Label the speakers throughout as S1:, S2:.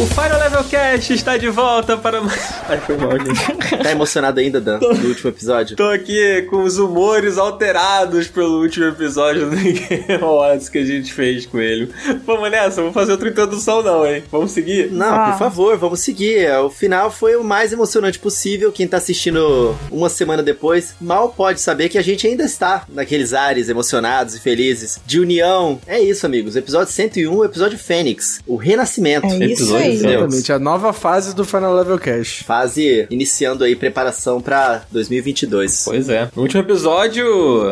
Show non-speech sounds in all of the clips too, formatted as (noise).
S1: O Final Level Cast está de volta para mais. (laughs) Ai, foi mal, gente.
S2: Tá emocionado ainda, Dan, do último episódio?
S1: Tô aqui com os humores alterados pelo último episódio do Game Awards que a gente fez com ele. Vamos nessa, vou fazer outra introdução, não, hein? Vamos seguir?
S2: Não,
S3: Ah.
S2: por favor, vamos seguir. É, O final foi o mais emocionante possível. Quem tá assistindo uma semana depois mal pode saber que a gente ainda está naqueles ares emocionados e felizes de união. É isso, amigos. Episódio 101, o episódio Fênix, o renascimento.
S3: É isso
S1: Episódio
S3: aí.
S1: zero.
S4: Exatamente, a nova fase do Final Level Cash.
S2: Fase iniciando aí preparação pra 2022.
S1: Pois é. No último episódio,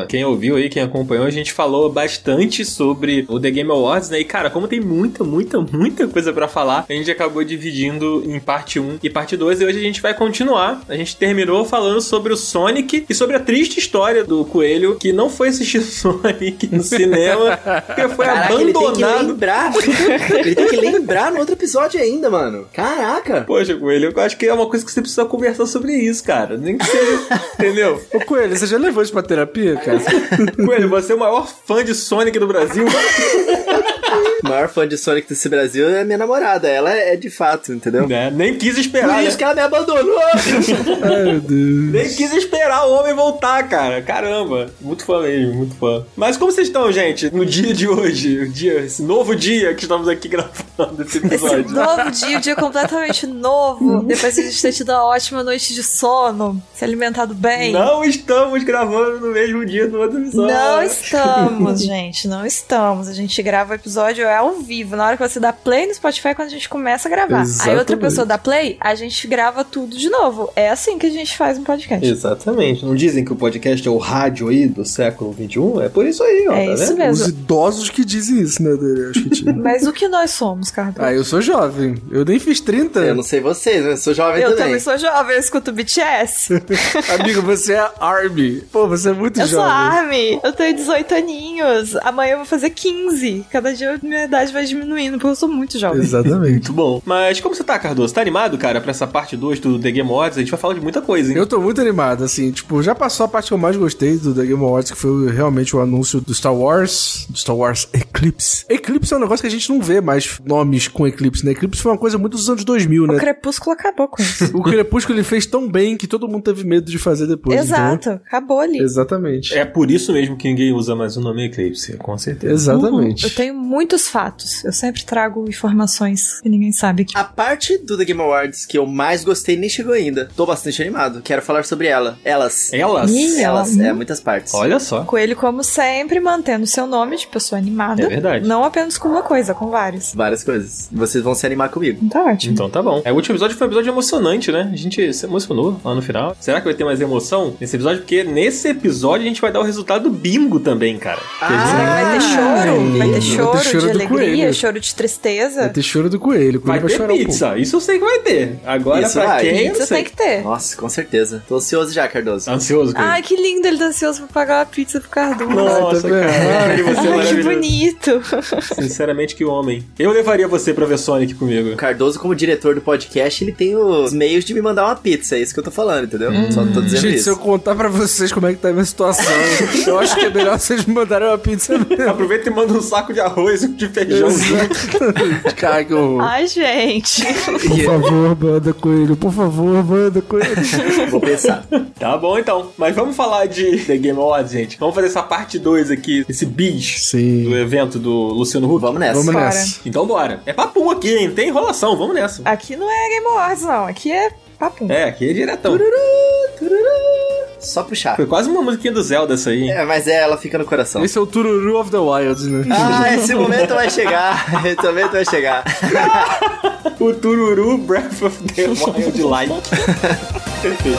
S1: quem ouviu aí, quem acompanhou, a gente falou bastante sobre o The Game Awards, né? E cara, como tem muita, muita, muita coisa pra falar, a gente acabou dividindo em parte 1 e parte 2 e hoje a gente vai continuar. A gente terminou falando sobre o Sonic e sobre a triste história do Coelho que não foi assistir (laughs) Sonic no cinema, porque foi
S2: Caraca, ele tem que
S1: abandonado.
S2: lembrar. ele tem que lembrar no outro episódio ainda, mano. Caraca.
S1: Poxa, Coelho, eu acho que é uma coisa que você precisa conversar sobre isso, cara. Nem que seja, (laughs) entendeu?
S4: Ô Coelho, você já levou isso pra terapia,
S3: (laughs)
S4: cara?
S1: Coelho, você é o maior fã de Sonic do Brasil.
S2: O maior fã de Sonic desse Brasil é minha namorada. Ela é de fato, entendeu?
S1: Né? Nem quis
S2: Por
S1: esperar.
S2: isso
S1: né?
S2: que ela me abandonou. (laughs)
S4: Ai, meu Deus.
S1: Nem quis esperar o homem voltar, cara. Caramba. Muito fã mesmo, muito fã. Mas como vocês estão, gente, no dia de hoje? O dia, esse novo dia que estamos aqui (laughs) gravando esse
S3: Esse
S1: episódio.
S3: novo dia, um dia completamente novo. Depois de a gente ter tido uma ótima noite de sono, se alimentado bem.
S1: Não estamos gravando no mesmo dia do outro episódio.
S3: Não estamos, gente, não estamos. A gente grava o episódio é ao vivo, na hora que você dá play no Spotify é quando a gente começa a gravar. Aí outra
S4: Exatamente.
S3: pessoa dá play, a gente grava tudo de novo. É assim que a gente faz um podcast.
S1: Então, Exatamente. Não dizem que o podcast é o rádio aí do século XXI? É por isso aí, ó.
S3: É isso
S4: Os
S3: mesmo.
S4: idosos que dizem isso, né, Daniel? Acho que tinha.
S3: Mas o que nós somos, Cardo?
S4: Ah, eu sou jovem. Eu nem fiz 30.
S2: Eu não sei vocês, né? Eu sou jovem
S3: Eu
S2: também.
S3: também sou jovem, eu escuto BTS.
S4: Amigo, você é Army. Pô, você é muito
S3: Eu sou
S4: jovem.
S3: Armin, eu tenho 18 aninhos. Amanhã eu vou fazer 15. Cada dia minha idade vai diminuindo, porque eu sou muito jovem.
S4: Exatamente.
S1: Muito bom. Mas como você tá, Cardoso? Tá animado, cara, pra essa parte 2 do The Game Awards? A gente vai falar de muita coisa, hein?
S4: Eu tô muito animado, assim, tipo, já passou a parte que eu mais gostei do The Game Awards, que foi realmente o anúncio do Star Wars, do Star Wars Eclipse. Eclipse é um negócio que a gente não vê mais nomes com Eclipse, né? Eclipse foi uma coisa muito dos anos 2000,
S3: O
S4: né?
S3: crepúsculo acabou
S1: (laughs)
S3: com isso.
S4: O Crepúsculo ele fez tão bem que todo mundo teve medo de fazer depois, então, entendeu?
S3: Exato, acabou ali.
S4: Exatamente.
S1: É por isso mesmo que ninguém usa mais o nome Eclipse, com certeza.
S4: Exatamente.
S3: Uhum. Eu tenho muitos fatos. Eu sempre trago informações que ninguém sabe Tipo, aqui.
S2: A parte do The Game Awards que eu mais gostei nem chegou ainda. Tô bastante animado. Quero falar sobre ela. Elas.
S1: Elas?
S3: Ih, ela-
S2: Elas. É, muitas partes.
S1: Olha só.
S3: Coelho, como sempre, mantendo seu nome de pessoa animada.
S1: É verdade.
S3: Não apenas com uma coisa, com vários.
S2: Várias coisas. Vocês vão se animar comigo.
S3: Tá ótimo.
S1: Então tá bom. É, o último episódio foi um episódio emocionante, né? A gente se emocionou lá no final. Será que vai ter mais emoção nesse episódio? Porque nesse episódio a gente vai dar o resultado do bingo também, cara. Que a gente-
S2: Ah,
S3: Vai ter
S4: lindo.
S3: choro, vai ter choro,
S4: Vai ter choro
S3: de
S4: do
S3: alegria,
S4: coelho.
S3: choro de tristeza.
S4: Vai ter choro É do coelho. O
S1: Vai
S4: coelho vai,
S1: ter
S4: chorar um pouco.
S1: pizza. Isso eu sei que vai ter. Agora,
S2: Isso
S1: pra
S2: vai.
S1: quem? eu
S3: Pizza
S1: sei.
S3: tem que ter.
S2: Nossa, com certeza. Tô ansioso já, Cardoso.
S1: Tá ansioso com
S3: Ai, que lindo, ele tá ansioso pra pagar uma pizza pro Cardu.
S1: Nossa,
S4: Ai, tá
S1: cara.
S4: vendo?
S1: que você é
S3: Ai, que
S1: maravilhoso.
S3: bonito.
S1: Sinceramente, que homem. Eu levaria você pra ver Sonic
S2: O (laughs)
S1: comigo.
S2: Cardoso, como diretor do podcast, ele tem os meios de me mandar uma pizza. É isso que eu tô falando, entendeu? Só tô dizendo
S4: Gente, se eu
S2: isso.
S4: contar pra vocês como é que tá a minha situação, eu acho que é melhor vocês me mandarem uma pizza mesmo.
S1: Aproveita e manda um saco de arroz e de feijão.
S4: Cara, que horror.
S3: Ai, gente.
S4: Por favor, manda coelho. Por favor, manda coelho.
S2: (laughs) Vou pensar.
S1: Tá bom então. Mas vamos falar de (laughs) The Game Awards, gente. Vamos fazer essa parte 2 aqui, esse bis do
S4: Sim.
S1: evento do Luciano Huck.
S2: Vamos nessa.
S4: Vamos
S3: Bora.
S4: nessa.
S1: Então bora. É papum aqui, hein? Tem enrolação, vamos nessa.
S3: Aqui não é Game Awards, não. Aqui é papo.
S1: É, aqui é diretão.
S2: Só puxar.
S1: Foi quase uma musiquinha do Zelda essa aí, hein?
S2: É, mas é, ela fica no coração.
S4: Esse é o Tururu of the Wild, né?
S2: Ah, esse momento vai chegar. (laughs) Esse momento vai chegar.
S1: O Tururu Breath of
S5: (laughs)
S1: the Wild Like. Perfeito.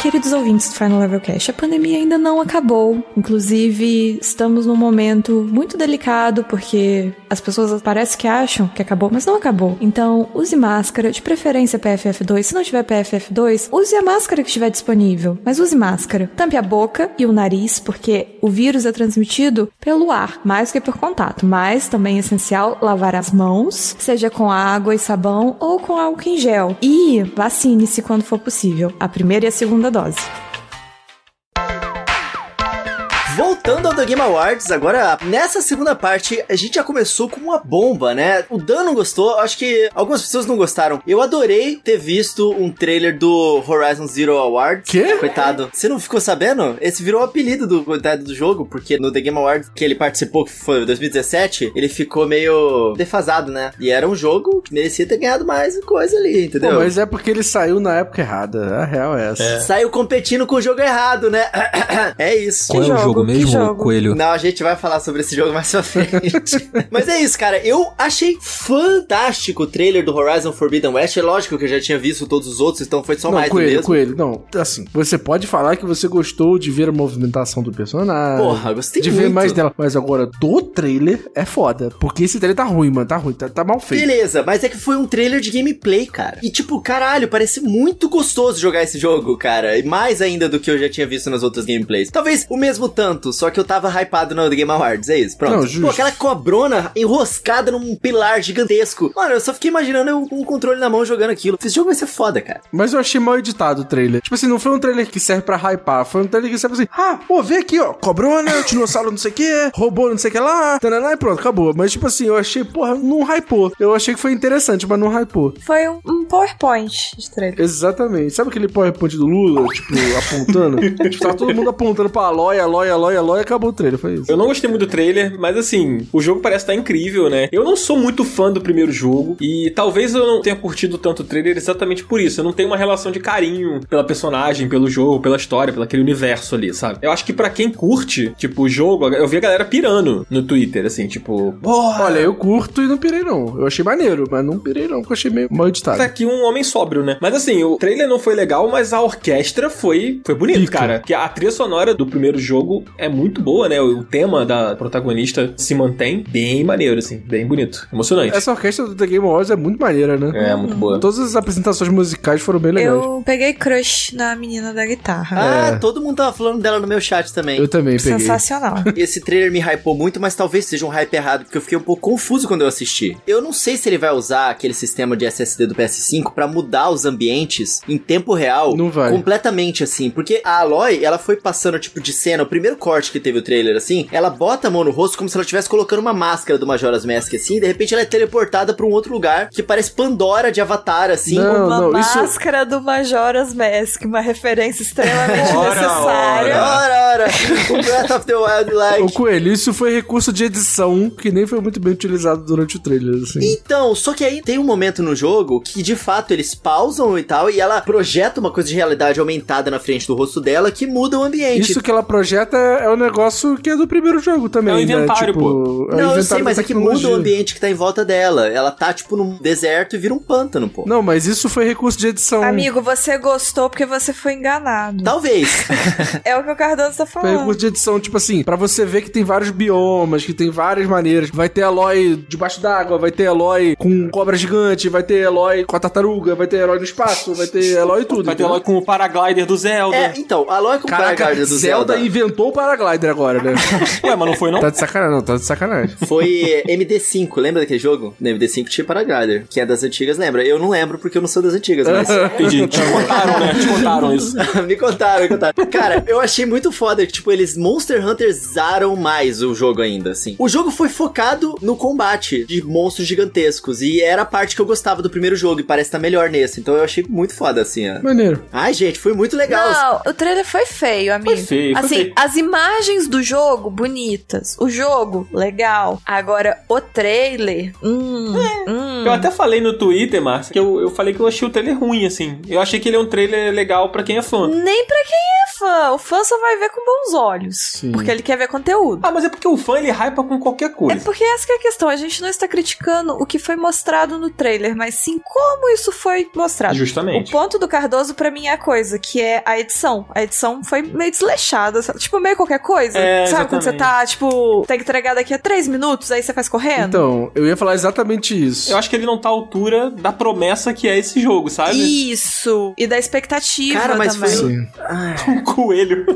S3: Queridos ouvintes do Final Level Cash, a pandemia ainda não acabou. Inclusive, estamos num momento muito delicado porque as pessoas parece que acham que acabou, mas não acabou. Então, use máscara, de preferência PFF2. Se não tiver PFF2, use a máscara que estiver disponível, mas use máscara. Tampe a boca e o nariz, porque o vírus é transmitido pelo ar, mais do que por contato. Mas também é essencial lavar as mãos, seja com água e sabão ou com álcool em gel. E vacine-se quando for possível, a primeira e a segunda dose.
S2: Voltando ao The Game Awards, agora, nessa segunda parte, a gente já começou com uma bomba, né? O Dan não gostou, acho que algumas pessoas não gostaram. Eu adorei ter visto um trailer do Horizon Zero Awards.
S4: Quê?
S2: Coitado. Você não ficou sabendo? Esse virou o apelido do coitado do jogo, porque no The Game Awards que ele participou, que foi em 2017, ele ficou meio defasado, né? E era um jogo que merecia ter ganhado mais coisa ali,
S4: Pô,
S2: entendeu?
S4: mas é porque ele saiu na época errada. A real é essa.
S2: Saiu competindo com o jogo errado, né? (clears throat) É isso.
S5: Qual é o jogo jogo? Que mesmo, jogo?
S1: Coelho?
S2: Não, a gente vai falar sobre esse jogo mais pra frente. (laughs) Mas é isso, cara. Eu achei fantástico o trailer do Horizon Forbidden West. É lógico que eu já tinha visto todos os outros, então foi só
S4: não,
S2: mais do
S4: coelho,
S2: mesmo.
S4: coelho. Não, assim, você pode falar que você gostou de ver a movimentação do personagem.
S2: Porra, gostei
S4: de
S2: muito.
S4: ver mais dela. Mas agora, do trailer, é foda. Porque esse trailer tá ruim, mano. Tá ruim, tá, tá mal feito.
S2: Beleza, mas é que foi um trailer de gameplay, cara. E tipo, caralho, parece muito gostoso jogar esse jogo, cara. E mais ainda do que eu já tinha visto nas outras gameplays. Talvez o mesmo tanto, só que eu tava hypado no The Game Awards, é isso, pronto.
S4: Não, justo.
S2: Pô, aquela cobrona enroscada num pilar gigantesco. Mano, eu só fiquei imaginando eu com o controle na mão jogando aquilo. Esse jogo vai ser foda, cara.
S4: Mas eu achei mal editado o trailer. Tipo assim, não foi um trailer que serve pra hypar. Foi um trailer que serve assim, ah, pô, vê aqui, ó. Cobrona, (laughs) dinossauro não sei o que, robô não sei o que lá, tananá e pronto, acabou. Mas tipo assim, eu achei, porra, não hypou. Eu achei que foi interessante, mas não hypou.
S5: Foi um, um PowerPoint de trailer.
S4: Exatamente. Sabe aquele PowerPoint do Lula, tipo, apontando? tipo, tá todo mundo apontando pra Aloy, Aloy, Aloy, Aloy, acabou o trailer, foi isso.
S1: Eu não gostei muito do trailer, mas assim, o jogo parece estar incrível, né? Eu não sou muito fã do primeiro jogo e talvez eu não tenha curtido tanto o trailer exatamente por isso. Eu não tenho uma relação de carinho pela personagem, pelo jogo, pela história, pelo aquele universo ali, sabe? Eu acho que pra quem curte, tipo, o jogo, eu vi a galera pirando no Twitter, assim, tipo, porra,
S4: Olha, eu curto e não pirei não. Eu achei maneiro, mas não pirei não, porque eu achei meio mal editado.
S1: tá aqui um homem sóbrio, né? Mas assim, o trailer não foi legal, mas a orquestra foi, foi bonito,
S4: Pica.
S1: cara. Que a trilha sonora do primeiro jogo é muito boa, né? O, o tema da protagonista se mantém bem maneiro, assim, bem bonito, emocionante.
S4: Essa orquestra do The Game Awards é muito maneira, né?
S1: É, muito boa.
S4: Todas as apresentações musicais foram bem legais.
S5: Eu peguei crush na menina da guitarra.
S2: Ah, todo mundo tava falando dela no meu chat também.
S4: É. Eu também peguei.
S5: Sensacional.
S2: Esse trailer me hypou muito, mas talvez seja um hype errado, porque eu fiquei um pouco confuso quando eu assisti. Eu não sei se ele vai usar aquele sistema de SSD do PS5 pra mudar os ambientes em tempo real.
S4: Não vai.
S2: Completamente assim, porque a Aloy, ela foi passando tipo de cena, o primeiro corte que teve o trailer assim, ela bota a mão no rosto como se ela estivesse colocando uma máscara do Majora's Mask assim, e de repente ela é teleportada pra um outro lugar que parece Pandora de Avatar assim.
S4: Não,
S5: uma
S4: não, isso-
S5: máscara do Majora's Mask, uma referência extremamente
S1: Ora,
S5: necessária.
S2: Ora,
S4: (laughs)
S2: ora, o Breath of the Wild like.
S4: Ô, Coelho, isso foi recurso de edição que nem foi muito bem utilizado durante o trailer, assim.
S2: Então, só que aí tem um momento no jogo que de fato eles pausam e tal, e ela projeta uma coisa de realidade aumentada na frente do rosto dela que muda o ambiente.
S4: Isso que ela projeta é é um negócio que é do primeiro jogo também.
S1: É um
S4: né?
S1: inventário,
S4: Tipo,
S1: pô.
S4: é um
S2: Não, eu
S4: inventário
S2: sei,
S4: da
S2: mas é que muda
S4: tecnologia.
S2: o ambiente que tá em volta dela. Ela tá, tipo, num deserto e vira um pântano, pô.
S4: Não, mas isso foi recurso de edição.
S5: Amigo, você gostou porque você foi enganado.
S4: (laughs)
S2: Talvez.
S5: É o que o Cardoso tá
S4: Foi
S5: falando.
S4: recurso de edição, tipo assim, pra você ver que tem vários biomas, que tem várias maneiras. Vai ter Eloy debaixo d'água, vai ter Eloy com cobra gigante, vai ter Eloy com a tartaruga, vai ter Eloy no espaço, vai ter Eloy em tudo.
S1: Vai ter
S4: entendeu?
S1: logo com o paraglider do Zelda.
S2: é, então, a Loa é com o
S4: Caraca,
S2: Paraguarda
S4: Zelda,
S2: do Zelda.
S4: inventou o paraglider agora, né?
S1: Ué, mas não foi não?
S4: tá de sacanagem, não, tá de sacanagem.
S2: Foi MD5, lembra daquele jogo? No MD5 tinha Paraglider. Quem é das antigas lembra. Eu não lembro porque eu não sou das antigas,
S4: (laughs)
S2: mas.
S1: (laughs) Entendi. Te contaram, né? Te contaram isso.
S2: (laughs) me contaram, me contaram. Cara, eu achei muito foda que, tipo, eles Monster Hunterzaram mais o jogo ainda, assim. O jogo foi focado no combate de monstros gigantescos. E era a parte que eu gostava do primeiro jogo. E parece tá melhor nesse. Então eu achei muito foda, assim. ó.
S4: Maneiro.
S2: Ai, gente, foi muito legal.
S5: Não, o trailer foi feio, amigo.
S1: Foi feio, foi
S5: assim,
S1: feio.
S5: as imagens do jogo, bonitas. O jogo, legal. Agora, o trailer. Hum,
S1: É,
S5: hum.
S1: Eu até falei no Twitter, Márcia, que eu, eu falei que eu achei o trailer ruim, assim. Eu achei que ele é um trailer legal pra quem é fã.
S5: Nem pra quem é fã. O fã só vai ver com bons olhos.
S4: Sim.
S5: Porque ele quer ver conteúdo.
S1: Ah, mas é porque o fã, ele hypa com qualquer
S5: É
S1: coisa.
S5: porque essa que é a questão. A gente não está criticando o que foi mostrado no trailer, mas sim como isso foi mostrado. O
S1: Justamente.
S5: ponto do Cardoso pra mim é a coisa, que é a edição. A edição foi meio desleixada, sabe? tipo meio qualquer coisa.
S1: É,
S5: sabe quando você
S1: exatamente.
S5: tá, tipo, tem que entregar daqui a três minutos, aí você faz
S3: É.
S5: correndo?
S4: Então, eu ia falar exatamente isso.
S1: Eu acho que ele não tá à altura da promessa que é esse jogo, sabe?
S5: Isso! E da expectativa
S4: um
S2: Cara, mas
S1: (laughs)
S5: também.
S2: foi-
S4: Sim.
S1: O coelho.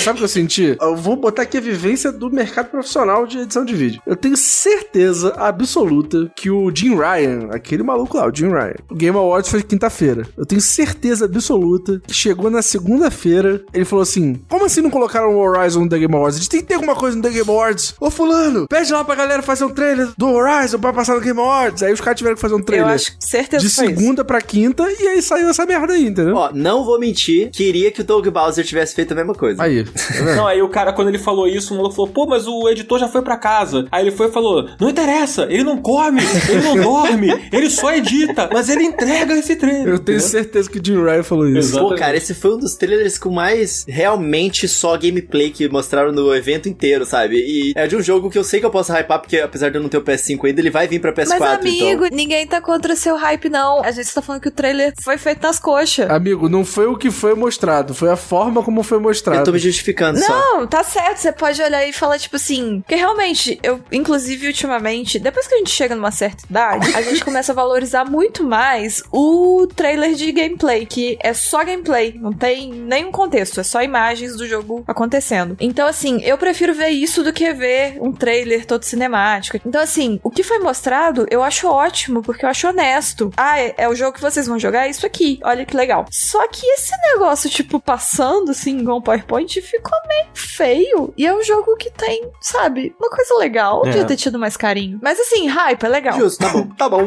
S4: Sabe o que eu senti? Eu vou botar aqui a vivência do mercado profissional de edição de vídeo. Eu tenho certeza absoluta que o Jim Ryan, aquele maluco lá, o Jim Ryan, o Game Awards foi quinta-feira. Eu tenho certeza absoluta que chegou na segunda-feira, ele falou assim: Como assim não colocaram o Horizon no The Game Awards? A gente tem que ter alguma coisa no The Game Awards. Ô, Fulano, pede lá pra galera fazer um trailer do Horizon pra passar no Game Awards. Aí os caras tiveram que fazer um trailer.
S3: Eu acho que certeza
S4: de
S3: foi isso.
S4: segunda pra quinta, e aí saiu essa merda aí, entendeu?
S2: Ó, não vou mentir, queria que o Doug Bowser tivesse feito a mesma coisa.
S4: Aí. tá vendo?
S1: Não, aí o cara, quando ele falou isso, o maluco falou, pô, mas o editor já foi pra casa. Aí ele foi e falou, não interessa, ele não come, ele
S4: (laughs)
S1: não dorme, ele só edita, mas ele entrega esse treino.
S4: Eu tenho certeza que o Jim Ryan falou isso.
S1: Exato.
S2: Pô,
S1: Exatamente.
S2: cara, esse foi um dos trailers com mais realmente só gameplay que mostraram no evento inteiro, sabe? E é de um jogo que eu sei que eu posso hypar, porque apesar de eu não ter o PS5 ainda, ele vai vir pra PS4.
S3: Mas,
S2: então.
S3: amigo, ninguém tá contra o seu hype, não. A gente tá falando que o trailer foi feito nas coxas.
S4: Amigo, não foi o que foi mostrado, foi a forma como foi mostrado.
S2: Eu tô Então me justificando só.
S3: Não, tá certo. Você pode olhar e falar, tipo assim. Porque realmente, eu, inclusive, ultimamente, depois que a gente chega numa certa idade, a gente começa a valorizar muito mais o trailer de gameplay, que é só gameplay, não tem nenhum contexto, é só imagens do jogo acontecendo. Então, assim, eu prefiro ver isso do que ver um trailer todo cinemático. Então, assim, o que foi mostrado eu acho ótimo, porque eu acho honesto. Ah, é, é o jogo que vocês vão jogar, é isso aqui. Olha que legal. Só que esse negócio, tipo, passando assim, igual um PowerPoint, ficou meio feio. E é um jogo que tem, sabe, uma coisa legal. Podia ter tido mais carinho. Mas assim, hype, é legal.
S2: Justo, tá bom, tá bom,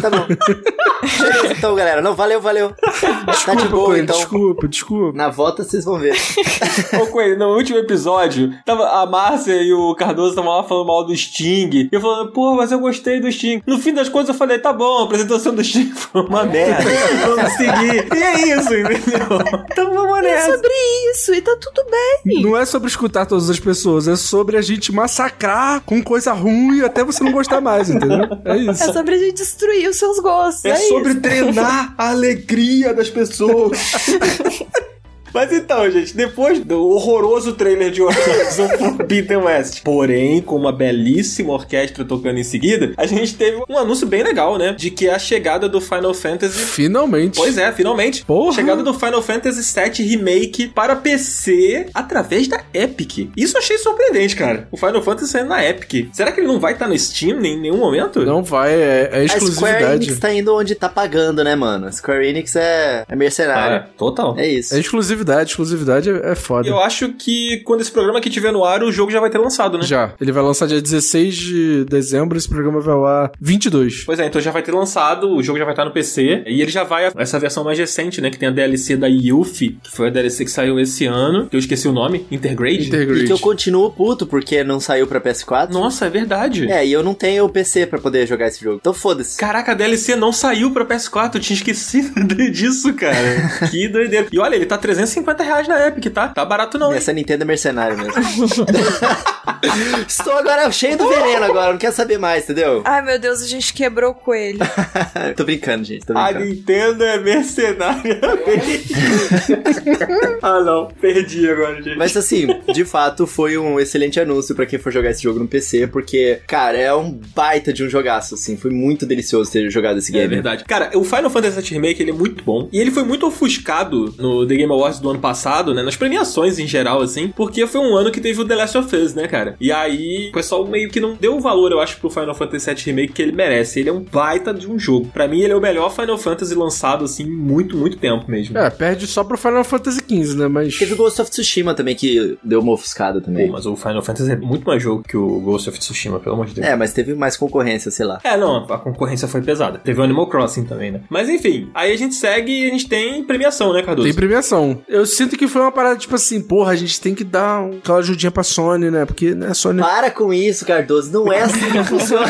S2: tá bom. Beleza, então, galera. Não, valeu, valeu. tá de
S4: Desculpa,
S2: boa,
S4: Coelho,
S2: então.
S4: desculpa, desculpa.
S2: Na volta vocês vão ver.
S1: Ô, Coelho, no último episódio, tava a Márcia e o Cardoso estavam lá falando mal do Sting. E eu falando, pô, mas eu gostei do Sting. No fim das contas, eu falei, tá bom, a apresentação do Sting foi uma merda. Vamos seguir. E é isso, entendeu? (laughs) Então vamos
S3: É
S1: nessa.
S3: sobre isso, e tá tudo bem.
S4: Não é sobre escutar todas as pessoas, é sobre a gente massacrar com coisa ruim até você não gostar mais, entendeu? É isso.
S3: É sobre a gente destruir os seus gostos. É,
S1: É sobre
S3: isso.
S1: treinar a alegria das pessoas. (laughs) Mas então, gente, depois do horroroso trailer de Horizon (laughs) Forbidden West, porém com uma belíssima orquestra tocando em seguida, a gente teve um anúncio bem legal, né? De que a chegada do Final (laughs) Fantasy
S4: Finalmente.
S1: Pois é, finalmente.
S4: Porra.
S1: Chegada do Final Fantasy VII Remake para PC através da Epic. Isso eu achei surpreendente, cara. O Final Fantasy saindo na Epic. Será que ele não vai estar no Steam em nenhum momento?
S4: Não vai, é, é
S2: A Square Enix
S4: exclusividade.
S2: tá indo onde tá pagando, né, mano? A Square Enix é, é
S1: Cara,
S2: mercenário.
S1: total.
S2: É isso.
S4: É exclusividade, exclusividade é, é foda.
S1: Eu acho que quando esse programa aqui estiver no ar, o jogo já vai ter lançado, né?
S4: Já. Ele vai lançar dia 16 de dezembro, esse programa vai lá 22.
S1: Pois é, então já vai ter lançado, o jogo já vai estar no PC, e ele já vai, essa versão mais recente, né, que tem a DLC da Yuffie, que foi a DLC que saiu esse ano, que eu esqueci o nome, Intergrade?
S4: Integrate.
S2: é. E que eu continuo puto porque não saiu pra PS4.
S1: Nossa, é verdade.
S2: É, e eu não tenho o PC pra poder jogar esse jogo. Então foda-se.
S1: Caraca, a DLC não saiu pra PS4, eu tinha esquecido (laughs) de- disso, cara. que doideira. E olha, ele tá 350 reais na Epic, tá? Tá barato não, hein?
S2: Essa Nintendo é mercenário
S4: (laughs)
S2: mesmo. Estou agora cheio do veneno agora, não quero saber mais, entendeu?
S3: Ai, meu Deus, a gente quebrou o coelho.
S2: tô brincando, gente, tô
S1: A
S2: brincando.
S1: Nintendo é mercenária. (laughs)
S4: (laughs)
S1: ah não, perdi agora, gente.
S2: Mas assim, de fato, foi um excelente anúncio pra quem for jogar esse jogo no PC, porque, cara, é um baita de um jogaço, assim. Foi muito delicioso ter jogado esse
S4: né?
S2: game.
S1: É verdade. Cara, o Final Fantasy VII Remake, ele é muito bom. E ele foi muito ofuscado no The Game Awards do ano passado, né? Nas premiações em geral, assim. Porque foi um ano que teve o The Last of Us, né, cara? E aí, o pessoal meio que não deu o valor, eu acho, pro Final Fantasy VII Remake que ele merece. Ele é um baita de um jogo. Pra mim, ele é o melhor Final Fantasy lançado, assim, em muito, muito tempo mesmo.
S4: É, perde só pro Final Fantasy XV, né? Mas.
S2: Teve o Ghost of Tsushima também, que deu uma ofuscada
S1: Pô,
S2: também.
S1: mas o Final Fantasy é muito mais jogo que o Ghost of Tsushima, pelo amor de Deus.
S2: É, mas teve mais concorrência, sei lá.
S1: É, não, a concorrência foi pesada. Teve o Animal Crossing também, né? Mas enfim, aí a gente segue e a gente tem premiação, né, Cardoso?
S4: Tem premiação. Eu sinto que foi uma parada tipo assim, porra, a gente tem que dar um- aquela ajudinha pra Sony, né? Porque,
S2: (laughs)
S4: né, Sony.
S2: Para com isso, Cardoso. Não é assim que funciona.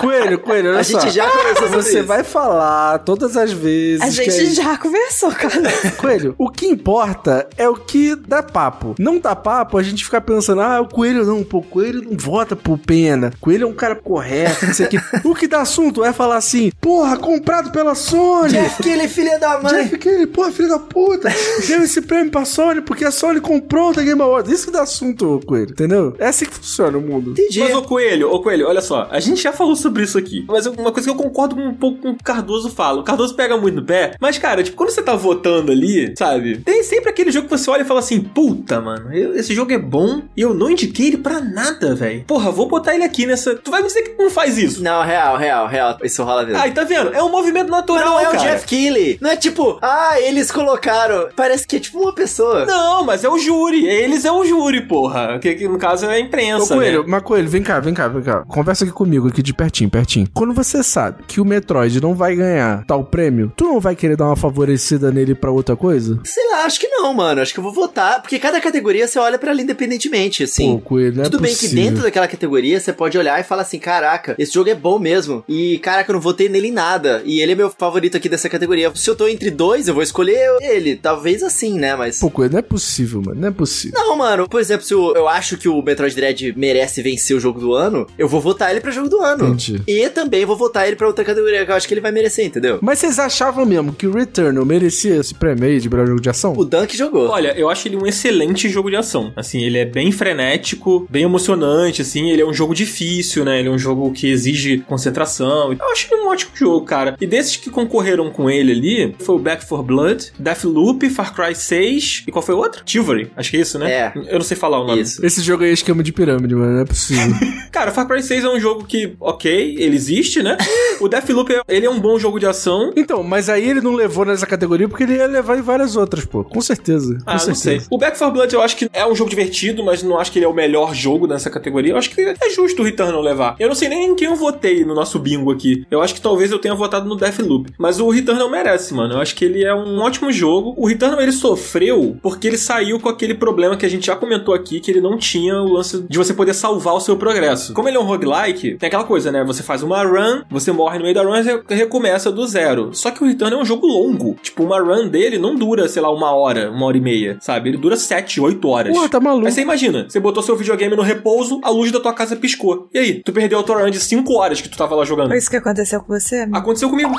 S4: Coelho, coelho, olha
S2: A
S4: só.
S2: gente já conversou sobre
S4: Você
S2: isso.
S4: vai falar todas as vezes.
S3: A
S4: que é
S3: gente já conversou, cara.
S4: Coelho, o que importa é o que dá papo. Não dá papo, a gente fica pensando, ah, o Coelho não, pô, o Coelho não vota por pena. Coelho é um cara correto, não
S2: (laughs)
S4: sei o quê. O que dá assunto é falar assim, porra, comprado
S2: (laughs)
S4: pela Sony.
S2: Jeff Kelly, filha da mãe.
S4: Jeff Kelly, porra, filho
S2: (laughs)
S4: da puta, deu esse prêmio pra Sony porque a Sony comprou o The Game Awards. Isso que dá assunto, ô Coelho, entendeu? É assim que funciona o mundo.
S2: Entendi.
S1: Mas, ô Coelho, ô Coelho, olha só, a gente já falou sobre sobre isso aqui. Mas uma coisa que eu concordo com um pouco com o Cardoso fala. O Cardoso pega muito no pé. Mas, cara, tipo, quando você tá votando ali, sabe? Tem sempre aquele jogo que você olha e fala assim: puta, mano, eu- esse jogo é bom e eu não indiquei ele pra nada, velho. Porra, vou botar ele aqui nessa. Tu vai me dizer que não faz isso.
S2: Não, real, real, real. Isso rola mesmo.
S1: Ai, tá vendo? É um movimento natural.
S2: não é o
S1: cara.
S2: Jeff Keighley. Não é tipo, ah, eles colocaram. Parece que é tipo uma pessoa.
S1: Não, mas é o júri. Eles é o júri, porra. Que, que no caso é a
S4: Ô,
S1: imprensa.
S4: Coelho,
S1: né?
S4: mas Coelho, vem cá, vem cá, vem cá. Conversa aqui comigo, aqui de pertinho, pertinho. Quando você sabe que o Metroid não vai ganhar tal prêmio, tu não vai querer dar uma favorecida nele pra outra coisa?
S2: Sei lá, acho que não, mano. Acho que eu vou votar. Porque cada categoria você olha pra ela independentemente, assim.
S4: Pô, Coelho, não é
S2: Tudo bem que
S4: possível.
S2: dentro daquela categoria você pode olhar e falar assim: caraca, esse jogo é bom mesmo. E caraca, eu não votei nele em nada. E ele é meu favorito aqui dessa categoria. Se eu tô entre dois, eu vou escolher ele. Talvez assim, né? Mas.
S4: Pô, Coelho, não é possível, mano, não é possível.
S2: Não, mano. Por exemplo, se eu, eu acho que o Metroid Dread merece vencer o jogo do ano, eu vou votar ele pra jogo do ano.
S4: Entendi.
S2: E também vou votar ele pra outra categoria que eu acho que ele vai merecer, entendeu?
S4: Mas vocês achavam mesmo que o Returnal merecia esse prêmio aí de melhor jogo de ação?
S2: O Dunk jogou.
S1: Olha, eu acho ele um excelente jogo de ação. Assim, ele é bem frenético, bem emocionante, assim, ele é um jogo difícil, né? Ele é um jogo que exige concentração. Eu acho ele um ótimo jogo, cara. E desses que concorreram com ele ali, foi o Back for Blood, Deathloop, Far Cry 6 e qual foi o outro? Chivalry, acho que é isso, né?
S2: É.
S1: Eu não sei falar o nome.
S2: Isso.
S4: Esse jogo aí é esquema de pirâmide, mano, não é possível.
S1: Cara, Far Cry 6 é um jogo que, ok, ele existe, né? (laughs) o Deathloop, é- ele é um bom jogo de ação.
S4: então, mas aí ele não levou nessa categoria porque ele ia levar em várias outras, pô. Com certeza. Com
S1: Ah, não
S4: certeza.
S1: sei. O Back 4 Blood eu acho que é um jogo divertido, mas não acho que ele é o melhor jogo nessa categoria. Eu acho que é justo o Returnal levar. Eu não sei nem em quem eu votei no nosso bingo aqui. Eu acho que talvez eu tenha votado no Deathloop. Mas o Returnal merece, mano. Eu acho que ele é um ótimo jogo. O Returnal ele sofreu porque ele saiu com aquele problema que a gente já comentou aqui, que ele não tinha o lance de você poder salvar o seu progresso. Como ele é um roguelike, tem aquela coisa, né? Você faz uma run, você morre no meio da run e re- recomeça do zero. Só que o Returnal é um jogo longo. Tipo, uma run dele não dura, sei lá, uma hora, uma hora e meia, sabe? Ele dura sete, oito horas.
S4: Pô, tá maluco.
S1: Aí você imagina, você botou seu videogame no repouso, a luz da tua casa piscou. E aí? Tu perdeu a tua run de 5 horas que tu tava lá jogando.
S3: Foi isso que aconteceu com você, amigo?
S1: Aconteceu comigo.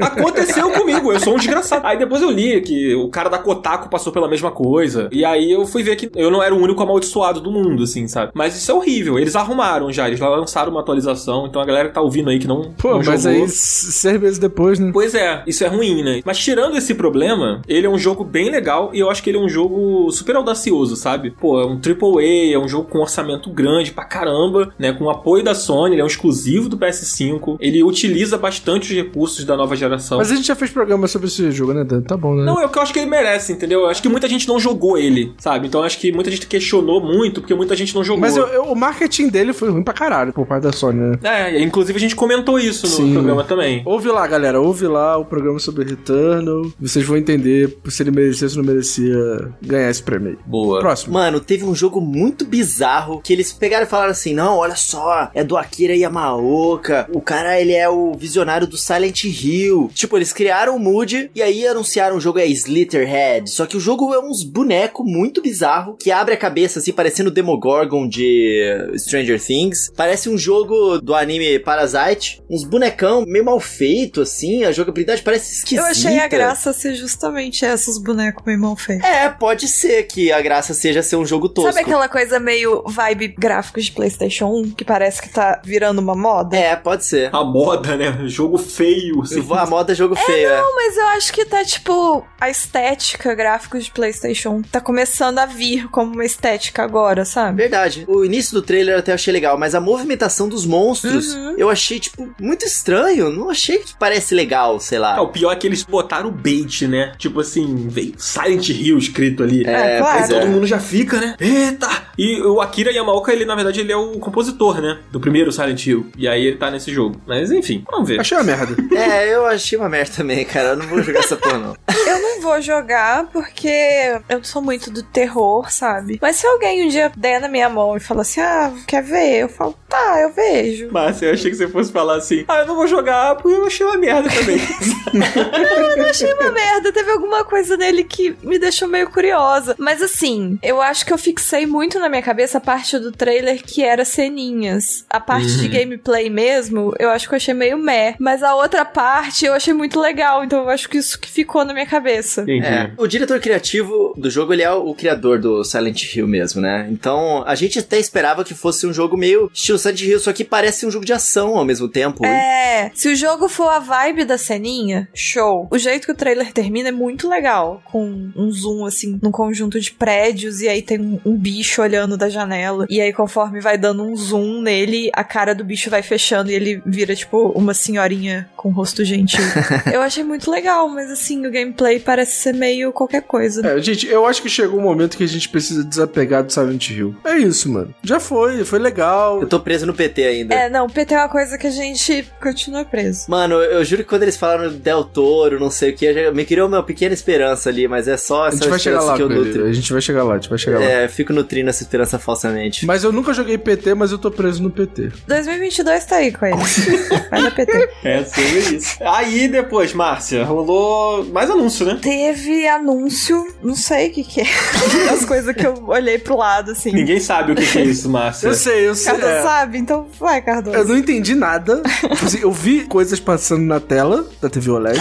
S1: Aconteceu comigo, eu sou um desgraçado. Aí depois eu li que o cara da Kotaku passou pela mesma coisa. E aí eu fui ver que eu não era o único amaldiçoado do mundo, assim, sabe? Mas isso é horrível. Eles arrumaram já, eles lançaram uma atualização. Então a galera que tá ouvindo aí que não.
S4: Pô,
S1: não
S4: mas
S1: jogou.
S4: aí s- seis meses depois, né?
S1: Pois é, isso é ruim, né? Mas tirando esse problema, ele é um jogo bem legal e eu acho que ele é um jogo super audacioso, sabe? Pô, é um AAA, é um jogo com orçamento grande pra caramba, né? Com apoio da Sony, ele é um exclusivo do PS5, ele utiliza bastante os recursos da nova geração.
S4: Mas a gente já fez programa sobre esse jogo, né, Dan? Tá bom, né?
S1: Não, é o que eu acho que ele merece, entendeu? Eu acho que muita gente não jogou ele, sabe? Então eu acho que muita gente questionou muito porque muita gente não jogou.
S4: Mas eu- eu- o marketing dele foi ruim pra caralho por parte da Sony, né?
S1: É, inclusive a gente comentou isso no
S4: Sim.
S1: programa também.
S4: Ouve lá, galera. Ouve lá o programa sobre Returnal. Vocês vão entender se ele merecia ou se não merecia ganhar esse prêmio aí.
S1: Boa.
S4: Próximo.
S2: Mano, teve um jogo muito bizarro que eles pegaram e falaram assim: não, olha só, é do Akira Yamaoka, o cara ele é o visionário do Silent Hill. Tipo, eles criaram o mood e aí anunciaram o jogo é Slitherhead. Só que o jogo é uns boneco muito bizarro que abre a cabeça assim, parecendo o Demogorgon de Stranger Things. Parece um jogo do anime Parasite, uns bonecão meio mal feito assim, a jogabilidade parece esquisita.
S3: Eu achei a graça ser justamente esses bonecos meio mal feitos.
S2: É, pode ser que a graça seja ser um jogo tosco.
S3: Sabe aquela coisa meio vibe gráficos de PlayStation 1 que parece que tá virando uma moda?
S2: É, pode ser.
S1: A moda, né? Jogo feio. assim.
S2: Eu vou- A moda é jogo feio, é.
S3: Mas eu acho que tá tipo a estética gráficos de PlayStation 1 tá começando a vir como uma estética agora, sabe?
S2: Verdade. O início do trailer eu até achei legal, mas a movimentação dos monstros
S3: Uhum.
S2: eu achei, tipo, muito estranho. Não achei que parece legal, sei
S1: Ah,
S2: lá.
S1: o pior é que eles botaram o bait, né? Tipo assim, veio Silent Hill escrito ali.
S3: É, claro.
S2: pois
S1: Todo
S2: é.
S1: mundo já fica, né? Eita! E o Akira Yamaoka, ele na verdade ele é o compositor, né? Do primeiro Silent Hill. E aí ele tá nesse jogo. Mas enfim, vamos ver.
S4: Achei uma merda.
S2: É, eu achei uma merda também, cara. Eu não vou jogar essa porra, não.
S3: Eu não vou jogar porque eu não sou muito do terror, sabe? Mas se alguém um dia der na minha mão e falar assim, ah, quer ver? Eu falo, tá, eu vejo.
S1: Mas eu achei que você fosse falar assim: Ah, eu não vou jogar porque eu achei uma merda também.
S3: Eu não achei uma merda, teve alguma coisa nele que me deixou meio curiosa. Mas assim, eu acho que eu fixei muito na minha cabeça a parte do trailer que era ceninhas. A parte de
S1: Uhum.
S3: gameplay mesmo, eu acho que eu achei meio meh. Mas a outra parte eu achei muito legal, então eu acho que isso que ficou na minha cabeça.
S1: (laughs) (laughs) Entendi.
S2: É. O diretor criativo do jogo, ele é o criador do Silent Hill mesmo, né? Então, a gente até esperava que fosse um jogo meio estilo Silent de rir, só que parece um jogo de ação ao mesmo tempo.
S3: É, se o jogo for a vibe da ceninha, show. O jeito que o trailer termina é muito legal, com um zoom assim num conjunto de prédios e aí tem um, um bicho olhando da janela e aí conforme vai dando um zoom nele, a cara do bicho vai fechando e ele vira tipo uma senhorinha com rosto gentil. Eu achei muito legal, mas assim, o gameplay parece ser meio qualquer coisa. né?
S4: É, gente, eu acho que chegou um momento que a gente precisa desapegar do Silent Hill. É isso, mano. Já foi, foi legal.
S2: Eu tô preso no PT ainda.
S3: É, não, PT é uma coisa que a gente continua preso.
S2: Mano, eu juro que quando eles falaram Del Toro, não sei o que, eu me criou uma pequena esperança ali, mas é só
S4: A
S2: essa
S4: gente vai chegar
S2: esperança
S4: lá,
S2: que eu
S4: Coelho.
S2: nutro.
S4: A gente vai chegar lá, a gente vai chegar lá.
S2: É, eu fico nutrindo essa esperança falsamente.
S4: É. Mas eu nunca joguei PT, mas eu tô preso no PT.
S3: 2022 tá aí com ele. Vai na PT.
S1: É sobre isso. Aí depois, Márcia, rolou mais anúncio, né?
S3: Teve anúncio, não sei o que que é. (laughs) As coisas que eu olhei pro lado, assim.
S1: Ninguém sabe o que, que é isso, Márcia.
S4: Eu sei, eu sei.
S3: Cardoso
S4: é.
S3: sabe? Então vai, Cardoso.
S4: Eu não
S3: (laughs)
S4: entendi nada. Tipo assim, eu vi coisas passando na tela da TV OLED.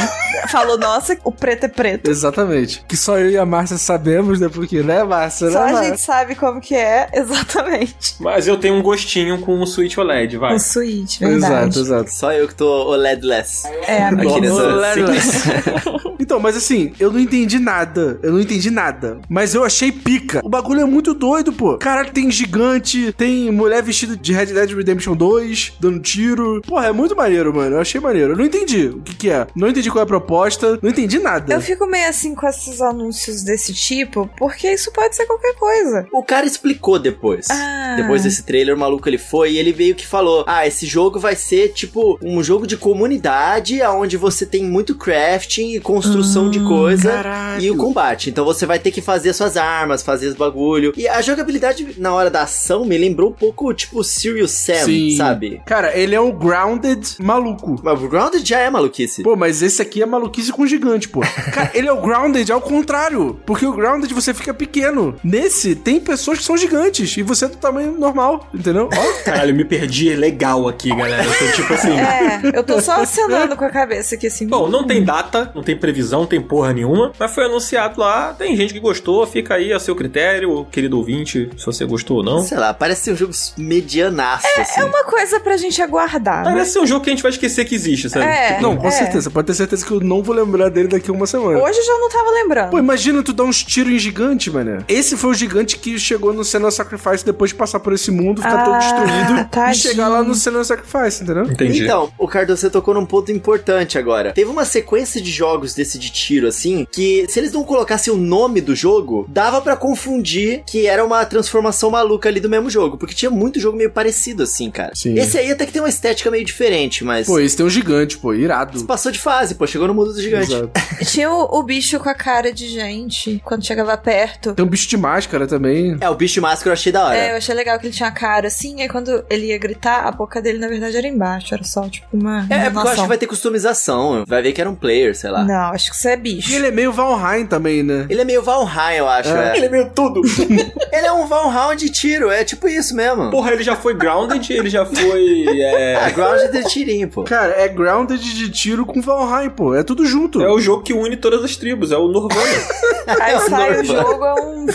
S3: Falou, nossa, o preto é preto.
S4: Exatamente. Que só eu e a Márcia sabemos, né? Porque, né, Márcia?
S3: Só
S4: né,
S3: a
S4: Márcia?
S3: gente sabe como que é, (laughs) exatamente.
S1: Mas eu tenho um gostinho com o Switch OLED, vai.
S3: O suíte,
S4: Exato,
S3: verdade.
S4: exato.
S2: Só eu que tô OLEDless.
S3: É, amigo.
S2: Aqui nessa...
S4: (laughs) então, mas assim, eu não entendi nada. Eu não entendi nada. Mas eu achei pica. O bagulho é muito doido, pô. Caralho, tem gigante, tem mulher vestida de Red Dead Redemption 2, dando tiro. Porra, é muito maneiro, mano. Eu achei maneiro. Eu não entendi o que, que é. Não entendi qual é a proposta. Não entendi nada.
S3: Eu fico meio assim com esses anúncios desse tipo, porque isso pode ser qualquer coisa.
S2: O cara explicou depois.
S3: Ah.
S2: Depois desse trailer, o maluco ele foi e ele veio que falou: Ah, esse jogo vai ser tipo um jogo de comunidade, onde você tem muito crafting e construção de coisa.
S4: Caralho.
S2: E o combate. Então você vai ter que fazer suas armas, fazer os bagulho. E a jogabilidade na hora da ação me lembrou um pouco, tipo, Serious Sam,
S4: Sim.
S2: sabe?
S4: Cara, ele é um grounded maluco.
S2: Mas o Grounded já é maluquice.
S4: Pô, mas esse aqui é maluquice com gigante, pô. (laughs) Cara, ele é o Grounded ao contrário. Porque o Grounded você fica pequeno. Nesse, tem pessoas que são gigantes. E você é do tamanho normal, entendeu? Ó,
S1: Caralho, eu me perdi legal aqui, galera. Eu tô tipo assim.
S3: É, eu tô só acenando com a cabeça aqui assim.
S1: Bom, não tem data, não tem previsão, não tem porra nenhuma, mas foi anunciado lá. Tem gente que gostou, fica aí a seu critério, querido ouvinte, se você gostou ou não.
S2: Sei lá, parece ser um jogo medianaço, assim.
S3: Uma coisa pra gente aguardar. né?
S1: Parece ser um jogo que a gente vai esquecer que existe, sabe?
S3: É.
S1: Tipo,
S4: não, com
S3: é.
S4: certeza. Pode ter certeza que eu não vou lembrar dele daqui a uma semana.
S3: Hoje eu já não tava lembrando.
S4: Pô, imagina tu dar uns tiros em gigante, mané. Esse foi o gigante que chegou no Senna Sacrifice depois de passar por esse mundo, ficar
S3: Ah,
S4: todo destruído e
S3: tadinho.
S4: chegar lá no Senna Sacrifice, entendeu?
S1: Entendi.
S2: Então, o Cardoso você tocou num ponto importante agora. Teve uma sequência de jogos desse de tiro, assim, que se eles não colocassem o nome do jogo, dava pra confundir que era uma transformação maluca ali do mesmo jogo, porque tinha muito jogo meio parecido, assim, cara.
S4: Sim.
S2: Esse aí até que tem uma estética meio diferente, mas
S4: Pô, esse tem um gigante, pô,
S3: é
S4: irado.
S2: passou de fase, pô, chegou no mundo do
S3: um
S2: gigante.
S4: Exato.
S3: Tinha o, o bicho com a cara de gente quando chegava perto.
S4: Tem um bicho de máscara também.
S2: É, o bicho de máscara eu achei da hora.
S3: É, eu achei legal que ele tinha a cara assim, aí quando ele ia gritar, a boca dele na verdade era embaixo, era só tipo uma.
S2: É, é porque eu acho
S3: noção.
S2: que vai ter customização. Vai ver que era um player, sei lá.
S3: Não, acho que você é bicho.
S4: E ele é meio Valheim também, né?
S2: Ele é meio Valheim, eu acho.
S4: É.
S2: é.
S1: Ele é meio tudo.
S2: (laughs) Ele é um Valheim de tiro, é tipo isso mesmo.
S1: Porra, ele já foi grounded, ele já foi.
S2: Ah,
S1: É...
S2: Grounded de tirinho, pô.
S4: Cara, é grounded de tiro com Valheim, pô. É tudo junto.
S1: É o jogo que une todas as tribos, é o Norvana.
S2: tá (laughs)
S3: Aí sai o
S2: Normal.
S3: jogo, é um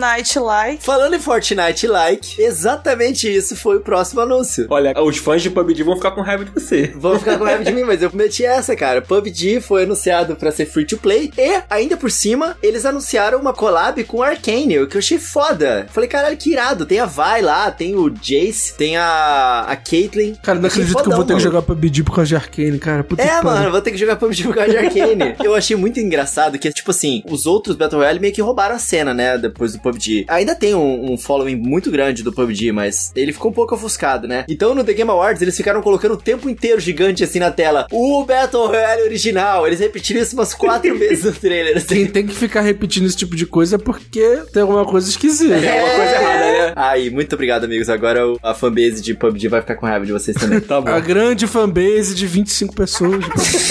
S3: Fortnite-like.
S2: Falando em Fortnite like, exatamente isso foi o próximo anúncio.
S1: Olha, os fãs de PUBG vão ficar com raiva de você.
S2: Vão ficar com raiva de mim, mas eu prometi essa, cara. PUBG foi anunciado pra ser free to play e, ainda por cima, eles anunciaram uma collab com Arcane, o que eu achei foda. Falei, caralho, que irado. Tem a Vai lá, tem o Jace, tem a, a Caitlyn.
S4: Cara, não
S2: Achei
S4: acredito que eu
S2: fodão,
S4: vou ter que
S2: mano.
S4: jogar PUBG por causa de Arcane, cara.
S1: tipo
S4: Puta
S2: É,
S4: que pariu.
S2: mano, vou ter que jogar PUBG por causa
S1: (laughs)
S2: de Arcane. eu achei muito engraçado que, tipo assim, os outros Battle Royale meio que roubaram a cena, né? Depois do PUBG. Ainda tem um, um following muito grande do PUBG, mas ele ficou um pouco ofuscado, né? Então no The Game Awards eles ficaram colocando o tempo inteiro gigante assim na tela. O Battle Royale original. Eles repetiram isso
S1: (laughs)
S2: umas quatro vezes no trailer, assim.
S4: Quem tem que ficar repetindo esse tipo de coisa é porque tem alguma coisa
S2: É
S4: esquisita.
S2: uma
S1: Tá
S2: coisa errada, né? Aí, muito obrigado, amigos. Agora o- a fanbase de PUBG vai ficar com raiva de vocês também.
S1: (laughs) Tá bom.
S4: A grande fanbase de 25 pessoas.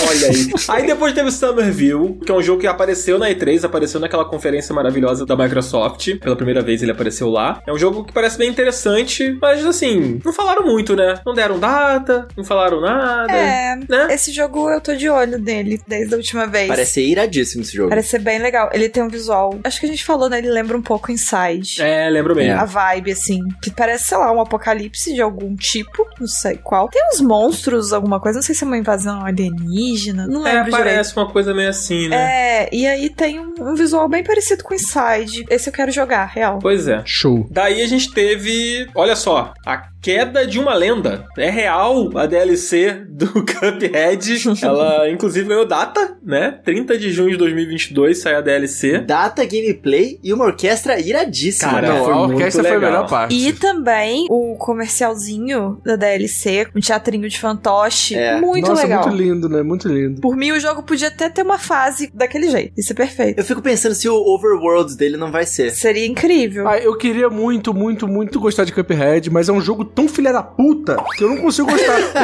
S1: Olha aí. (laughs) Aí depois teve o Summerville, que é um jogo que apareceu na E3, apareceu naquela conferência maravilhosa da Microsoft. Pela primeira vez ele apareceu lá. É um jogo que parece bem interessante, mas assim, não falaram muito, né? Não deram data, não falaram nada.
S3: É.
S1: Né?
S3: Esse jogo eu tô de olho nele desde a última vez.
S2: Parece ser iradíssimo esse jogo.
S3: Parece ser bem legal. Ele tem um visual. Acho que a gente falou, né? Ele lembra um pouco Inside.
S1: É, lembro mesmo.
S3: A vibe, assim, que parece, sei lá, um apocalipse de algum tipo, não sei qual. Tem uns monstros, alguma coisa, não sei se é uma invasão alienígena, não
S1: É,
S3: lembro direito.
S1: parece uma coisa meio assim, né?
S3: É, e aí tem um, um visual bem parecido com Inside. Esse eu quero jogar, real.
S1: Pois é.
S4: Show.
S1: Daí a gente teve, olha só, a queda de uma lenda. É real a DLC do (laughs) Cuphead. Ela, inclusive, ganhou data, né? 30 de junho de 2022 sai a DLC.
S2: Data gameplay e uma orquestra iradíssima. né?
S1: Cara,
S4: não,
S1: foi
S4: a
S1: muito
S4: orquestra foi a
S1: legal.
S4: melhor parte.
S3: E também o comercialzinho da DLC, um teatrinho de fantoche.
S2: É.
S3: Muito
S4: Nossa,
S3: legal.
S4: muito lindo, né? Muito lindo.
S3: Por mim, o jogo podia até ter uma fase daquele jeito. Isso é perfeito.
S2: Eu fico pensando se o overworld dele não vai ser.
S3: Seria incrível.
S4: (laughs) Ah, eu queria muito, muito, muito gostar de Cuphead, mas é um jogo tão filha da puta que eu não consigo gostar.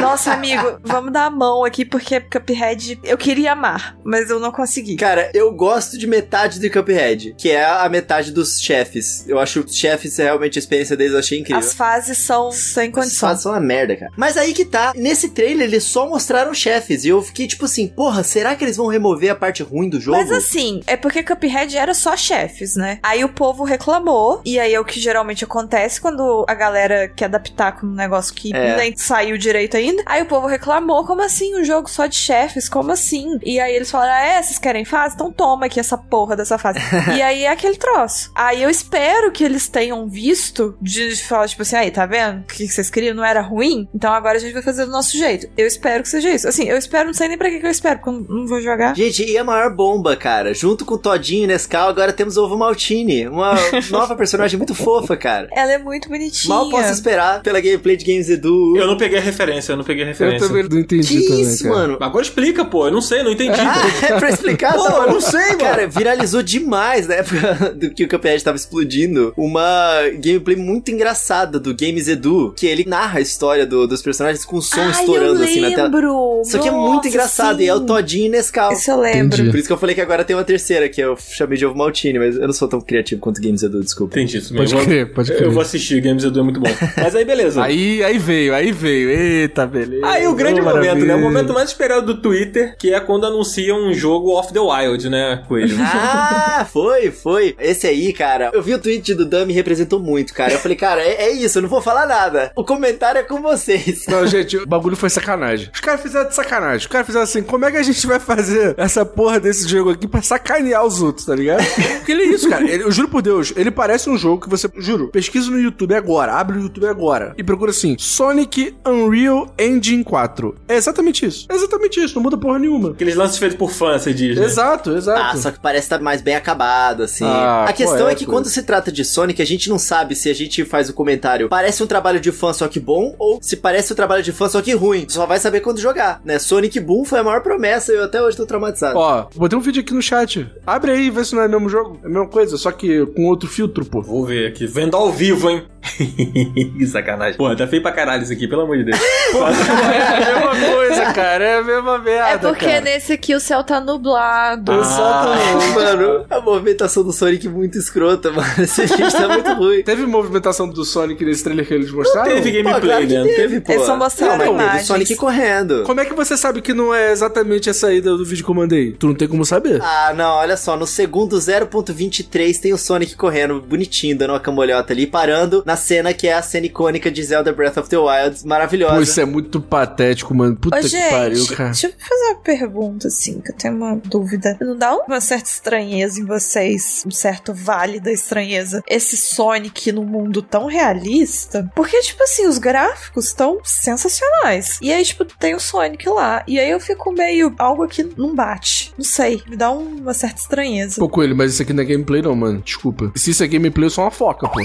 S3: (laughs) Nossa, amigo, vamos dar a mão aqui, porque Cuphead eu queria amar, mas eu não consegui.
S2: Cara, eu gosto de metade do Cuphead, que é a metade dos chefes. Eu acho que os chefes, realmente, a experiência deles eu achei incrível.
S3: As fases são sem condição.
S2: Façam uma merda, cara. Mas aí que tá, nesse trailer eles só mostraram chefes e eu fiquei tipo assim, porra, será que eles vão remover a parte ruim do jogo?
S3: Mas assim, é porque Cuphead era só chefes, né? Aí o povo reclamou, e aí é o que geralmente acontece quando a galera quer adaptar com um negócio que
S2: É.
S3: nem saiu direito ainda. Aí o povo reclamou, como assim um jogo só de chefes? Como assim? E aí eles falaram, é, vocês querem fase? Então toma aqui essa porra
S2: (laughs)
S3: dessa fase. e aí é aquele troço. Aí eu espero que eles tenham visto de falar, tipo assim, aí, tá vendo? O que vocês queriam não era ruim? Então agora a gente vai fazer do nosso jeito. Eu espero que seja isso. Assim, eu espero, não sei nem pra que que eu espero, porque eu não- não vou jogar.
S2: Gente, e a maior bomba, cara? Junto com o Todinho e Nescau, agora temos Ovo Maltini,
S3: (laughs)
S2: uma nova personagem muito fofa, cara.
S3: Ela é muito bonitinha.
S2: Mal posso esperar pela gameplay de Games Edu.
S1: Eu não peguei a referência, eu não peguei a
S4: eu
S1: referência.
S4: também não entendi
S2: Que
S4: também,
S2: isso,
S4: cara.
S2: mano?
S1: Agora explica, pô, eu não sei, não entendi.
S2: Ah, é pra explicar?
S1: Pô,
S2: tá
S1: eu
S2: bom.
S1: não sei, mano.
S2: Cara, viralizou demais na época (laughs) do que o Cuphead tava explodindo. Uma gameplay muito engraçada do Games Edu, que ele narra a história do- dos personagens com o som
S3: Ai,
S2: estourando
S3: eu
S2: assim na tela.
S3: lembro.
S2: Isso aqui é muito
S3: Nossa,
S2: engraçado,
S3: sim.
S2: e é o Todinho e Nescau.
S3: Isso eu lembro.
S4: Entendi.
S2: Por isso que eu falei que agora tem uma terceira, que eu chamei de Ovo Maltini, mas eu não sou tão criativo quanto o Games Edu, desculpa.
S1: Entendi isso
S4: Pode
S1: mesmo. Eu-
S4: crer, pode crer.
S1: Eu vou assistir, Games Edu é muito
S4: (laughs)
S1: bom. Mas aí, beleza.
S4: Aí, aí veio, aí veio. Eita, beleza.
S1: Aí o grande
S4: Oh,
S1: momento, né?
S4: maravilha.
S1: O momento mais esperado do Twitter, que é quando anunciam um jogo off the wild, né, Coelho?
S2: Ah, (laughs) foi, foi. Esse aí, cara, eu vi o tweet do Dan me representou muito, cara. Eu falei, cara, é, é isso, eu não vou falar nada. O comentário é com vocês.
S4: Não, gente, o bagulho foi sacanagem. Os caras fizeram de sacanagem. Os caras fizeram assim: como é que a gente vai fazer essa porra desse jogo aqui pra sacanear os outros, tá
S1: (laughs)
S4: ligado? Porque ele é isso, cara. Ele- eu juro por Deus, ele parece um jogo que você. Juro, pesquisa no YouTube agora, abre o YouTube agora e procura assim: Sonic Unreal Engine 4. É exatamente isso. É exatamente isso, não muda porra nenhuma.
S1: Aqueles lances feitos por fã, você diz, né?
S4: Exato,
S2: Ah,
S4: exato.
S2: só que parece estar mais bem acabado, assim.
S4: Ah,
S2: a questão
S4: qual é,
S2: é que
S4: coisa?
S2: quando se trata de Sonic, a gente não sabe se a gente faz o comentário parece um trabalho de fã só que bom ou se parece um trabalho de fã só que ruim. Só vai saber quando jogar, né? Sonic Boom foi a maior promessa e eu até hoje tô traumatizado.
S4: Ó, botei um vídeo aqui no chat. Abre aí e vê se não é o mesmo jogo. É a mesma coisa, só que com outro filtro, pô.
S1: Vou ver aqui. Vendo ao vivo, hein? (laughs) Sacanagem. Pô, tá feio pra caralho isso aqui, pelo amor de
S4: (laughs)
S1: Deus.
S4: É a mesma (laughs) coisa, cara. É a mesma merda.
S3: É porque nesse aqui o céu tá nublado.
S1: Ah.
S2: tá
S1: Exatamente.
S2: Mano, (laughs) a movimentação do Sonic é muito escrota, (laughs) mano. Esse vídeo tá muito ruim.
S4: Teve movimentação do Sonic nesse trailer que eles mostraram?
S1: teve gameplay,
S2: Pô, claro que
S1: né? Não teve.
S2: pô.
S3: Eles só mostraram
S2: não, mas teve
S3: imagens.
S2: Sonic correndo.
S4: Como é que você sabe que não é exatamente essa saída do vídeo que eu mandei? Tu não tem como saber.
S2: Ah, não, olha só, no segundo 0.23 tem o Sonic correndo, bonitinho, dando uma cambolhota ali, parando na cena que é a cena icônica de Zelda Breath of the Wild, maravilhosa.
S4: Pô, isso é muito patético, mano. Puta
S3: Ô,
S4: que
S3: gente,
S4: pariu, cara.
S3: deixa eu fazer uma pergunta, assim, que eu tenho uma dúvida. Não dá uma certa estranheza em vocês, um certo vale da estranheza, esse Sonic num mundo tão realista? Porque, tipo assim, os gráficos estão sensacionais. E aí, tipo, tem o Sonic lá. E aí eu fico meio. algo aqui não bate. Não sei. Me dá uma certa estranheza.
S4: Pô, Coelho, mas isso aqui não é gameplay não, mano. Desculpa. Se isso é gameplay, eu sou uma foca, (laughs) pô.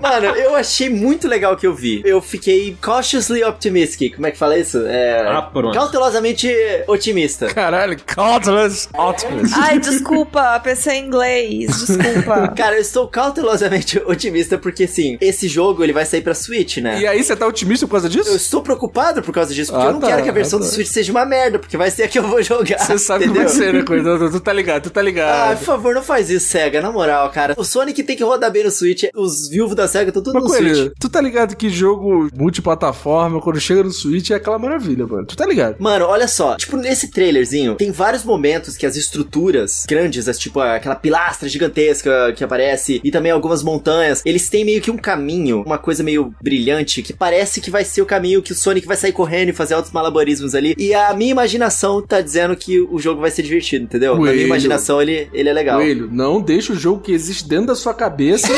S2: Mano, eu achei muito legal o que eu vi. Eu fiquei cautiously optimistic. Como é que fala isso? É.
S1: Ah, pronto.
S2: Cautelosamente otimista.
S4: Caralho, Caldless Optimus.
S3: Ai, desculpa, pensei em é inglês. Desculpa.
S2: Cara, eu estou cautelosamente (laughs) otimista porque, sim, esse jogo ele vai sair pra Switch, né?
S4: E aí, você tá otimista por causa
S2: Eu
S4: disso?
S2: estou preocupado por causa disso, porque
S4: Ah,
S2: eu não
S4: tá,
S2: quero que a versão
S4: ah,
S2: do
S4: tá.
S2: Switch seja uma merda, porque vai ser a que eu vou jogar.
S4: Você sabe
S2: entendeu?
S4: que vai ser, né, Coelho? Tu- Tu tá ligado, tu tá
S2: Ah,
S4: ligado.
S2: por favor, não faz isso, SEGA, na moral, cara. O Sonic tem que rodar bem no Switch. Os exclusivo da SEGA, tá tudo
S4: Mas,
S2: no
S4: Coelho,
S2: Switch.
S4: tu tá ligado que jogo multiplataforma, quando chega no Switch, é aquela maravilha, mano. Tu tá ligado?
S2: Mano, olha só, tipo, nesse trailerzinho, tem vários momentos que as estruturas grandes, as, tipo, aquela pilastra gigantesca que aparece, e também algumas montanhas, eles têm meio que um caminho, uma coisa meio brilhante, que parece que vai ser o caminho que o Sonic vai sair correndo e fazer altos malabarismos ali. E a minha imaginação tá dizendo que o jogo vai ser divertido, entendeu? Na
S4: Coelho.
S2: minha imaginação, ele, ele é legal. (laughs)
S4: Coelho, não deixa o jogo que existe dentro da sua cabeça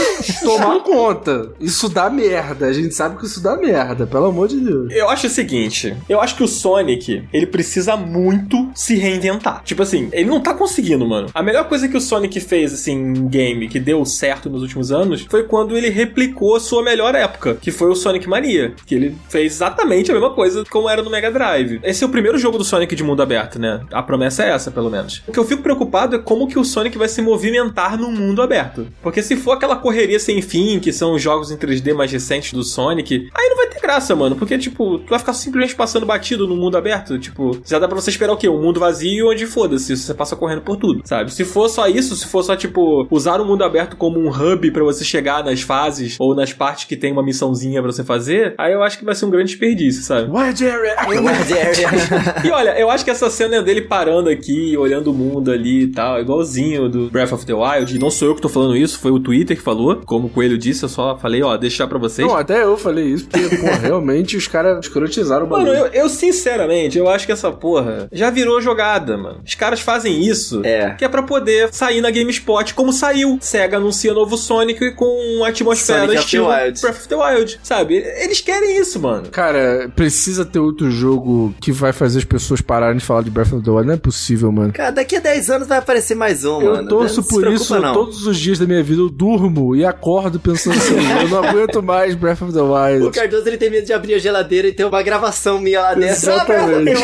S4: tomar conta. Isso dá merda. A gente sabe que isso dá merda, pelo amor de Deus.
S1: Eu acho o seguinte, eu acho que o Sonic, ele precisa muito se reinventar. Tipo assim, ele não tá conseguindo, mano. A melhor coisa que o Sonic fez, assim, em game, que deu certo nos últimos anos, foi quando ele replicou a sua melhor época, que foi o Sonic Mania. Que ele fez exatamente a mesma coisa como era no Mega Drive. Esse é o primeiro jogo do Sonic de mundo aberto, né? A promessa é essa, pelo menos. O que eu fico preocupado é como que o Sonic vai se movimentar no mundo aberto. Porque se for aquela correria sem fim, que são os jogos em 3D mais recentes do Sonic, aí não vai ter graça, mano. Porque, tipo, tu vai ficar simplesmente passando batido no mundo aberto. Tipo, já dá pra você esperar o quê? Um mundo vazio onde foda-se, você passa correndo por tudo, sabe? Se for só isso, se for só, tipo, usar o mundo aberto como um hub pra você chegar nas fases ou nas partes que tem uma missãozinha pra você fazer, aí eu acho que vai ser um grande desperdício, sabe?
S4: Wide area.
S2: é,
S1: E olha, eu acho que essa cena dele parando aqui, olhando o mundo ali e tal, igualzinho do Breath of the Wild. E não sou eu que tô falando isso, foi o Twitter que falou. Como o Coelho disse, eu só falei, ó, deixar pra vocês.
S4: Não, até eu falei isso, porque, pô, realmente os caras escrotizaram o bagulho.
S1: Mano, eu, eu sinceramente, eu acho que essa porra já virou jogada, mano. Os caras fazem isso
S2: É.
S1: que é pra poder sair na GameSpot, como saiu. Sega anuncia novo Sonic com uma atmosfera
S2: Sonic of the
S1: estilo
S2: Wild.
S1: Breath of the Wild, sabe? Eles querem isso, mano.
S4: Cara, precisa ter outro jogo que vai fazer as pessoas pararem de falar de Breath of the Wild. Não é possível, mano.
S2: Cara, daqui a 10 anos vai aparecer mais um,
S4: Eu
S2: mano.
S4: torço
S2: não
S4: por
S2: se
S4: isso
S2: preocupa, não.
S4: todos os dias da minha vida. Eu durmo e acordo pensando (laughs) assim, eu não aguento mais Breath of the
S2: O
S4: Wild.
S2: Cardoso, ele tem medo de abrir a geladeira e ter uma gravação minha lá dentro.
S4: Exatamente.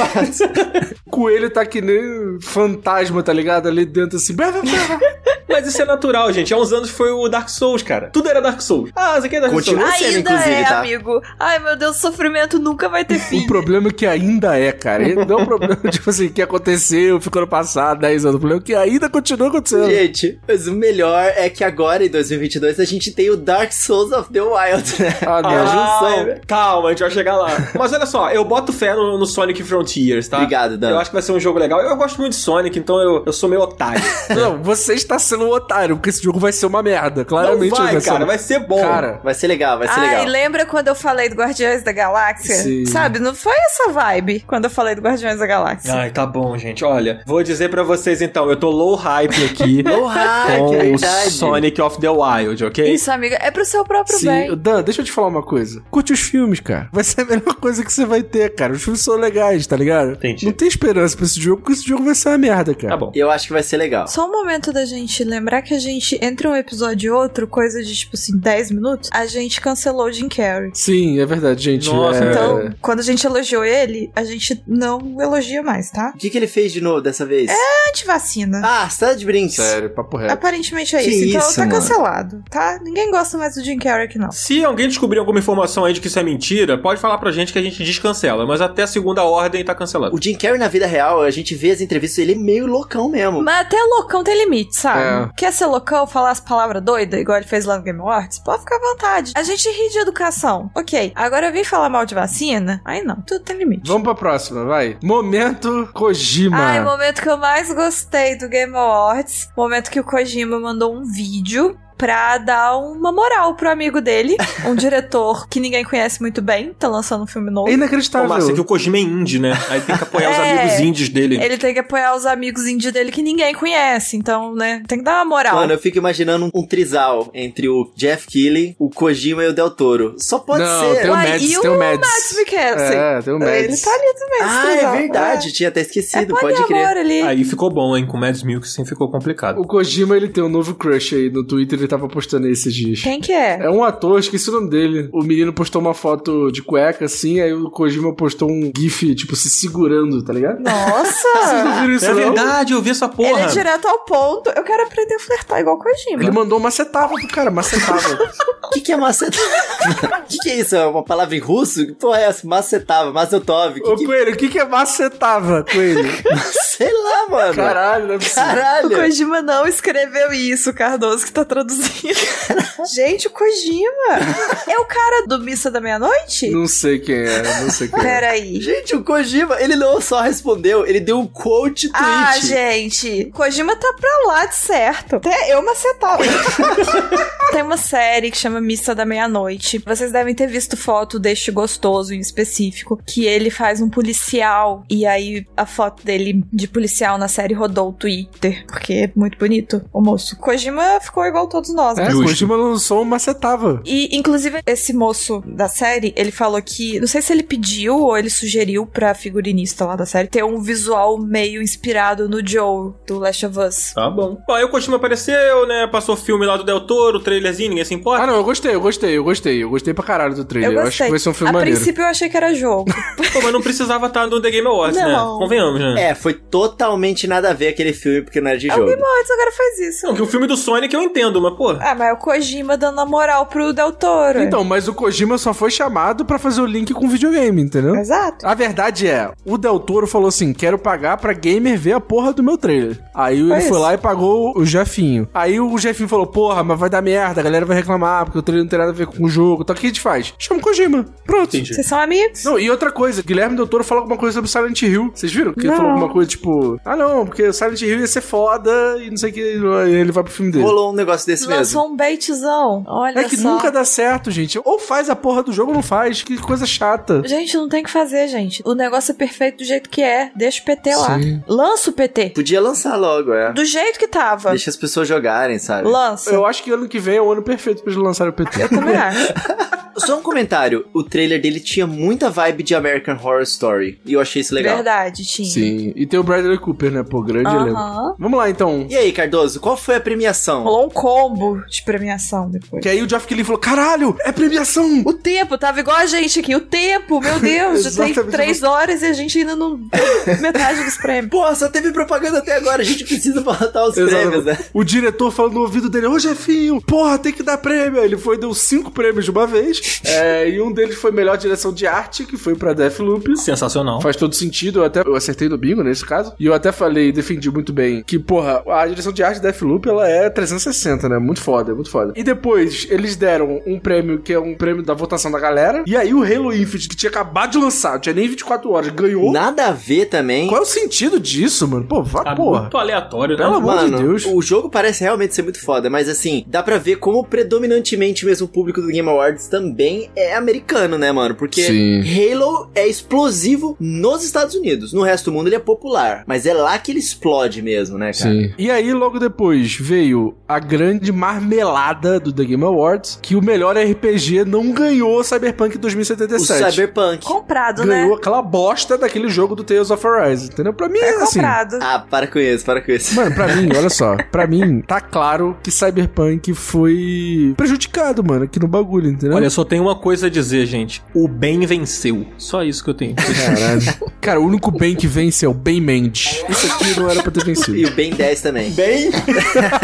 S4: Coelho tá que nem fantasma, tá ligado? Ali dentro assim, Breath of the Wild.
S1: Mas isso é natural, gente. Há uns anos foi o Dark Souls, cara. Tudo era Dark Souls. Ah, isso aqui é Dark
S2: Continua.
S1: Souls.
S2: (laughs) Você,
S3: Ainda
S2: inclusive,
S3: é,
S2: tá?
S3: amigo. Ai, meu Deus, sofrimento nunca vai ter fim.
S4: O problema é que ainda é, cara. Não é um problema, tipo assim, que aconteceu, ficou no passado, 10 anos. O problema é que ainda continua acontecendo.
S2: Gente, mas o melhor é que agora, em 2022, a gente tem o Dark Souls of the Wild, né?
S4: Ah, não.
S2: É a junção,
S1: Ah,
S2: velho.
S1: calma, a gente vai chegar lá. Mas olha só, eu boto fé no, no Sonic Frontiers, tá?
S2: Obrigado, Dan.
S1: Eu acho que vai ser um jogo legal. Eu gosto muito de Sonic, então eu, eu sou meio otário.
S4: Não, você está sendo um otário, porque esse jogo vai ser uma merda. Claramente
S1: Não vai,
S4: ser
S1: cara,
S4: uma-
S1: vai ser bom.
S4: Cara,
S2: Vai ser legal, vai ser
S3: Ai,
S2: legal.
S3: lembra quando eu falei do Guardiões da Galáxia?
S4: Sim.
S3: Sabe, não foi essa vibe quando eu falei do Guardiões da Galáxia.
S2: Ah,
S1: Ai, tá bom, gente. Olha, vou dizer pra vocês então, eu tô low hype aqui.
S2: Low hype,
S1: com
S2: é
S1: o
S2: verdade.
S1: Sonic of the Wild, ok?
S3: Isso, amiga, é pro seu próprio
S4: Sim,
S3: bem.
S4: Dan, deixa eu te falar uma coisa. Curte os filmes, cara. Vai ser a melhor coisa que você vai ter, cara. Os filmes são legais, tá ligado?
S1: Entendi.
S4: Não tem esperança pra esse jogo, porque esse jogo vai ser uma merda, cara.
S1: Tá bom.
S2: Eu acho que vai ser legal.
S3: Só um momento da gente lembrar que a gente, entre um episódio e outro, coisa de tipo assim, 10 minutos, a gente cancelou o Jim Carrey.
S4: Sim, é verdade, gente.
S1: Nossa,
S4: é...
S3: Então, quando a gente elogiou ele, a gente não elogia mais, tá?
S2: O que, que ele fez de novo dessa vez?
S3: Antivacina.
S2: Ah, você tá de brinks.
S4: Sério, papo reto.
S3: Aparentemente é
S2: Que
S3: isso. Então
S2: isso,
S3: tá
S2: mano.
S3: cancelado, tá? Ninguém gosta mais do Jim Carrey aqui, não.
S1: Se alguém descobrir alguma informação aí de que isso é mentira, pode falar pra gente que a gente descancela, mas até segunda ordem tá cancelado.
S2: O Jim Carrey na vida real, a gente vê as entrevistas, ele é meio loucão mesmo.
S3: Mas até loucão tem limite, sabe?
S4: É.
S3: Quer ser loucão, falar as palavras doidas, igual ele fez lá no Game Awards? Pode ficar à vontade. A gente ri de educação. Ok. Agora eu vim falar mal de vacina? Aí não, tudo tem limite.
S4: Vamos pra próxima, vai. Momento Kojima.
S3: Ai, momento que eu mais gostei do Game Awards. Momento que o Kojima mandou um vídeo pra dar uma moral pro amigo dele, um diretor que ninguém conhece muito bem, tá lançando um filme novo.
S4: É
S1: Ô,
S4: inacreditável.
S1: Márcia, que o Kojima é indie, né? Aí tem que apoiar os
S3: É.
S1: amigos indies dele.
S3: Ele tem que apoiar os amigos indie dele que ninguém conhece, então, né, tem que dar uma moral.
S2: Mano, eu fico imaginando um, um trisal entre o Jeff Keighley, o Kojima e o Del Toro. Só pode
S4: Não,
S2: ser.
S4: tem um o
S3: Uai,
S4: Mads,
S3: e
S4: tem o
S3: o
S4: Mads.
S3: é Mads Mikkelsen.
S4: É, tem o
S3: Ele
S4: Mads.
S3: tá ali também,
S2: Ah,
S3: esse
S2: é
S3: casal.
S2: verdade. Tinha até
S3: É, é
S2: esquecido, pode crer.
S3: poliamor ali.
S1: Aí ficou bom, hein? Com o Mads Mikkelsen ficou complicado.
S4: É, O Kojima, ele tem um novo crush aí. No Twitter, ele tava postando aí esses dias.
S3: Quem que é?
S4: É um ator, esqueci o nome dele. O menino postou uma foto de cueca, assim, aí o Kojima postou um gif, tipo, se segurando, tá ligado? (laughs) Vocês
S3: Nossa!
S4: não viram isso,
S1: É
S4: não?
S1: verdade, eu vi essa
S3: Ele
S1: porra.
S3: é direto ao ponto. Eu quero aprender a flertar igual o Kojima.
S4: um Ele mandou uma setava pro cara, uma setava.
S2: O que, que é macetava? O (laughs) que, que é isso? É uma palavra em russo? Que porra é essa? Macetava, Mazotov. Que
S4: Ô,
S2: que...
S4: Coelho, o que, que é macetava, Coelho?
S2: Sei lá, mano.
S4: Caralho, não é possível.
S3: O
S2: Caralho.
S3: Kojima não escreveu isso, o Cardoso que tá traduzindo.
S4: (laughs)
S3: Gente, o Kojima é o cara do Missa da (laughs) Meia-Noite?
S4: Não sei quem é, não sei quem é.
S3: Peraí.
S2: Gente, o Kojima, ele não só respondeu, ele deu um quote tweet.
S3: Ah, gente, Kojima tá pra lá de certo. Até eu macetava. Tem uma série que chama Missa da Meia-Noite. Vocês devem ter visto foto deste gostoso em específico, que ele faz um policial. E aí a foto dele de policial na série rodou o Twitter, porque é muito bonito o moço. Kojima ficou igual todos nós, né?
S4: É,
S1: Justo.
S4: Kojima lançou um macetava.
S3: E, inclusive, esse moço da série, ele falou que. Não sei se ele pediu ou ele sugeriu pra figurinista lá da série ter um visual meio inspirado no Joe do Last of Us.
S1: Tá bom. Bom, aí o Kojima apareceu, né? Passou o filme lá do Del Toro, o trailerzinho, ninguém se importa.
S4: Ah, não, eu gostei, eu gostei, eu gostei. Eu gostei pra caralho do trailer.
S3: Eu
S4: Eu, acho
S3: gostei.
S4: que vai ser um filme
S3: a
S4: maneiro.
S3: princípio eu achei que era
S4: (laughs)
S3: jogo.
S1: Pô, mas não precisava estar no The Game Awards, né?
S3: Não.
S1: Convenhamos, né?
S2: É, foi totalmente nada a ver aquele filme, porque não era de jogo.
S3: Alguém antes agora faz isso.
S1: Não, que o filme do Sonic eu entendo, mas, pô.
S3: Ah, mas é o Kojima dando a moral pro Del Toro.
S4: Então, mas o Kojima só foi chamado pra fazer o link com o videogame, entendeu?
S3: Exato.
S4: A verdade é, o Del Toro falou assim: quero pagar pra gamer ver a porra do meu trailer. Aí ele
S3: isso.
S4: foi lá e pagou o Jefinho. Aí o Jefinho falou: porra, mas vai dar merda, a galera vai reclamar, porque o trailer não tem nada a ver com o jogo. Então o que a gente faz? Chama o Kojima. Pronto.
S1: Entendi.
S3: Vocês são amigos?
S4: Não, e outra coisa, Guilherme Del Toro falou alguma coisa sobre Silent Hill. Vocês viram? Que ele falou alguma coisa tipo: ah, não, porque Silent Hill ia ser foda e não sei o que. e Ele vai pro filme dele.
S2: Rolou um negócio desse mesmo.
S3: Lançou um baitzão. Olha
S4: É que
S3: só.
S4: nunca dá certo, gente. Ou faz a porra do jogo ou não faz. Que coisa chata.
S3: Gente, não tem o que fazer, gente. O negócio é perfeito do jeito que é. Deixa o PT lá.
S4: Sim.
S3: Lança o PT.
S2: Podia lançar logo, é.
S3: Do jeito que tava.
S2: Deixa as pessoas jogarem, sabe?
S3: Lança.
S4: Eu acho que ano que vem é o ano perfeito pra eles lançarem o PT.
S3: (laughs) Eu também
S4: (laughs)
S3: acho.
S2: Só um comentário. O trailer dele tinha muita vibe de American Horror Story. E eu achei isso legal.
S3: Verdade, tinha.
S4: Sim. E tem o Bradley Cooper, né? Pô, grande
S3: Aham.
S4: elenco. Vamos lá, então.
S2: E aí, Cardoso, qual foi a premiação?
S3: Rolou um combo de premiação depois.
S4: Que aí o Jeff Kelly falou, caralho, é premiação!
S3: O tempo, tava igual a gente aqui. O tempo,
S4: (laughs)
S3: meu Deus, já tem
S4: Exatamente.
S3: três horas e a gente ainda não deu metade dos
S4: (laughs)
S3: prêmios.
S2: Pô, só teve propaganda até agora. A gente precisa (laughs) botar os prêmios, né?
S4: Exato. O diretor falou no ouvido dele, ô Jefinho, porra, tem que dar prêmio. Aí Ele foi, deu cinco prêmios de uma vez. É, e um deles foi melhor direção de arte, que foi pra Deathloop.
S1: Sensacional.
S4: Faz todo sentido, eu até eu acertei no bingo nesse caso. E eu até falei, defendi muito bem que, porra, a direção de arte da Deathloop, ela é 360, né? Muito foda, muito foda. E depois, eles deram um prêmio que é um prêmio da votação da galera. E aí o Halo Infinite, que tinha acabado de lançar, não tinha nem 24 horas, ganhou.
S2: Nada a ver também.
S4: Qual é o sentido disso, mano? Pô, vá,
S1: Tá
S4: porra.
S1: muito aleatório, né?
S4: Pelo amor de
S2: Mano,
S4: Deus.
S2: o jogo parece realmente ser muito foda, mas assim, dá pra ver como predominantemente mesmo o público do Game Awards também é americano, né, mano? Porque
S4: Sim.
S2: Halo é explosivo nos Estados Unidos. No resto do mundo ele é popular, mas é lá que ele explode mesmo, né, cara?
S4: E aí, logo depois, veio a grande marmelada do The Game Awards, que o melhor RPG não ganhou Cyberpunk
S2: O
S4: 2077.
S2: Cyberpunk.
S3: Comprado,
S4: ganhou
S3: né?
S4: aquela bosta daquele jogo do Tales of Arise, entendeu? Pra mim é,
S3: É
S4: assim.
S3: comprado.
S2: Ah, para com isso, para com isso.
S4: Mano, pra mim, olha só, pra mim, tá claro que Cyberpunk foi prejudicado, mano, aqui no bagulho, entendeu?
S1: Olha, eu só tenho uma coisa a dizer, gente. O bem venceu. Só isso que eu tenho.
S4: Caralho. Cara, o único bem que vence é o bem mente. Isso aqui não era pra ter vencido.
S2: E o Ben 10 também. Ben?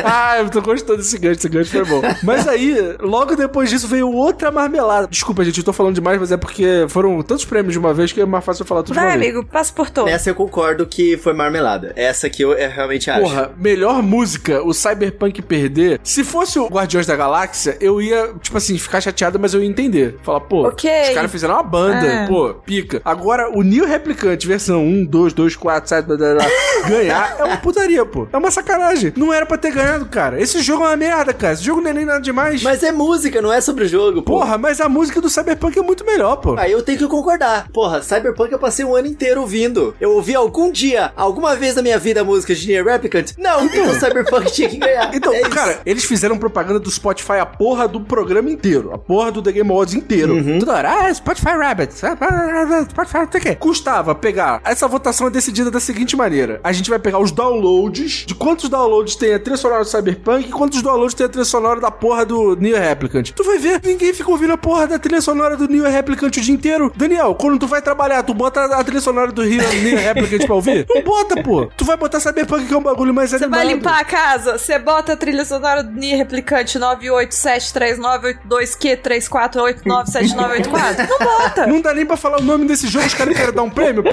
S4: ah, eu tô gostando desse gancho, esse gancho foi bom. Mas aí, logo depois disso, veio outra marmelada. Desculpa, gente, eu tô falando demais, mas é porque foram tantos prêmios de uma vez que é mais fácil eu falar tudo de
S3: Vai,
S4: uma vez.
S3: amigo, passa por todo.
S2: Nessa eu concordo que foi marmelada. Essa que eu é, realmente acho.
S4: Porra, melhor música, o Cyberpunk perder. Se fosse o Guardiões da Galáxia, eu ia, tipo assim, ficar chateado, mas eu ia entender. Falar, pô,
S3: Ok.
S4: os caras fizeram uma banda,
S3: É.
S4: pô, pica. Agora, o New Replicante, versão 1, 2, 2, 4, 7, blá, (laughs) blá, blá, ganhar é uma putaria, pô. É uma sacanagem. Não era pra ter ganhado, cara. Esse jogo é uma merda, cara. Esse jogo não é nem nada demais.
S2: Mas é música, não é sobre o jogo, pô.
S4: Porra, mas a música do Cyberpunk é muito melhor, pô.
S2: Aí eu tenho que concordar. Porra, Cyberpunk eu passei um ano inteiro ouvindo. Eu ouvi algum dia, alguma vez na minha vida, a música de Near Replicant? Não, então Cyberpunk tinha que ganhar.
S4: (laughs) Então,
S2: É isso.
S4: cara, eles fizeram propaganda do Spotify a porra do programa inteiro. A porra do The Game Awards inteiro.
S2: Uhum.
S4: Tudo era, ah, Spotify Rabbit, Spotify, não sei o quê. Custava pegar. Essa votação é decidida da seguinte maneira: a gente vai pegar os downloads, de quantos downloads tem a trilha sonora do Cyberpunk e quantos downloads tem a trilha sonora da porra do New Replicant. Tu vai ver, ninguém fica ouvindo a porra da trilha sonora do New Replicant o dia inteiro. Daniel, quando tu vai trabalhar, tu bota a trilha sonora do New New Replicant pra ouvir? Não bota, pô. Tu vai botar Cyberpunk, que é um bagulho mais
S3: Você
S4: animado.
S3: vai limpar a casa, você bota a trilha sonora do NIR replicante 9873982Q34897984. Não
S4: (laughs)
S3: bota.
S4: Não dá nem pra falar o nome desse jogo, os caras querem dar um prêmio, pô.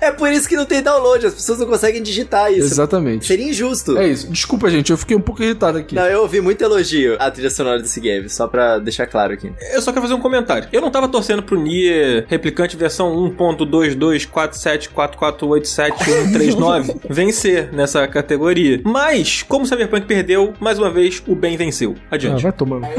S2: É por isso que não tem download, as pessoas não conseguem digitar isso.
S4: Exatamente.
S2: Seria injusto.
S4: É isso. Desculpa, gente, eu fiquei um pouco irritado aqui.
S2: Não, eu ouvi muito elogio à trilha sonora desse game, só pra deixar claro aqui.
S1: Eu só quero fazer um comentário. Eu não tava torcendo pro Nier Replicante versão 1.22474487139 vencer nessa categoria. Mas, como o Cyberpunk perdeu, mais uma vez o bem venceu.
S4: Ah,
S1: Adiante.
S4: vai tomando. (laughs)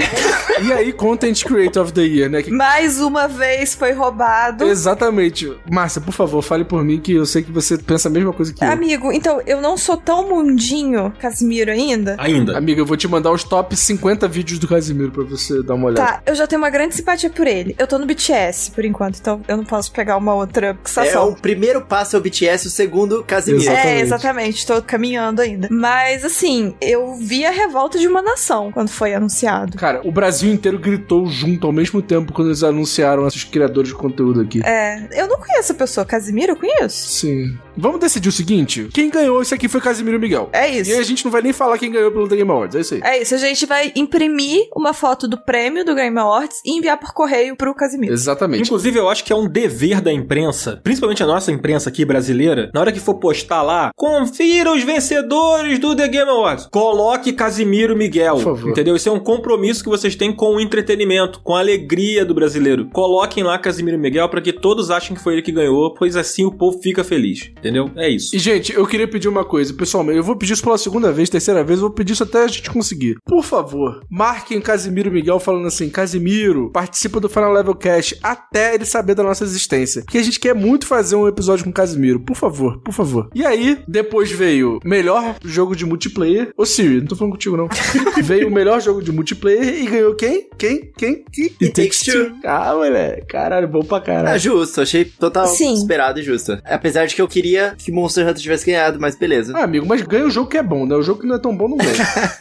S4: e aí, Content Creator of the Year, né? Que-
S3: Mais uma vez foi roubado.
S4: Exatamente. Márcia, por favor, fale por mim que eu sei que você pensa a mesma coisa que eu.
S3: Amigo, então, eu não sou tão mundinho, Casimiro, ainda.
S1: Ainda.
S4: Amiga, eu vou te mandar os top 50 vídeos do Casimiro pra você dar uma olhada.
S3: Tá, eu já tenho uma grande simpatia por ele. Eu tô no BTS, por enquanto, então eu não posso pegar uma outra
S2: É,
S3: fixação.
S2: o primeiro passo é o BTS, o segundo, Casimiro.
S4: Exato.
S3: É,
S4: Exatamente.
S3: exatamente, tô caminhando ainda. Mas assim, eu vi a revolta de uma nação quando foi anunciado.
S4: Cara, o Brasil inteiro gritou junto ao mesmo tempo quando eles anunciaram esses criadores de conteúdo aqui.
S3: É, eu não conheço a pessoa, Casimiro, eu conheço.
S4: Sim. Vamos decidir o seguinte: quem ganhou isso aqui foi Casimiro Miguel.
S3: É isso.
S4: E aí a gente não vai nem falar quem ganhou pelo The Game Awards, é isso aí.
S3: É isso, a gente vai imprimir uma foto do prêmio do Game Awards e enviar por correio pro Casimiro.
S4: Exatamente.
S1: Inclusive, eu acho que é um dever da imprensa, principalmente a nossa imprensa aqui brasileira, na hora que for postar lá, confira os vencedores do The Game Awards. Coloque Casimiro Miguel.
S4: Por favor.
S1: Entendeu? Isso é um compromisso que vocês têm com o entretenimento, com a alegria do brasileiro. Coloquem lá Casimiro Miguel pra que todos achem que foi ele que ganhou, pois assim o povo fica feliz. Entendeu? É isso.
S4: E, gente, eu queria pedir uma coisa. Pessoalmente, eu vou pedir isso pela segunda vez, terceira vez, eu vou pedir isso até a gente conseguir. Por favor, marquem Casimiro Miguel falando assim: Casimiro, participa do Final Level Cast até ele saber da nossa existência. Porque a gente quer muito fazer um episódio com o Casimiro. Por favor, por favor. E aí, depois veio melhor jogo de multiplayer. Ô, Siri, não tô falando contigo, não. veio o melhor jogo de multiplayer e ganhou quem? Quem? Quem? Quem?
S2: It Takes Two.
S4: Ah, moleque. Caralho, bom pra
S2: É
S4: caralho.
S2: justo, achei total
S3: Sim.
S2: esperado e justo. Apesar de que eu queria que Monster Hunter tivesse ganhado, mas beleza.
S4: Ah, amigo, mas ganha o jogo que é bom, né? O jogo que não é tão bom não (laughs) ganha.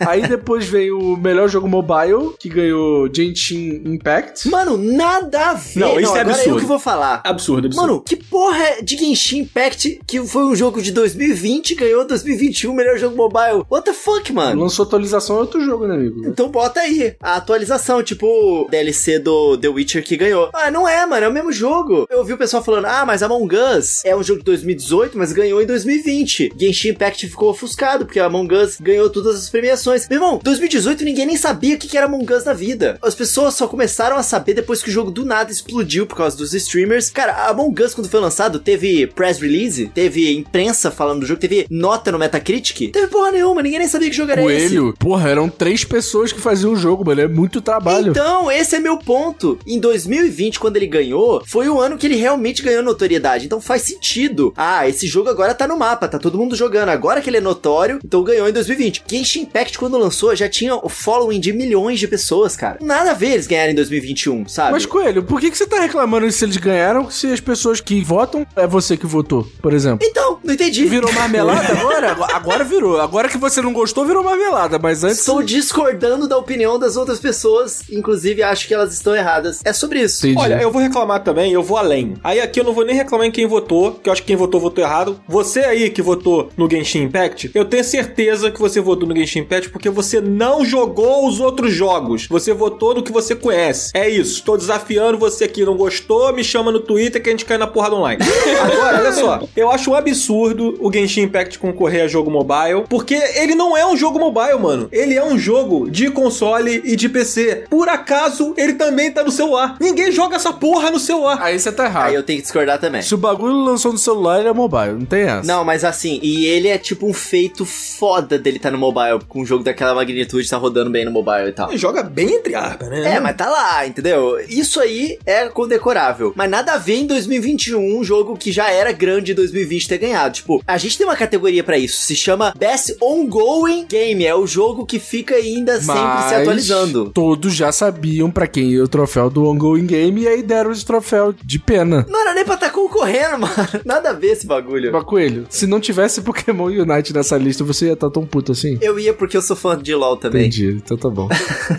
S4: Aí depois veio o melhor jogo mobile, que ganhou Genshin Impact.
S2: Mano, nada a ver.
S1: Não, isso é
S2: agora eu
S1: absurdo.
S2: que vou falar.
S1: Absurdo, absurdo.
S2: Mano, que porra é de Genshin Impact que foi um jogo de 2020 ganhou 2021 melhor jogo mobile? What the fuck, mano?
S4: Lançou atualização é outro jogo, né, amigo?
S2: Então bota aí a atualização, tipo o DLC do The Witcher que ganhou. Ah, não é, mano, é o mesmo jogo. Eu ouvi o pessoal falando, ah, mas Among Us é um jogo de 2018, mas ganhou em 2020. Genshin Impact ficou ofuscado, porque Among Us ganhou todas as premiações. Meu irmão, 2018 ninguém nem sabia o que que era Among Us na vida. As pessoas só começaram a saber depois que o jogo do nada explodiu por causa dos streamers. Cara, Among Us, quando foi lançado, teve press release, teve imprensa falando do jogo, teve nota no Metacritic. Teve porra nenhuma, ninguém nem sabia que jogo era esse.
S4: Coelho, porra, eram três pessoas que faziam o jogo, mano. É muito trabalho.
S2: Então, esse é meu ponto. Em 2020, quando ele ganhou, foi o ano que ele realmente ganhou notoriedade. Então faz sentido. Ah, esse jogo agora tá no mapa, tá todo mundo jogando. Agora que ele é notório, então ganhou em 2020. Genshin Impact, quando lançou, já tinha o following de milhões de pessoas, cara. Nada a ver eles ganharem em 2021, sabe?
S4: Mas, Coelho, por que, que você tá reclamando se eles ganharam se as pessoas que votam é você que votou, por exemplo?
S2: Então, não entendi. (laughs)
S4: Virou marmelada agora? Agora- (laughs) Agora virou. Agora que você não gostou, virou marmelada, mas antes.
S2: Estou discordando da opinião das outras pessoas, inclusive acho que elas estão erradas. É sobre isso.
S4: Entendi.
S1: Olha, eu vou reclamar também, eu vou além. Aí aqui eu não vou nem reclamar em quem votou, que eu acho que quem votou votou errado. Você aí que votou no Genshin Impact, eu tenho certeza que você votou no Genshin Impact porque você não jogou os outros jogos. Você votou no que você conhece. É isso. Tô desafiando você aqui. Não gostou? Me chama no Twitter que a gente cai na porrada online. Agora, olha só. Eu acho um absurdo o Genshin Impact concorrer a jogo mobile, porque ele não é um jogo mobile, mano. Ele é um jogo de console e de PC. Por acaso, ele também tá no celular. Ninguém joga essa porra no celular.
S4: Aí você tá errado.
S2: Aí eu tenho que discordar também.
S4: Se o bagulho lançou no celular, ele é mobile. Não tem essa.
S2: Não, mas assim, e ele é tipo um feito foda dele tá no mobile, com um jogo daquela magnitude, tá rodando bem no mobile e tal.
S1: Ele joga bem entre aspas, né?
S2: É, mas tá lá, entendeu? Isso aí é condecorável. Mas nada a ver em 2021 um jogo que já era grande em 2020 ter ganhado. Tipo, a gente tem uma categoria pra isso, se chama Best Ongoing Game. É o jogo que fica ainda sempre se atualizando.
S4: Todos já sabiam pra quem ia o troféu do ongoing game e aí deram esse troféu de pena.
S2: Não era nem pra estar concorrendo, (laughs) mano. Nada a ver esse bagulho.
S4: Mas, Coelho, se não tivesse Pokémon Unite nessa lista, você ia estar tão puto assim?
S2: Eu ia porque eu sou fã de LOL também.
S4: Entendi, então tá bom.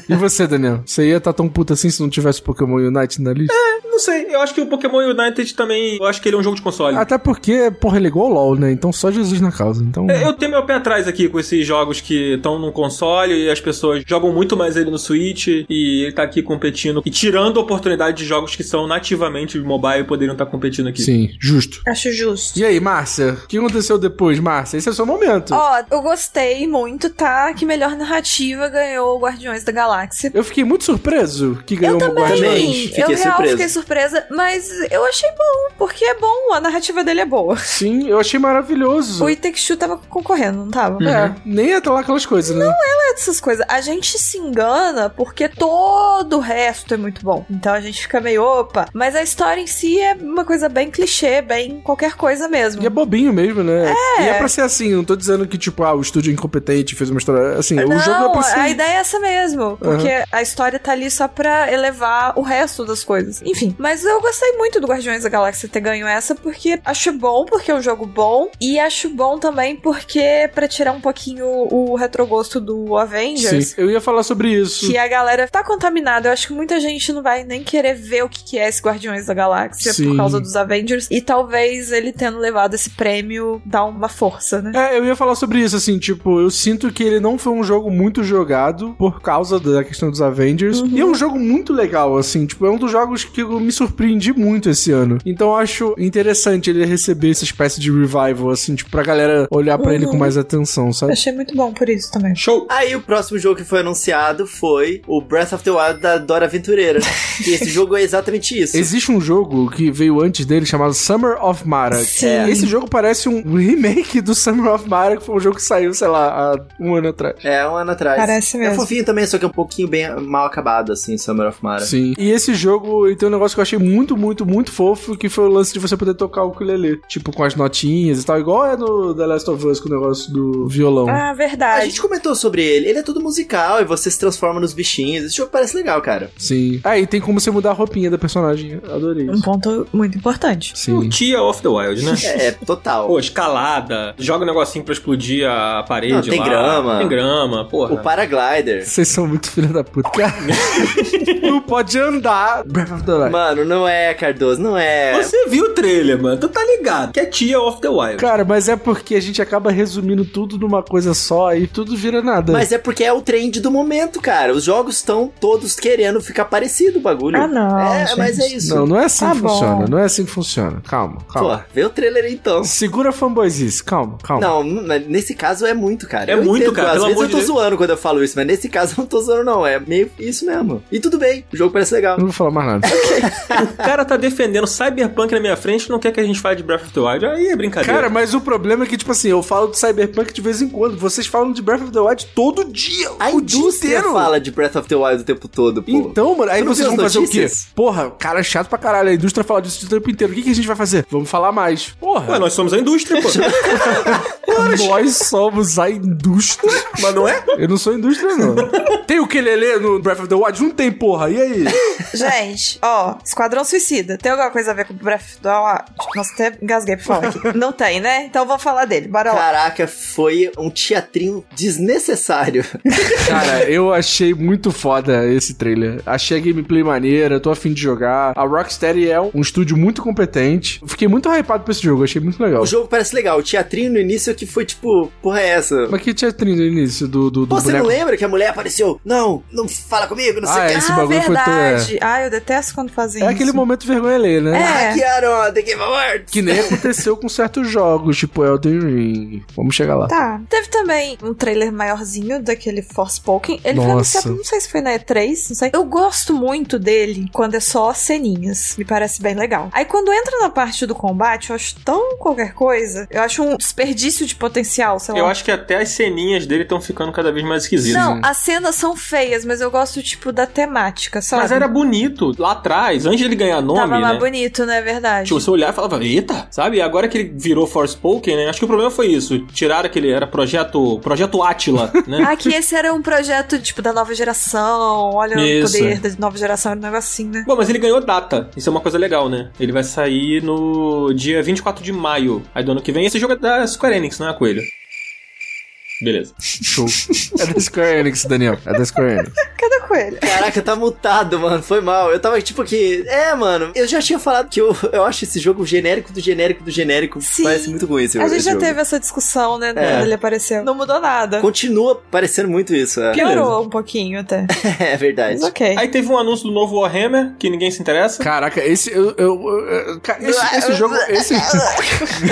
S4: e você, Daniel? Você ia estar tão puto assim se não tivesse Pokémon Unite na lista?
S1: Não sei, eu acho que o Pokémon United também. Eu acho que ele é um jogo de console.
S4: Até porque, porra, ele é igual ao LOL, né? Então só Jesus na causa. Então.
S1: É, Eu tenho meu pé atrás aqui com esses jogos que estão no console e as pessoas jogam muito mais ele no Switch e ele tá aqui competindo e tirando a oportunidade de jogos que são nativamente mobile e poderiam estar competindo aqui.
S4: Sim, justo.
S3: Acho justo.
S4: E aí, Márcia? O que aconteceu depois, Márcia? Esse é o seu
S1: Ah.
S4: momento.
S3: Ó, eu gostei muito, tá? Que melhor narrativa ganhou o Guardiões da Galáxia.
S4: Eu fiquei muito surpreso que ganhou
S3: Eu
S4: o
S3: também,
S2: também
S3: eu
S2: fiquei
S3: real
S2: surpreso.
S3: fiquei surpresa, mas eu achei bom, porque é bom, a narrativa dele é boa.
S4: Sim, eu achei maravilhoso.
S3: O Itexu tava concorrendo, não tava?
S2: Uhum.
S4: É, nem até lá aquelas coisas, né?
S3: essas coisas. A gente se engana porque todo o resto é muito bom. Então a gente fica meio opa. Mas a história em si é uma coisa bem clichê, bem qualquer coisa mesmo.
S4: E é bobinho mesmo, né? E é pra ser assim, não tô dizendo que, tipo, ah, o estúdio é incompetente fez uma história. Assim,
S3: Não,
S4: o jogo é pra ser.
S3: a ideia é essa mesmo. Porque a história tá ali só pra elevar o resto das coisas. Enfim, mas eu gostei muito do Guardiões da Galáxia ter ganho essa, porque acho bom, porque é um jogo bom. E acho bom também porque, pra tirar um pouquinho o retrogosto do Avengers,
S4: Sim, eu ia falar sobre isso.
S3: que a galera tá contaminada. Eu acho que muita gente não vai nem querer ver o que que é esse Guardiões da Galáxia
S4: Sim.
S3: por causa dos Avengers. E talvez ele tendo levado esse prêmio dá uma força, né?
S4: É, eu ia falar sobre isso, assim, tipo, eu sinto que ele não foi um jogo muito jogado por causa da questão dos Avengers. E é um jogo muito legal, assim, tipo, é um dos jogos que eu me surpreendi muito esse ano. Então eu acho interessante ele receber essa espécie de revival, assim, tipo, pra galera olhar pra ele com mais atenção, sabe?
S3: Achei muito bom por isso também.
S1: Show!
S2: Aí o próximo jogo que foi anunciado foi o Breath of the Wild da Dora Aventureira. e esse jogo é exatamente isso.
S4: Existe um jogo que veio antes dele chamado Summer of Mara.
S3: Sim.
S4: é, Esse jogo parece um remake do Summer of Mara, que foi um jogo que saiu, sei lá, há um ano atrás.
S2: É, um ano atrás.
S3: Parece
S2: É
S3: mesmo.
S2: fofinho também, só que é um pouquinho bem mal acabado, assim, Summer of Mara.
S4: Sim. E esse jogo, ele tem um negócio que eu achei muito, muito, muito fofo, que foi o lance de você poder tocar o ukulele. Tipo, com as notinhas e tal. Igual é no The Last of Us com o negócio do violão.
S3: Ah,
S2: A
S3: verdade.
S2: gente comentou sobre ele. Ele é todo musical e você se transforma nos bichinhos. Esse jogo parece legal, cara.
S4: Sim. Ah, e tem como você mudar a roupinha da personagem. Adorei
S3: Um
S4: isso.
S3: ponto muito importante.
S4: Sim.
S1: Tia of the Wild, né?
S2: É, é total.
S1: Pô, escalada, joga um negocinho pra explodir a parede
S2: Não, tem
S1: lá.
S2: grama.
S1: Tem grama, porra.
S2: O Paraglider.
S4: Vocês são muito filha da puta. Cara, não pode andar. Breath of the Wild.
S2: Mano, não é, Cardoso, não é.
S1: Você viu o trailer, mano. Tu tá ligado. Que é Tia of the Wild.
S4: Cara, mas é porque a gente acaba resumindo tudo numa coisa só e tudo vira nada.
S2: Mas é porque é o trend do momento, cara. Os jogos estão todos querendo ficar parecido o bagulho.
S3: Ah, não,
S2: É,
S3: gente.
S2: mas é isso.
S4: Não, não é assim
S3: Tá
S4: que
S3: bom.
S4: funciona. Não é assim que funciona. Calma,
S2: Pô,
S4: calma.
S2: vê o trailer aí, então.
S4: Segura a fanboyzice. Calma, calma.
S2: Não, n- nesse caso é muito, cara.
S1: É
S2: Eu
S1: muito,
S2: entendo,
S1: cara,
S2: Às
S1: pelo
S2: vezes
S1: amor
S2: eu tô
S1: de Deus.
S2: zoando quando eu falo isso, mas nesse (laughs) caso eu não tô zoando, não. É meio isso mesmo. E tudo bem, o jogo parece legal.
S4: Não vou falar mais nada.
S1: O cara tá defendendo Cyberpunk na minha frente não quer que a gente fale de Breath of the Wild. Aí é brincadeira.
S4: Cara, mas o problema é que, tipo assim, eu falo de Cyberpunk de vez em quando. Vocês falam de Breath of the Wild todo dia.
S2: A
S4: o dia
S2: indústria
S4: inteiro.
S2: fala de Breath of the Wild o tempo todo, pô.
S4: Então, mano, aí
S2: Tu não
S4: vocês
S2: viu
S4: vão
S2: as
S4: fazer o
S2: notícias?
S4: quê? Porra, cara é chato pra caralho. A indústria fala disso o tempo inteiro. O que, que a gente vai fazer? Vamos falar mais.
S1: Ué,
S4: Porra,
S1: nós somos a indústria,
S2: (laughs)
S1: pô.
S4: nós somos a indústria.
S1: mas não é?
S4: Eu não sou indústria, não. tem o Kelele no Breath of the Wild? Não tem, porra. E aí?
S3: Gente, ó, Esquadrão Suicida. Tem alguma coisa a ver com o Breath of the Wild? Tipo, Nossa, até engasguei pra
S2: (laughs)
S3: falar aqui. Não tem, né? Então vou falar dele. Bora lá.
S2: Caraca, foi um teatrinho desnecessário.
S4: Cara, eu achei muito foda esse trailer. Achei a gameplay maneira, tô afim de jogar. A Rocksteady é um estúdio muito competente. Fiquei muito hypado pra esse jogo, achei muito legal.
S2: o jogo parece legal. O teatrinho no início é que foi tipo, porra, é essa?
S4: Mas que tinha trinta no início do, do, do
S2: Pô, você
S4: boneco?
S2: não lembra que a mulher apareceu? Não, não fala comigo, não
S4: Ah,
S2: sei o
S4: esse
S3: ah,
S4: bagulho foi tão-
S3: verdade. Ah, eu detesto quando fazem
S4: É
S3: isso.
S4: aquele momento vergonha ler,
S3: É,
S4: né?
S2: Ah, que. Hackearam The Game Awards.
S4: Que nem aconteceu com certos jogos, tipo Elden Ring. Vamos chegar lá.
S3: Tá. Teve também um trailer maiorzinho daquele Forspoken. Ele foi
S4: Nossa.
S3: anunciado, não sei se foi na E3, não sei. Eu gosto muito dele quando é só ceninhas. Me parece bem legal. Aí quando entra na parte do combate, eu acho tão qualquer coisa. Eu acho um desperdício de potencial, sei lá.
S1: Eu acho que até as ceninhas dele estão ficando cada vez mais esquisitas. né?
S3: Não, as cenas são feias, mas eu gosto, tipo, da temática, sabe?
S1: Mas era bonito lá atrás, 3, antes dele ganhar nome,
S3: Tava lá
S1: né?
S3: bonito, né? É Verdade.
S1: Tipo, você olhar e falava, eita, sabe? E agora que ele virou Forspoken, né? Acho que o problema foi isso. Tiraram aquele, era projeto, projeto
S3: (laughs)
S1: Atila, né?
S3: Ah, que esse era um projeto, tipo, da nova geração. Olha
S1: Isso.
S3: o poder da nova geração, era um negocinho, né?
S1: Bom, mas ele ganhou data. Isso é uma coisa legal, né? Ele vai sair no dia 24 de maio aí do ano que vem. Esse jogo é da Square Enix, não é, Coelho? Beleza.
S4: Show. É da Square Enix, Daniel. É da Square Enix.
S3: Cadê o coelho?
S2: Caraca, tá mutado, mano. Foi mal. Eu tava tipo que. É, mano. Eu já tinha falado que eu, eu acho esse jogo genérico do genérico do genérico.
S3: Sim.
S2: Parece muito ruim esse
S3: A gente
S2: esse
S3: já
S2: jogo.
S3: teve essa discussão, né?
S2: É.
S3: Quando ele apareceu. Não mudou nada.
S2: Continua parecendo muito isso. É,
S3: Piorou um pouquinho até.
S2: (laughs) é verdade.
S3: Mas ok.
S1: Aí teve um anúncio do novo Warhammer, que ninguém se interessa.
S4: Caraca, esse. Eu, eu- eu- cara, esse, esse jogo. Esse, (laughs)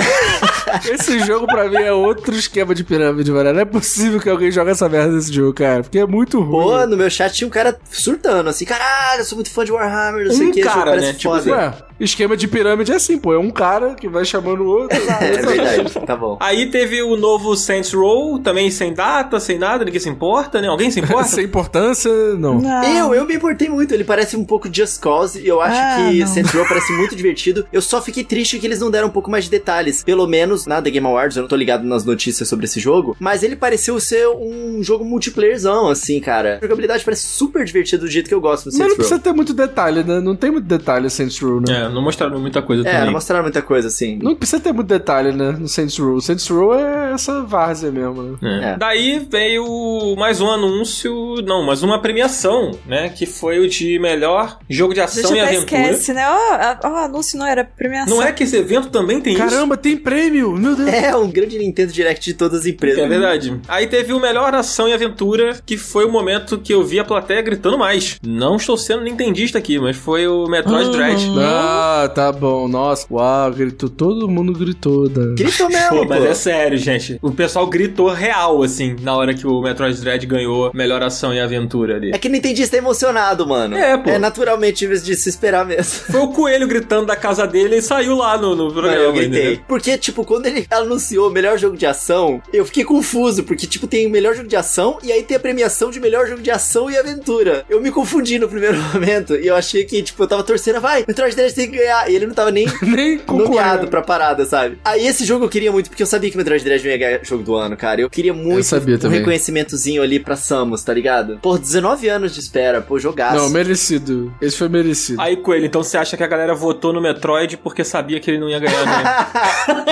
S4: esse jogo pra mim é outro esquema de pirâmide, mano. Não é possível que alguém jogue essa merda nesse jogo, cara. Porque é muito ruim.
S2: Pô, no meu chat tinha um cara surtando, assim, caralho, eu sou muito fã de Warhammer, não sei
S1: Um
S2: o que,
S1: cara,
S2: parece
S1: né? Tipo,
S2: foda.
S4: Ué, esquema de pirâmide é assim, pô. É um cara que vai chamando o outro.
S2: (laughs)
S1: (laughs)
S2: É verdade, tá bom.
S1: Aí teve o novo Saints Row, também sem data, sem nada, ninguém se importa, né? Alguém se
S2: (laughs)
S1: importa?
S4: Sem importância, não.
S3: Não.
S2: Eu, eu me importei muito, ele parece um pouco Just Cause, e eu acho
S3: Ah,
S2: que
S3: não.
S2: Saints Row parece muito divertido. Eu só fiquei triste que eles não deram um pouco mais de detalhes, pelo menos na The Game Awards, eu não tô ligado nas notícias sobre esse jogo, mas ele pareceu ser um jogo multiplayerzão, assim, cara. A jogabilidade parece super divertida do jeito que eu gosto no
S4: Mas não
S2: Saints Row.
S4: precisa ter muito detalhe, né? Não tem muito detalhe Saints Row, né?
S1: É, não mostraram muita coisa
S2: É, não
S1: também.
S2: mostraram muita coisa, assim.
S4: Não precisa ter muito detalhe, né? No Saints Row. Saints Row é essa várzea mesmo, né?
S1: É.
S2: É.
S1: Daí veio mais um anúncio, não, mas uma premiação, né? Que foi o de melhor jogo de
S3: A
S1: ação
S3: gente
S1: e
S3: até
S1: aventura.
S3: esquece, né? Ó, a- ó, o anúncio não era premiação.
S1: Não é que esse evento também tem isso?
S4: Caramba, tem prêmio! Meu Deus!
S2: É um grande Nintendo Direct de todas as empresas.
S1: É verdade. Aí teve o melhor ação e aventura, que foi o momento que eu vi a plateia gritando mais. Não estou sendo nintendista aqui, mas foi o Metroid
S3: Uhum.
S1: Dread.
S4: Ah, tá bom. Nossa. Uau, gritou. Todo mundo gritou.
S1: (laughs)
S4: Dan.
S2: Grito mesmo,
S1: Pô,
S2: pô.
S1: mas é sério, gente. O pessoal gritou real, assim, na hora que o Metroid Dread ganhou melhor ação e aventura ali.
S2: É que o Nintendista é emocionado, mano.
S1: É, pô.
S2: É naturalmente de se esperar mesmo.
S1: Foi o coelho gritando da casa dele e saiu lá no, no
S2: Mas
S1: programa.
S2: eu gritei.
S1: entendeu?
S2: Porque, tipo, quando ele anunciou o melhor jogo de ação, eu fiquei confuso, porque, tipo, tem o melhor jogo de ação e aí tem a premiação de melhor jogo de ação e aventura. Eu me confundi no primeiro (laughs) momento e eu achei que, tipo, eu tava torcendo, vai, Metroid Dread tem que ganhar. E ele não tava
S4: (laughs)
S2: nem
S4: Nem
S2: nomeado
S4: concorrendo.
S2: pra parada, sabe? Aí esse jogo eu queria muito, porque eu sabia que Metroid Dread não ia ganhar jogo do ano, cara. Eu queria muito
S4: Eu sabia
S2: um
S4: também.
S2: reconhecimentozinho ali pra Samus, tá ligado? Pô, 19 anos de espera, pô, jogaço. (laughs)
S4: Não, merecido. Esse foi merecido.
S1: Aí, Coelho, então você acha que a galera votou no Metroid porque sabia que ele não ia ganhar,
S2: (laughs)
S1: né?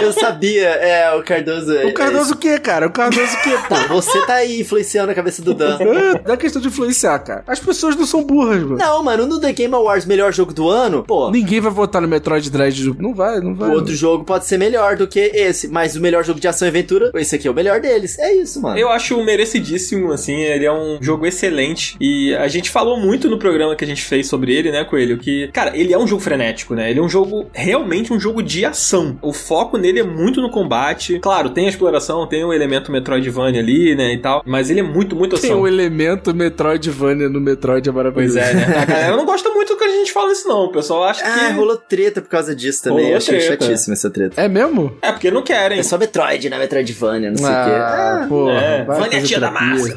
S2: eu sabia, é, o Cardoso.
S4: O Cardoso o quê, cara? O Cardoso o quê, pô?
S2: Tá, você tá aí influenciando a cabeça do (laughs) Dan.
S4: Ah, Não é questão de influenciar, cara. As pessoas não são burras, mano.
S2: Não, mano, no The Game Awards, melhor jogo do ano, pô.
S4: Ninguém vai votar no Metroid Dread. Não vai, não
S2: O
S4: vai.
S2: outro jogo pode ser melhor do que esse, mas o melhor jogo de ação e aventura, esse aqui é o melhor deles. É isso, mano.
S1: Eu acho merecidíssimo, assim, ele é um jogo excelente. E a gente falou muito no programa que a gente fez sobre ele, né, Coelho? Que, cara, ele é um jogo frenético, né? Ele é um jogo, realmente um jogo de ação. O foco nele é muito no combate. Claro, tem a exploração, tem o elemento Metroidvania ali, né, e tal. Mas ele é muito, muito
S4: Tem
S1: ação.
S4: o elemento Metroidvania no Metroid é
S1: (laughs)
S4: maravilhoso.
S1: Pois é, né? A galera não gosta muito do que a gente fala isso, não. O pessoal acha
S2: Ah,
S1: que.
S2: rolou treta por causa disso também.
S1: Rolou
S2: Eu achei
S1: treta.
S2: chatíssima essa treta.
S4: É mesmo?
S1: É porque não querem.
S2: É só Metroid, né? Metroidvania, não sei o
S4: Ah, porra.
S1: é.
S4: vai
S1: Vânia
S4: fazer
S1: tia da
S4: terapia.
S1: massa.
S4: (laughs)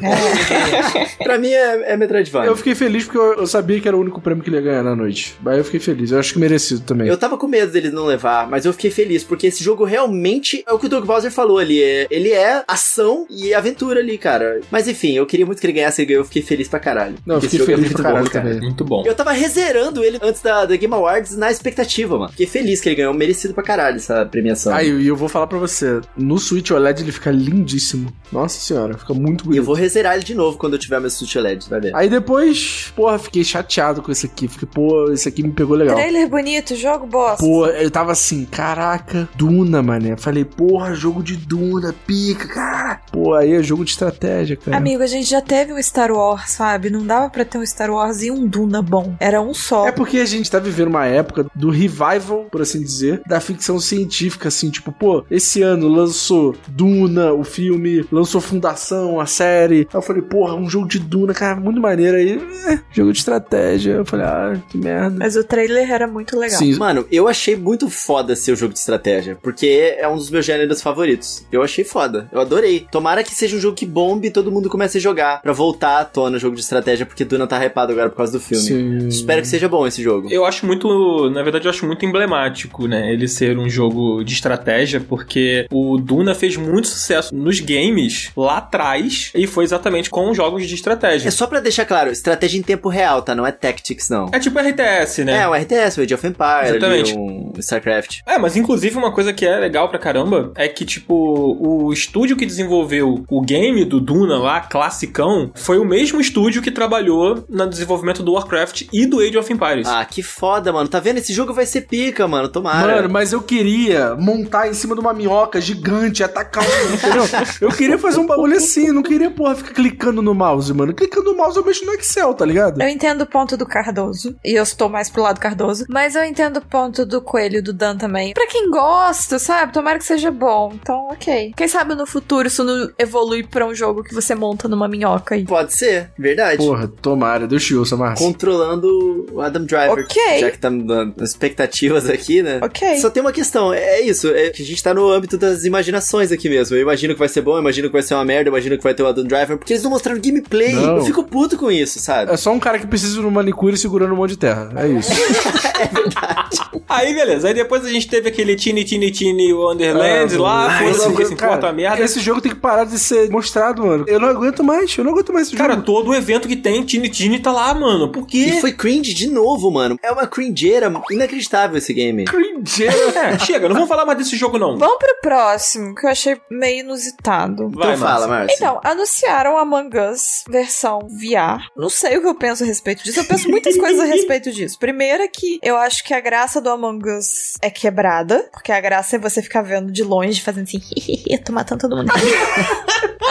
S2: quê. Pra mim é, é Metroidvania.
S4: Eu fiquei feliz porque eu, eu sabia que era o único prêmio que ele ia ganhar na noite. Mas eu fiquei feliz. Eu acho que merecido também.
S2: Eu tava com medo deles não levar, mas eu fiquei feliz, porque esse jogo realmente é o que o Doug Bowser falou ali. é- Ele é ação e aventura ali, cara. Mas enfim, eu queria muito que ele ganhasse e ganhou, eu fiquei feliz pra caralho.
S4: Não, eu
S2: Porque esse jogo é
S4: fiquei feliz
S2: muito
S4: pra caralho
S2: bom, cara.
S4: também.
S1: Muito bom.
S2: Eu tava rezerando ele antes da, da Game Awards na expectativa, mano. Fiquei feliz que ele ganhou, merecido pra caralho essa premiação.
S4: Ah, e eu vou falar pra você, no Switch OLED ele fica lindíssimo. Nossa senhora, fica
S2: e
S4: muito
S2: eu
S4: bonito.
S2: vou rezerar ele de novo quando eu tiver meu Switch LED, vai ver.
S4: Aí depois, porra, fiquei chateado com esse aqui. Fiquei, pô, esse aqui me pegou legal.
S3: Trailer bonito, jogo bosta.
S4: Pô, eu tava assim, caraca, Duna, mané. Falei, porra, jogo de Duna, pica, cara. Pô, aí é jogo de estratégia, cara.
S3: Amigo, a gente já teve um Star Wars, sabe? Não dava pra ter um Star Wars e um Duna bom. Era um só.
S4: É porque a É gente tá vivendo uma época do revival, por assim dizer, da ficção científica, assim, tipo, pô, esse ano lançou Duna, o filme, lançou Fundação, a série. Aí eu falei, porra, um jogo de Duna, cara, muito maneiro aí. eh, jogo de estratégia. Eu falei, ah, que merda.
S3: Mas o trailer era muito legal.
S4: Sim,
S2: Mano, eu achei muito foda ser o jogo de estratégia, porque é um dos meus gêneros favoritos. Eu achei foda, eu adorei. Tomara que seja um jogo que bombe e todo mundo comece a jogar pra voltar à tona o jogo de estratégia, porque Duna tá hypado agora por causa do filme.
S4: sim.
S2: Espero que seja bom esse jogo.
S1: Eu acho muito, na verdade, eu acho muito emblemático, né? Ele ser um jogo de estratégia, porque o Duna fez muito sucesso nos games lá atrás e foi exatamente com jogos de estratégia.
S2: É só pra deixar claro, estratégia em tempo real, tá? Não é Tactics, não.
S1: É tipo RTS, né?
S2: É, um RTS, um Age of Empire, ali,
S1: Exatamente.
S2: um StarCraft.
S1: É, mas inclusive uma coisa que é legal pra caramba é que, tipo, o estúdio que desenvolveu o game do Duna lá, classicão, foi o mesmo estúdio que trabalhou no desenvolvimento do Warcraft e do Age of Empires.
S2: Ah, que foda, mano. Tá vendo? Esse jogo vai ser pica, mano. Tomara.
S4: Mano, mas eu queria montar em cima de uma minhoca gigante, atacar um, entendeu? Eu queria fazer um bagulho assim, não queria, porra, ficar clicando no mouse, mano. Clicando no mouse eu mexo no Excel, tá ligado?
S3: Eu entendo o ponto do Cardoso, e eu estou mais pro lado Cardoso, mas eu entendo o ponto do Coelho e do Dan também. Pra quem gosta, sabe? Tomara que seja bom. Então, ok. Quem sabe no futuro isso não evolui pra um jogo que você monta numa minhoca aí.
S2: Pode ser, verdade.
S4: Porra, tomara, Deus te ouça, Márcio.
S2: Controlando o Adam Driver.
S3: Ok.
S2: Já que tá me dando expectativas aqui, né?
S3: Ok.
S2: Só tem uma questão, é isso, é que a gente tá no âmbito das imaginações aqui mesmo. Eu imagino que vai ser bom, eu imagino que vai ser uma merda, eu imagino que vai ter o Adam Driver, porque eles não mostraram gameplay.
S4: Não.
S2: Eu fico puto com isso, sabe?
S4: É só um cara que precisa de um manicure segurando um monte de terra. É
S1: (laughs)
S4: isso.
S1: Aí, beleza. Aí depois a gente teve aquele Tiny Tiny Tiny Wonderland
S4: Ah,
S1: lá,
S4: ah,
S1: coisa
S4: esse
S1: que
S4: jogo-
S1: se
S4: cara,
S1: importa a merda.
S4: Esse jogo tem que parar de ser mostrado, mano. Eu não aguento mais, eu não aguento mais esse
S1: Cara,
S4: jogo.
S1: todo evento que tem Tiny Tiny tá lá, mano. Por quê?
S2: E foi cringe de novo, mano. É uma cringeira inacreditável esse game. Então
S4: Cringeira.
S1: É, chega, não vamos falar mais desse jogo, não.
S3: Vamos pro próximo, que eu achei meio inusitado.
S1: Vai,
S2: então fala, Márcio.
S3: Então, anunciaram Among Us versão VR. Não sei o que eu penso a respeito disso. Eu penso muitas coisas a respeito disso. Primeiro é que eu acho que a graça do Among Us é quebrada. Porque a graça é você ficar vendo de longe, fazendo assim, (laughs) eu tô matando todo mundo.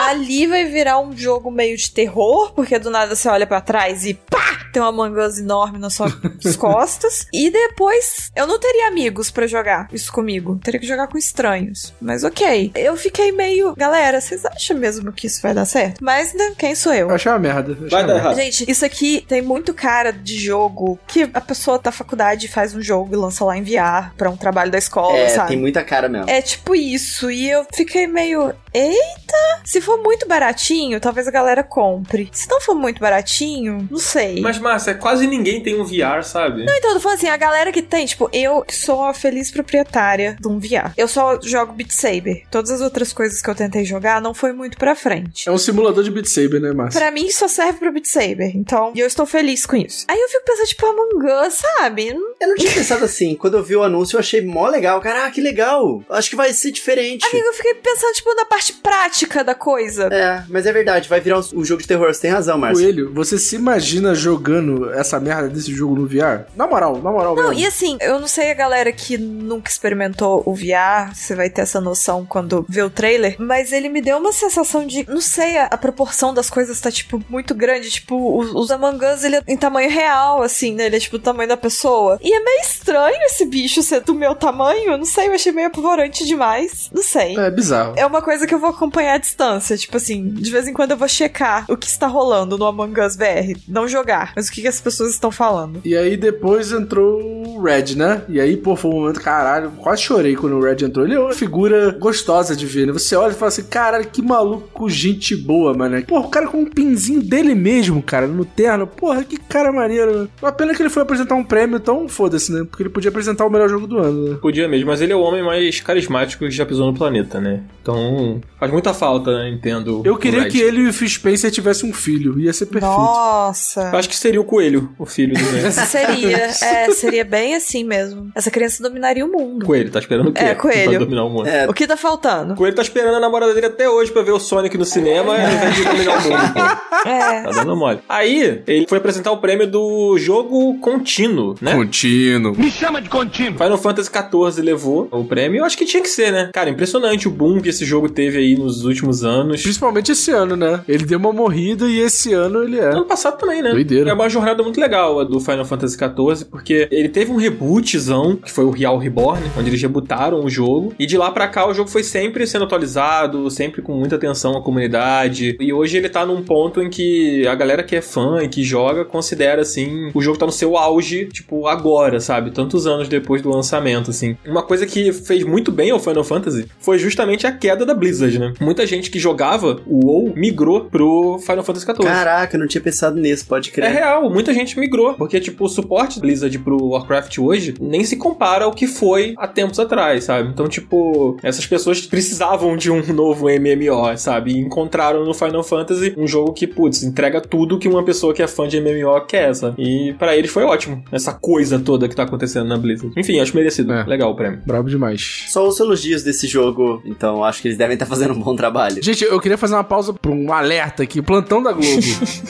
S3: Ali vai virar um jogo meio de terror, porque do nada você olha pra trás e pá! Tem uma Among Us enorme nas suas costas. E depois eu não teria amigos pra jogar isso comigo. Teria que jogar com estranhos. Mas ok. Eu fiquei meio. Galera, vocês acham mesmo que isso vai dar certo? Mas né, quem sou eu?
S4: Eu achei uma merda. achei
S1: Vai
S4: uma
S1: dar
S4: merda.
S1: errado.
S3: Gente, isso aqui tem muito cara de jogo que a pessoa da faculdade faz um jogo e lança lá em VR pra um trabalho da escola,
S2: é,
S3: sabe?
S2: tem muita cara mesmo.
S3: É tipo isso, e eu fiquei meio. Eita! Se for muito baratinho, talvez a galera compre. Se não for muito baratinho, não sei.
S1: Mas, Márcia, quase ninguém tem um VR, sabe?
S3: Então, eu tô falando assim, a galera que tem, tipo, eu que sou a feliz proprietária de um VR. Eu só jogo Beat Saber. Todas as outras coisas que eu tentei jogar não foi muito pra frente.
S4: É um simulador de Beat Saber, né, Márcio?
S3: Pra mim, só serve pro Beat Saber. Então, e eu estou feliz com isso. Aí eu fico pensando, tipo, Among Us, sabe?
S2: Eu não tinha pensado assim. Quando eu vi o anúncio, eu achei mó legal. Caraca, que legal. Acho que vai ser diferente.
S3: Amigo, eu fiquei pensando, tipo, na parte prática da coisa.
S2: É, mas é verdade. Vai virar um, um jogo de terror. Você tem razão, Márcio.
S4: Coelho, você se imagina jogando essa merda desse jogo no VR? Na moral, na moral
S3: Não,
S4: mesmo.
S3: e assim, eu não sei a galera que nunca experimentou o VR, você vai ter essa noção quando vê o trailer, mas ele me deu uma sensação de, não sei, a, a proporção das coisas tá, tipo, muito grande, tipo, o- os Among Us, ele é em tamanho real, assim, né, ele é, tipo, o tamanho da pessoa. E é meio estranho esse bicho ser do meu tamanho, eu não sei, eu achei meio apavorante demais, não sei.
S4: É bizarro.
S3: É uma coisa que eu vou acompanhar à distância. Tipo assim, de vez em quando eu vou checar o que está rolando no Among Us VR. Não jogar, mas o que, que as pessoas estão falando.
S4: E aí depois entrou o Red, né? E aí, pô, foi um momento, caralho, quase chorei quando o Red entrou. Ele é uma figura gostosa de ver, né? Você olha e fala assim, caralho, que maluco, gente boa, mano. Porra, o cara com um pinzinho dele mesmo, cara, no terno. Porra, que cara maneiro. né? Uma pena que ele foi apresentar um prêmio, então foda-se, né? Porque ele podia apresentar o melhor jogo do ano, né?
S1: Podia mesmo, mas ele é o homem mais carismático que já pisou no planeta, né? Então, faz muita falta, né, Nintendo.
S4: Eu queria
S1: Red.
S4: que ele e o Phil Spencer tivessem um filho, ia ser perfeito.
S3: Nossa.
S1: Eu acho que seria o coelho, o filho do Zé. (laughs)
S3: Seria, é, seria bem assim mesmo. Essa criança dominaria o mundo.
S1: coelho, tá esperando o quê?
S3: É, coelho.
S1: Pra dominar o mundo.
S2: É,
S3: O que tá
S1: (laughs)
S3: faltando?
S1: Coelho tá esperando a namorada dele até hoje pra ver o Sonic no cinema e ao invés de dominar o mundo, pô.
S3: É.
S1: Tá dando mole. Aí, ele foi apresentar o prêmio do jogo contínuo, né?
S4: Contínuo.
S1: Final Fantasy XIV levou o prêmio. Eu acho que tinha que ser, né? Cara, impressionante o boom que esse jogo teve teve aí nos últimos anos.
S4: Principalmente esse ano, né? Ele deu uma morrida e esse ano ele é.
S1: Ano passado também, né?
S4: Doideira.
S1: É uma jornada muito legal a do Final Fantasy XIV, porque ele teve um rebootzão, que foi o Real Reborn, onde eles rebootaram o jogo. E de lá pra cá o jogo foi sempre sendo atualizado, sempre com muita atenção à comunidade. E hoje ele tá num ponto em que a galera que é fã e que joga considera assim, o jogo tá no seu auge, tipo, agora, sabe? Tantos anos depois do lançamento, assim. Uma coisa que fez muito bem ao Final Fantasy foi justamente a queda da Blizzard, né? Muita gente que jogava o WoW migrou pro Final Fantasy XIV.
S2: Caraca, eu não tinha pensado nisso, pode
S1: É
S2: crer.
S1: real, muita gente migrou, porque, tipo, o suporte da Blizzard pro Warcraft hoje nem se compara ao que foi há tempos atrás, sabe? Então, tipo, essas pessoas precisavam de um (laughs) novo MMO, sabe? E encontraram no Final Fantasy um jogo que, putz, entrega tudo que uma pessoa que é fã de MMO quer, sabe? E pra eles foi ótimo, essa coisa toda que tá acontecendo na Blizzard. Enfim, acho merecido.
S4: É.
S1: Legal o prêmio.
S4: Brabo demais.
S2: Só os elogios desse jogo, então acho que eles devem estar fazendo um bom trabalho.
S4: Gente, eu queria fazer uma pausa pra um alerta aqui, plantão da Globo.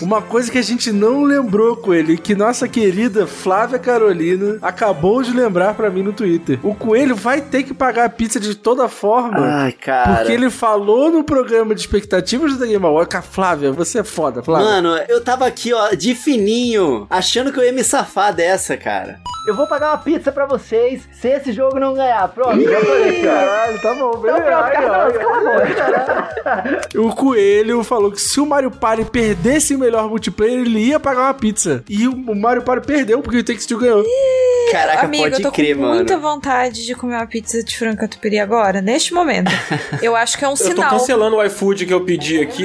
S4: uma coisa que a gente não lembrou Coelho, e que nossa querida Flávia Carolina acabou de lembrar pra mim no Twitter. O Coelho vai ter que pagar a pizza de toda forma.
S2: Ai,
S4: Porque
S2: Ah, cara.
S4: ele falou no programa de expectativas da Game Award que a "Ah, Flávia, você é foda, Flávia.
S2: Mano, eu tava aqui, ó, de fininho, achando que eu ia me safar dessa, cara.
S6: Eu vou pagar uma pizza pra vocês se esse jogo não ganhar. Pronto, já falei, cara.
S4: Caralho, tá bom,
S6: Então
S4: beleza.
S6: pronto, Carlos, cala a boca.
S4: O Coelho falou que se o Mario Party perdesse o melhor multiplayer, ele ia pagar uma pizza. E o o Mario Party perdeu porque o Take Two ganhou.
S2: Caraca,
S3: Amigo, eu
S2: pode
S3: tô
S2: crer,
S3: com
S2: mano.
S3: muita vontade de comer uma pizza de frango catupiry agora,
S1: (laughs)
S3: neste momento. Eu acho que é um
S1: Eu tô
S3: sinal.
S1: cancelando o iFood que eu pedi
S4: (laughs)
S1: aqui.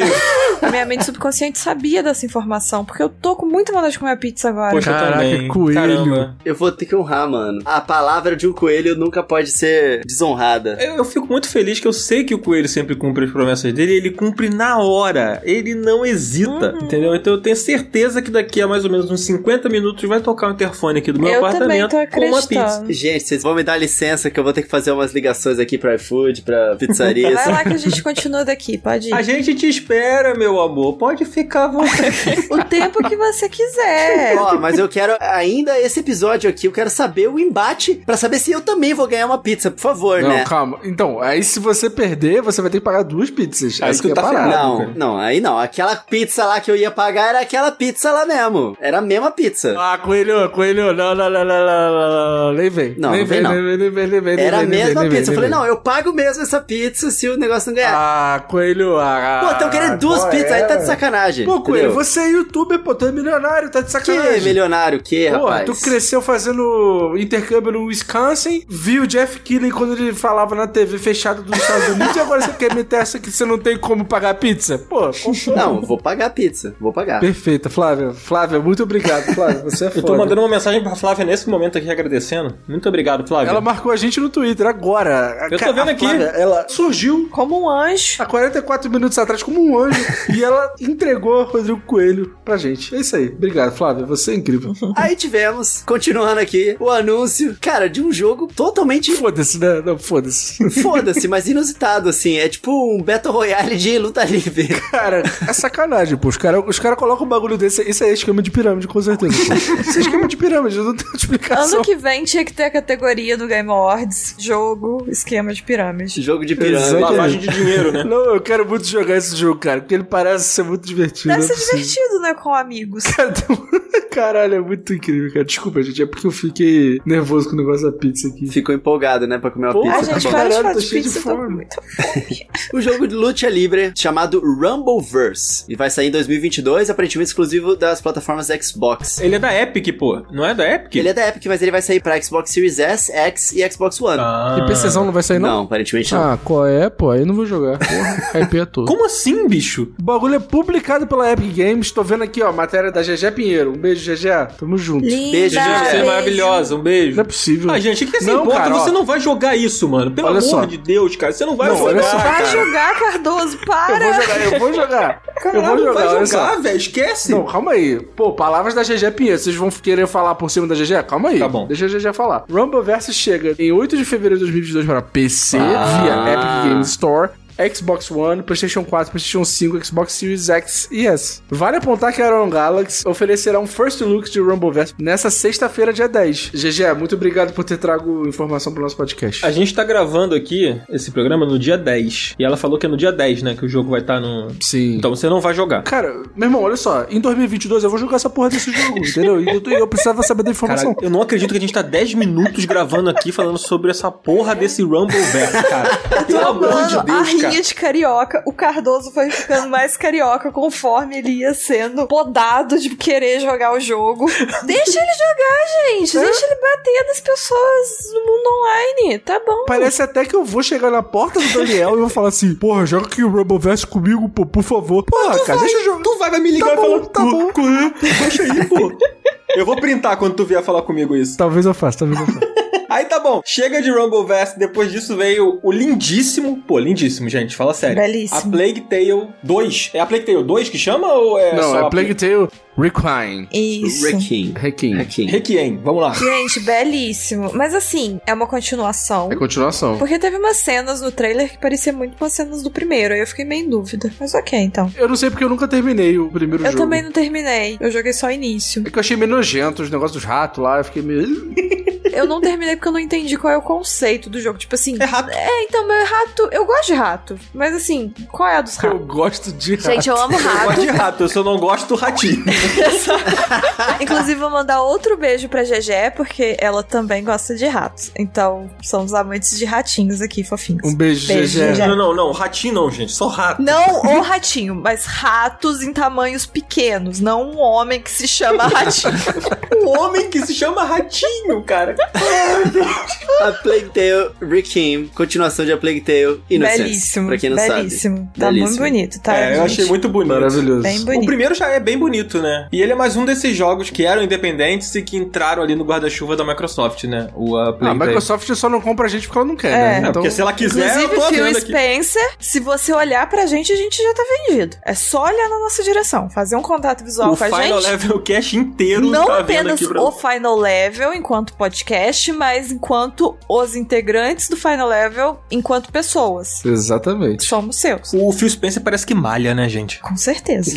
S3: A minha mente subconsciente sabia dessa informação, porque eu tô com muita vontade de comer pizza agora.
S1: Poxa,
S4: Caraca,
S1: também.
S4: coelho.
S1: Caramba.
S2: Eu vou ter que honrar, mano. A palavra de um coelho nunca pode ser
S3: É.
S2: desonrada.
S1: Eu, eu fico muito feliz que eu sei que o coelho sempre cumpre as promessas dele, e ele cumpre na hora. Ele não hesita,
S3: Uhum.
S1: entendeu? Então eu tenho certeza que daqui a mais ou menos uns 50 minutos vai tocar o interfone aqui do meu
S3: eu também
S1: apartamento
S3: tô
S1: com uma pizza.
S3: acreditando.
S2: Gente, vocês vão me dar licença que eu vou ter que fazer umas ligações aqui pra iFood,
S3: (laughs)
S2: pra pizzaria.
S3: Vai lá que a gente continua daqui, pode
S1: A
S3: ir.
S1: gente te espera, meu amor. Pode ficar à vontade.
S3: O tempo que você quiser.
S1: (laughs)
S2: Ó, mas eu quero ainda esse episódio aqui, eu quero saber o embate pra saber se eu também vou ganhar uma pizza, por favor,
S4: Não,
S2: né?
S4: calma. Então, aí se você perder, você vai ter que pagar duas pizzas.
S1: Ah,
S4: Aí
S1: isso
S4: que
S1: que
S4: é
S1: tá
S4: parado.
S1: ferrado.
S2: Não, não, aí não. Aquela pizza lá que eu ia pagar era aquela pizza lá mesmo. Era a mesma pizza.
S4: (laughs) Ah, Coelho, Coelho, não, não, não, não, não, não, não, nem vem.
S2: Não,
S4: nem
S2: não vem, não.
S4: nem vem, nem vem, nem vem, nem
S2: Era a
S4: vem, nem
S2: mesma
S4: vem, nem
S2: pizza. Eu
S4: vem,
S2: falei,
S4: nem
S2: não, eu pago mesmo essa pizza se o negócio não
S4: vem.
S2: ganhar.
S4: Ah, Coelho, ah.
S2: Pô, tão querendo duas
S4: qual
S2: pizzas,
S4: é?
S2: aí tá de sacanagem.
S4: Pô, Coelho,
S2: entendeu?
S4: você é youtuber, pô, tu é milionário, tá de
S2: Que
S4: sacanagem.
S2: milionário, que,
S4: Pô,
S2: rapaz?
S4: tu cresceu fazendo intercâmbio no Wisconsin, viu o Jeff Keighley quando ele falava na TV fechada dos Estados Unidos e agora você quer meter essa que você não tem como pagar pizza? Pô,
S2: Não, vou pagar a pizza. Vou pagar.
S4: perfeita, Flávia. Flávia, muito obrigado, Flávia, você é
S1: Eu
S4: foda.
S1: tô mandando uma mensagem pra Flávia nesse momento aqui agradecendo. Muito obrigado, Flávia.
S4: Ela é marcou a gente no Twitter agora.
S1: Eu tô
S4: Ca- a
S1: vendo aqui.
S4: Flávia, ela surgiu
S3: Como um anjo.
S4: há 44 minutos atrás como um (laughs) anjo e ela entregou Rodrigo Coelho pra gente. É isso aí. Obrigado, Flávia, você é incrível.
S2: Aí tivemos, continuando aqui, o anúncio, cara, de um jogo totalmente
S4: (laughs) Foda-se, né? Não, foda-se.
S2: foda-se, mas inusitado, assim. É tipo um Battle Royale de luta (laughs) livre.
S4: (laughs) Cara, é sacanagem, pô. Os caras os cara colocam um bagulho desse. Isso aí é esquema de pirâmide, com certeza. Pô. Isso é esquema de pirâmide, eu não tenho explicação.
S3: Ano que vem tinha que ter a categoria do Game Awards: jogo, esquema de pirâmide.
S2: Jogo de pirâmide.
S4: Exato.
S1: Lavagem de dinheiro, né?
S4: Não, eu quero muito jogar esse jogo, cara, porque ele parece ser muito divertido.
S3: Deve
S4: não é
S3: ser
S4: possível.
S3: divertido, né? Com amigos.
S4: Cara, tem um- (laughs) Caralho, é muito incrível, cara. Desculpa, gente, é porque eu fiquei nervoso com o negócio da pizza aqui.
S2: Ficou empolgado, né, pra comer uma
S4: Pô,
S3: A
S2: pizza.
S4: tá
S3: gente para
S4: bom.
S3: de
S4: Caralho,
S3: falar
S4: tô
S3: de
S4: cheio de
S3: pizza. tô
S4: fome.
S3: muito-
S2: O um jogo de luta livre chamado Rumbleverse. E vai sair em 2022, aparentemente exclusivo das plataformas Xbox.
S1: Ele é da Epic, pô. Não é da Epic?
S2: Ele é da Epic, mas ele vai sair pra Xbox Series S, X e Xbox One.
S1: Ah.
S4: E PCzão não vai sair, não?
S2: não, aparentemente não.
S4: Ah, qual é, pô? Aí eu não vou jogar. Porra, IP é todo.
S1: Como assim, bicho?
S4: O bagulho é publicado pela Epic Games. Tô vendo aqui, ó, matéria da GG Pinheiro. Um beijo, GG. Tamo junto.
S3: Linda,
S2: Beijo,
S1: Gente, você é
S3: beijo.
S1: maravilhosa. Um beijo.
S4: Não é possível.
S1: Ah, gente, o que que você
S4: Não,
S1: importa?
S4: cara, ó.
S1: você não vai jogar isso, mano. Pelo
S4: Olha
S1: amor
S4: só.
S1: de Deus, cara. Você não vai
S4: Não, olha
S1: jogar.
S4: só.
S3: Vai
S1: cara.
S3: jogar, Cardoso,
S4: Eu
S3: para!
S4: vou jogar, eu vou jogar. eu vou
S1: Caralho,
S4: jogar,
S1: vai
S4: olha
S1: jogar,
S4: só.
S1: velho. Esquece.
S4: Não, calma aí. Pô, palavras da GG Pinheiro. Vocês vão querer falar por cima da GG? Calma aí.
S1: Tá bom.
S4: Deixa a GG falar. Rumble Versus chega em 8 de fevereiro de 2022 para PC,
S2: Ah.
S4: via Epic Games Store. Xbox One, PlayStation 4, PlayStation 5, Xbox Series X e S. Vale apontar que a Iron Galaxy oferecerá um first look de Rumbleverse nessa sexta-feira, dia 10. GG, muito obrigado por ter trago informação pro nosso podcast.
S1: A gente tá gravando aqui esse programa no dia 10. E ela falou que é no dia 10, né? Que o jogo vai estar no.
S4: Sim.
S1: Então você não vai jogar.
S4: Cara, meu irmão, olha só, em 2022 eu vou jogar essa porra desse jogo, entendeu? E eu, tô- eu precisava saber da informação.
S1: Cara, eu não acredito que a gente tá 10 minutos gravando aqui falando sobre essa porra desse Rumbleverse, cara. (laughs) Tá Pelo amor de
S3: Mano, a
S1: Deus, cara.
S3: rinha de carioca, o Cardoso foi ficando mais carioca conforme ele ia sendo podado de querer jogar o jogo. (laughs) Deixa ele jogar, gente. Deixa ele bater nas pessoas no mundo online. Tá bom.
S4: Parece até que eu vou chegar na porta do Daniel e vou falar assim: Porra, joga aqui o Rumbleverse comigo, pô, por favor. Porra, cara, deixa eu jogar.
S1: Tu vai, vai me ligar
S4: Tá
S1: e falar.
S4: bom, tá
S1: "Cu-
S4: bom."
S1: cu- Deixa aí, pô. (laughs) Eu vou printar quando tu vier falar comigo isso.
S4: Talvez eu faça, talvez eu faça.
S1: Aí tá bom, chega de Rumbleverse, depois disso veio o lindíssimo, pô, lindíssimo, gente, fala sério.
S3: Belíssimo.
S1: A Plague Tale 2. É a Plague Tale 2 que chama ou é
S4: não,
S1: só
S4: é
S1: a
S4: Plague Tale Recline.
S3: Isso.
S2: Requiem.
S4: Requiem.
S2: Requiem.
S1: Requiem, vamos lá.
S3: Gente, belíssimo. Mas assim, é uma continuação.
S4: É continuação.
S3: Porque teve umas cenas no trailer que parecia muito com as cenas do primeiro. Aí eu fiquei meio em dúvida. Mas ok, então.
S4: Eu não sei porque eu nunca terminei o primeiro
S3: Eu
S4: jogo.
S3: também não terminei. Eu joguei só o início.
S4: É que eu achei meio nojento os negócios dos ratos lá, eu fiquei meio.
S3: Eu não terminei porque eu não entendi qual é o conceito do jogo. Tipo assim.
S1: É rato.
S3: É, então, meu rato. Eu gosto de rato. Mas assim, qual é a dos
S4: Eu
S3: ratos?
S4: gosto de rato.
S3: Gente, eu amo
S1: Eu gosto
S3: rato.
S1: de rato, eu só não gosto do (laughs) ratinho.
S3: (laughs) Inclusive, vou mandar outro beijo pra GG, porque ela também gosta de ratos. Então, somos amantes de ratinhos aqui, fofinhos.
S4: Um beijo,
S3: Beijo,
S4: GG.
S3: GG.
S1: Não, não, não, ratinho não, gente, só (laughs) rato.
S3: Não o ratinho, mas ratos em tamanhos pequenos. Não um homem que se chama ratinho.
S1: Um homem que se chama ratinho, cara.
S2: A Plague Tale Requiem. Continuação de A Plague Tale Innocence.
S3: belíssimo.
S2: Pra quem não sabe.
S3: belíssimo. Tá
S2: Belíssimo.
S3: muito bonito, tá?
S1: é, eu
S3: gente?
S1: achei muito bonito.
S4: Maravilhoso.
S3: Bem
S1: O
S3: bonito.
S1: primeiro já é bem bonito, né? E ele é mais um desses jogos que eram independentes e que entraram ali no guarda-chuva da Microsoft, né? O a
S4: Ah, a
S1: Plague Tale.
S4: Microsoft só não compra a gente porque ela não quer,
S3: É,
S4: né?
S1: É, porque se ela quiser,
S3: Inclusive,
S1: eu tô
S3: Phil
S1: vendo aqui.
S3: Spencer, se você olhar pra gente, a gente já tá vendido. É só olhar na nossa direção, fazer um contato visual
S1: O
S3: com a
S1: Final
S3: gente.
S1: Level Cash inteiro
S3: Não
S1: tá vendo
S3: apenas
S1: aqui pra
S3: o Final Level enquanto podcast, mas enquanto os integrantes do Final Level enquanto pessoas.
S4: Exatamente.
S3: Somos seus.
S1: O Phil Spencer parece que malha, né, gente?
S3: Com certeza.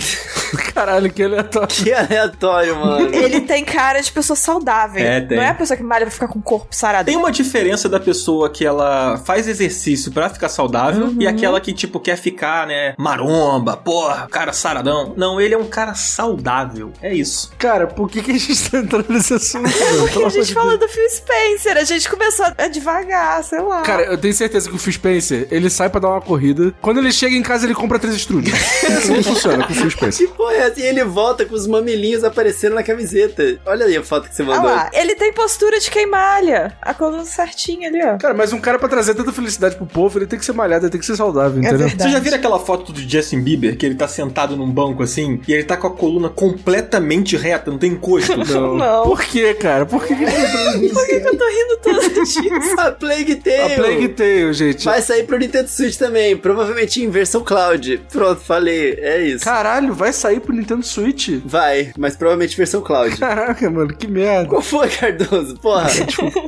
S4: Caralho, que aleatório.
S2: (laughs) Que aleatório, mano.
S3: Ele tem cara de pessoa saudável.
S1: É, tem.
S3: Não é a pessoa que malha pra ficar com o corpo sarado.
S1: Tem um uma diferença da pessoa que ela faz exercício pra ficar saudável
S3: Uhum.
S1: e aquela que, tipo, quer ficar, né, maromba, porra, cara saradão. Não, ele é um cara saudável. É isso.
S4: Cara, por que, que a gente tá entrando nesse assunto? meu?
S3: Porque
S4: Pelo
S3: a
S4: amor
S3: gente
S4: de
S3: fala
S4: Deus.
S3: do Phil Spencer, a gente começou a devagar, sei lá.
S4: Cara, eu tenho certeza que o Phil Spencer, ele sai pra dar uma corrida. Quando ele chega em casa, ele compra três estrumes. É assim que funciona com o Phil Spencer.
S2: Que porra é assim? Ele volta com os mamilinhos aparecendo na camiseta. Olha aí a foto que você
S3: Olha
S2: mandou.
S3: lá, ele tem postura de quem malha. A coluna certinha ali, ó.
S4: Cara, mas um cara pra trazer tanta felicidade pro povo, ele tem que ser malhado, ele tem que ser saudável,
S3: É
S4: entendeu?
S3: verdade.
S1: Você já viram aquela foto do Justin Bieber, que ele tá sentado num banco assim, e ele tá com a coluna completamente reta, não tem
S3: (laughs)
S1: encosto?
S4: Não.
S3: Não.
S4: Por que, cara? Por que, que ele tá entrando nisso?
S3: Por que, que eu tô rindo tanto disso?
S2: (laughs) A Plague Tale.
S4: A Plague Tale, gente.
S2: Vai sair pro Nintendo Switch também, provavelmente em versão cloud. Pronto, falei, é isso.
S4: Caralho, vai sair pro Nintendo Switch?
S2: Vai, mas provavelmente versão
S4: (laughs)
S2: cloud.
S4: Caraca, mano, que merda.
S2: Qual foi, Cardoso? Porra.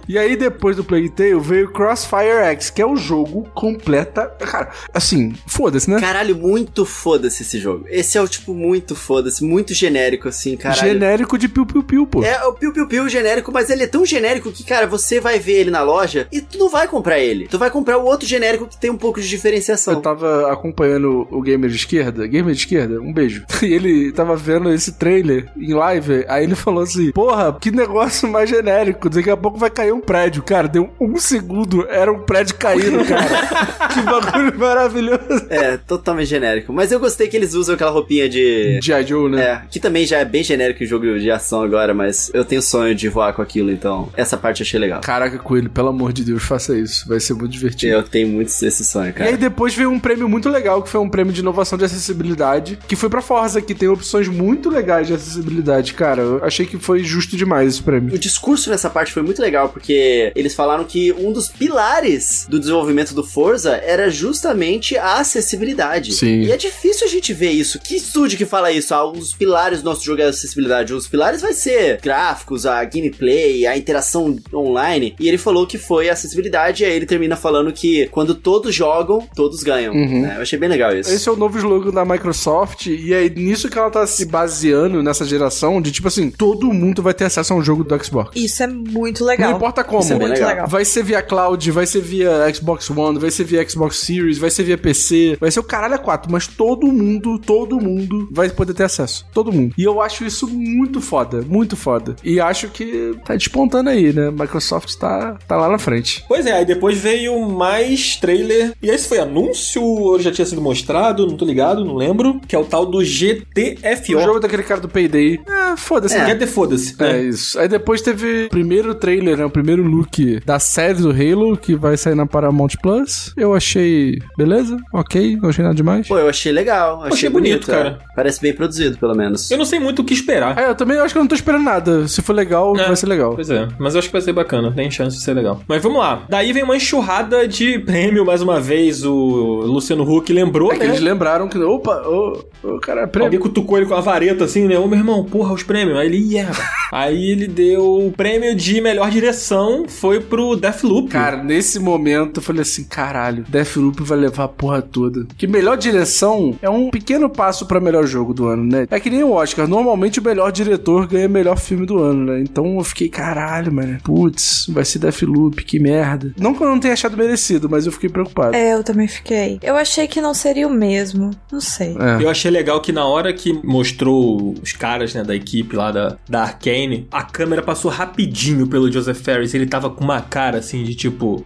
S4: E aí, depois do Plague Tale, veio Crossfire X, que é o jogo completa... Cara, assim, foda-se, né?
S2: Caralho, muito foda-se esse jogo. Esse é o tipo muito foda-se, muito genérico assim, caralho.
S4: Genérico de piu-piu-piu, pô.
S2: É o Piu Piu Piu genérico, mas ele é tão genérico que, cara, você vai ver ele na loja e tu não vai comprar ele. Tu vai comprar o outro genérico que tem um pouco de diferenciação.
S4: Eu tava acompanhando o gamer de esquerda, gamer de esquerda, um beijo. (laughs) E ele tava vendo esse trailer em live, aí ele falou assim: Porra, que negócio mais genérico, daqui a pouco vai cair um prédio. Cara, deu um segundo, era um prédio caindo,
S2: (laughs)
S4: cara. que bagulho maravilhoso.
S2: É, totalmente genérico. Mas eu gostei que eles usam aquela roupinha de.
S4: G.I. Joe, né?
S2: É, que também já é bem genérico em jogo de ação agora, mas eu tenho sonho de voar com aquilo, então essa parte eu achei legal.
S4: Caraca, Coelho, pelo amor de Deus, faça isso. Vai ser muito divertido.
S2: Eu tenho muito esse sonho,
S4: E aí
S2: É, cara.
S4: depois veio um prêmio muito legal, que foi um prêmio de inovação de acessibilidade, que foi pra Forza, que tem opções muito legais de acessibilidade, cara. Eu achei que foi justo demais esse prêmio.
S2: O discurso nessa parte foi muito legal, porque eles falaram que um dos pilares do desenvolvimento do Forza era justamente a acessibilidade.
S4: Sim.
S2: E é difícil a gente ver isso. Que estúdio que fala isso? Ah, um dos pilares do nosso jogo é a acessibilidade. Um dos pilares vai ser ver gráficos, a gameplay, a interação online. E ele falou que foi a acessibilidade, e aí ele termina falando que quando todos jogam, todos ganham.
S4: Uhum.
S2: né? Eu achei bem legal isso.
S4: Esse é o novo slogan da Microsoft, e é nisso que ela tá se baseando nessa geração de tipo assim, todo mundo vai ter acesso a um jogo do Xbox.
S3: (laughs) Isso é muito
S4: Não
S3: legal.
S4: importa como. né,
S3: Isso é
S2: bem
S3: muito
S2: legal.
S3: legal.
S4: Vai ser via cloud, vai ser via Xbox One, vai ser via Xbox Series, vai ser via PC, vai ser o caralho a 4, mas todo mundo, todo mundo vai poder ter acesso. Todo mundo. E eu acho isso muito foda, muito foda. E acho que tá despontando aí, né? Microsoft tá, tá lá na frente.
S1: Pois é, aí depois veio mais trailer. E esse foi anúncio, ou já tinha sido mostrado, não tô ligado, não lembro. Que é o tal do
S4: E o
S1: GTFO.
S4: jogo daquele cara do Payday. É, foda-se.
S1: Quer ter foda-se,
S4: É
S1: né?
S4: isso. Aí depois teve o primeiro trailer, né? O primeiro look da série do Halo, que vai sair na Paramount Plus. Eu achei. Beleza? Ok, não achei nada demais.
S2: Pô, eu achei legal. Achei,
S1: Achei bonito,
S2: é.
S1: cara.
S2: Parece bem produzido, pelo menos.
S1: Eu não sei muito o que esperar.
S4: É, eu também acho que eu não tô esperando nada. Se for legal,
S1: É.
S4: vai ser legal.
S1: Pois é, mas eu acho que vai ser bacana, tem chance de ser legal. Mas vamos lá. Daí vem uma enxurrada de prêmio mais uma vez. O Luciano Huck lembrou,
S4: É que
S1: né?
S4: eles lembraram que. Opa, ô, ô, cara, é prêmio.
S1: Alguém cutucou ele com a vareta assim, né? Ô meu irmão, porra, os prêmios. Aí ele ia. Aí ele deu o prêmio de melhor direção, foi pro Deathloop.
S4: Cara, nesse momento eu falei assim: caralho, Deathloop vai levar a porra toda. Que melhor direção é um pequeno passo pra melhor jogo do ano, né? É que nem o Oscar. Normalmente o melhor diretor ganha melhor filme do ano, né? Então eu fiquei, caralho, mano. Putz, vai ser Deathloop, que merda. Não que eu não tenha achado merecido, mas eu fiquei preocupado.
S3: É, eu também fiquei. Eu achei que não seria o mesmo. Não sei.
S4: É.
S1: Eu achei legal que na hora que mostrou os caras, né, da equipe lá da, da Arkane, a câmera passou rapidinho pelo Joseph Ferris. Ele tava com uma cara assim de tipo.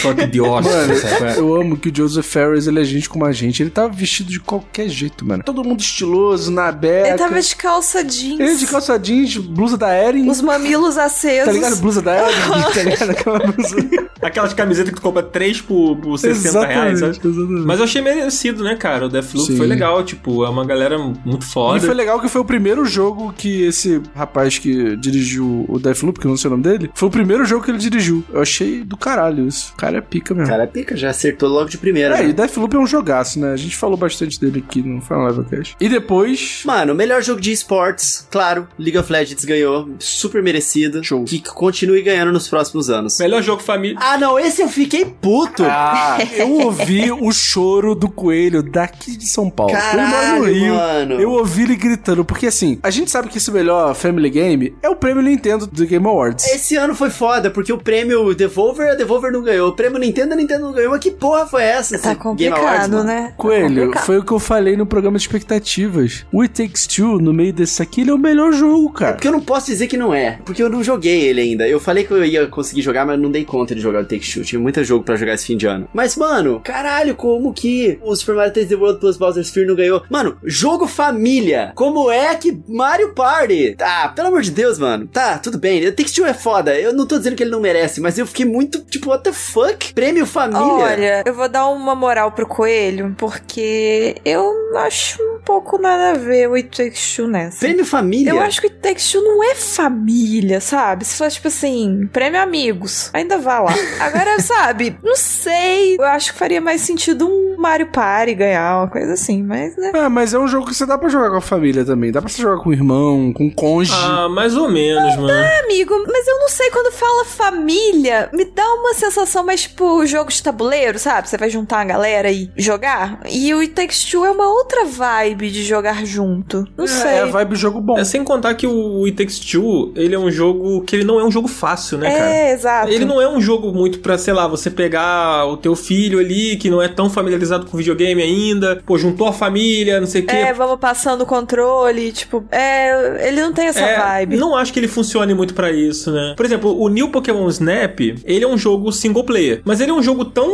S1: Só que
S4: (laughs)
S1: de
S4: Mano, é
S1: Oscar, (laughs) sabe?
S4: Eu amo que o Joseph Ferris ele é gente como a gente. Ele tava vestido de qualquer jeito, mano. Todo mundo estiloso, na beca.
S3: Ele tava tá- de calça jeans.
S4: Ele de calça jeans, blusa da Eren.
S3: Os mamilos acesos.
S4: Tá ligado? Blusa da
S3: (laughs)
S4: Eren, tá (laughs) ligado? Aquela blusa.
S1: Aquelas camisetas que tu compra 3 por, por 60 reais, sabe?
S4: exatamente.
S1: Mas eu achei merecido, né, cara? O Deathloop
S4: Sim.
S1: foi legal, tipo, é uma galera muito
S4: E
S1: foda.
S4: foi legal que foi o primeiro jogo que esse rapaz que dirigiu o Deathloop, que eu não sei o nome dele, foi o primeiro jogo que ele dirigiu. Eu achei do caralho isso. O cara é pica mesmo.
S2: Cara, pica, já acertou logo de primeira.
S4: É,
S2: né?
S4: e Deathloop é um jogaço, né? A gente falou bastante dele aqui no Final Level Cast. E depois,
S2: Mano, melhor jogo de esportes, claro, League of Legends ganhou, super merecido.
S4: Show.
S2: Que continue ganhando nos próximos anos.
S1: Melhor jogo família.
S2: Ah, não, esse eu fiquei puto.
S4: Ah, eu ouvi o choro do coelho daqui de São Paulo.
S2: Caralho,
S4: Fui lá no Rio.
S2: mano.
S4: Eu ouvi ele gritando, porque assim, a gente sabe que esse melhor Family Game é o prêmio Nintendo do Game Awards.
S2: Esse ano foi foda, porque o prêmio Devolver, a Devolver não ganhou. O prêmio Nintendo, a Nintendo não ganhou. Mas que porra foi essa?
S3: Tá
S2: esse Game
S3: complicado,
S2: Awards, mano?
S3: né? Tá
S4: Coelho,
S3: complicado.
S4: foi o que eu falei no programa de expectativas. O It Takes Two, no meio desse aqui, ele é o melhor jogo, cara.
S2: Porque eu não posso dizer que não é, porque eu não joguei ele ainda. Eu falei que eu ia conseguir jogar, mas não dei conta de jogar o Take Two. Tinha muito jogo pra jogar esse fim de ano. Mas, mano, caralho, como que o Super Mario 3D World plus Bowser's Fury não ganhou? Mano, jogo família. Como é que Mario Party? Ah, pelo amor de Deus, mano. Tá, tudo bem. O Take Two é foda. Eu não tô dizendo que ele não merece, mas eu fiquei muito, tipo, what the fuck? Prêmio família?
S3: Olha, eu vou dar uma moral pro coelho, porque eu acho um pouco nada a ver o It Takes Two nessa.
S2: Prêmio família?
S3: Eu acho que o It Takes Two não é família, sabe? Se fosse, tipo assim, prêmio amigos, ainda vá lá. Agora, sabe, não sei. Eu acho que faria mais sentido um Mario Party ganhar, uma coisa assim, mas, né?
S4: Ah, mas é um jogo que você dá pra jogar com a família também. Dá pra você jogar com o irmão, com o cônjuge.
S1: Ah, mais ou menos, mano.
S3: Amigo, mas eu não sei, quando fala família, me dá uma sensação mais tipo jogo de tabuleiro, sabe? Você vai juntar a galera e jogar. E o It Takes Two é uma outra vibe de jogar junto. Não
S4: é,
S3: sei.
S4: é a vibe jogo bom.
S1: É sem contar que o It Takes Two, ele é um jogo que ele não é um jogo fácil, né, cara?
S3: É, exato.
S1: Ele não é um jogo muito pra, sei lá, você pegar o teu filho ali, que não é tão familiarizado com videogame ainda, pô, juntou a família, não sei o quê.
S3: É, vamos passando o controle, tipo, é, ele não tem essa
S1: É,
S3: vibe.
S1: Não acho que ele funcione muito pra isso, né? Por exemplo, o New Pokémon Snap, ele é um jogo single player, mas ele é um jogo tão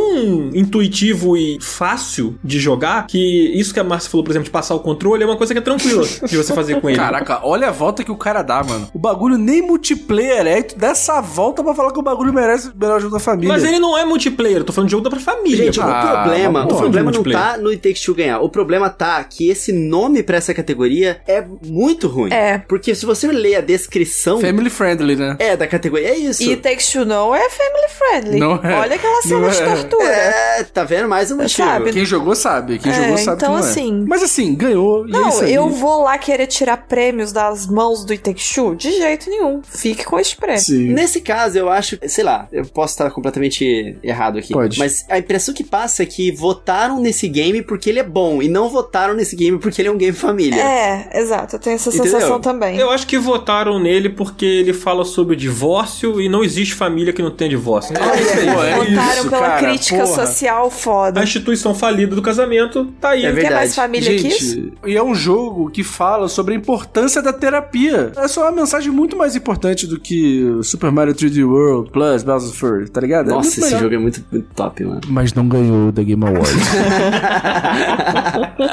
S1: intuitivo e fácil de jogar que isso que a Márcia falou, por exemplo, de passar o controle é uma coisa que é tranquila de você fazer com ele.
S4: Ah, Caraca, olha a volta que o cara dá, mano. O bagulho nem multiplayer é, e tu dá essa volta pra falar que o bagulho merece o melhor jogo da família.
S1: Mas ele não é multiplayer, eu tô falando de jogo da família.
S2: Gente,
S1: pô.
S4: Ah,
S2: o problema,
S4: vamos
S2: o
S4: lá,
S2: problema não
S1: multiplayer.
S2: tá no It Takes Two ganhar. O problema tá que esse nome pra essa categoria é muito ruim.
S3: É.
S2: Porque se você ler a descrição
S4: Family friendly, né?
S2: é da categoria, é isso.
S3: tá E It Takes Two não é family friendly.
S4: Não é.
S3: Olha aquela cena
S4: Não
S3: de
S4: é.
S3: tortura.
S2: É, tá vendo? Mais um motivo.
S3: Sabe? né?
S4: Quem jogou sabe. Quem
S3: É,
S4: jogou sabe
S3: então,
S4: que não é.
S3: assim-
S4: Mas assim, ganhou. e é
S3: Não,
S4: isso aí.
S3: eu vou lá querer tirar prêmios das mãos do Itekshu? De jeito nenhum. Fique com esse prêmio.
S4: Sim.
S2: Nesse caso, eu acho, sei lá, eu posso estar completamente errado aqui.
S4: Pode.
S2: Mas a impressão que passa é que votaram nesse game porque ele é bom e não votaram nesse game porque ele é um game família.
S3: É, exato. Eu tenho essa
S2: Entendeu?
S3: sensação também.
S1: Eu acho que votaram nele porque ele fala sobre divórcio e não existe família que não tenha divórcio. Então, é isso aí.
S4: Pô, é
S3: Votaram
S4: isso,
S3: pela
S4: cara,
S3: crítica
S4: porra.
S3: social
S1: A
S3: foda.
S1: instituição falida do casamento tá aí.
S2: É
S3: Quer
S2: verdade.
S3: mais família que isso?
S4: Gente, e é um jogo que fala sobre a importância da terapia. Essa é uma mensagem muito mais importante do que Super Mario 3D World Plus Bowser's Fury, tá ligado? É
S2: Nossa,
S4: muito
S2: esse
S4: melhor.
S2: jogo é muito, muito top, mano.
S4: Mas não ganhou da Game Awards.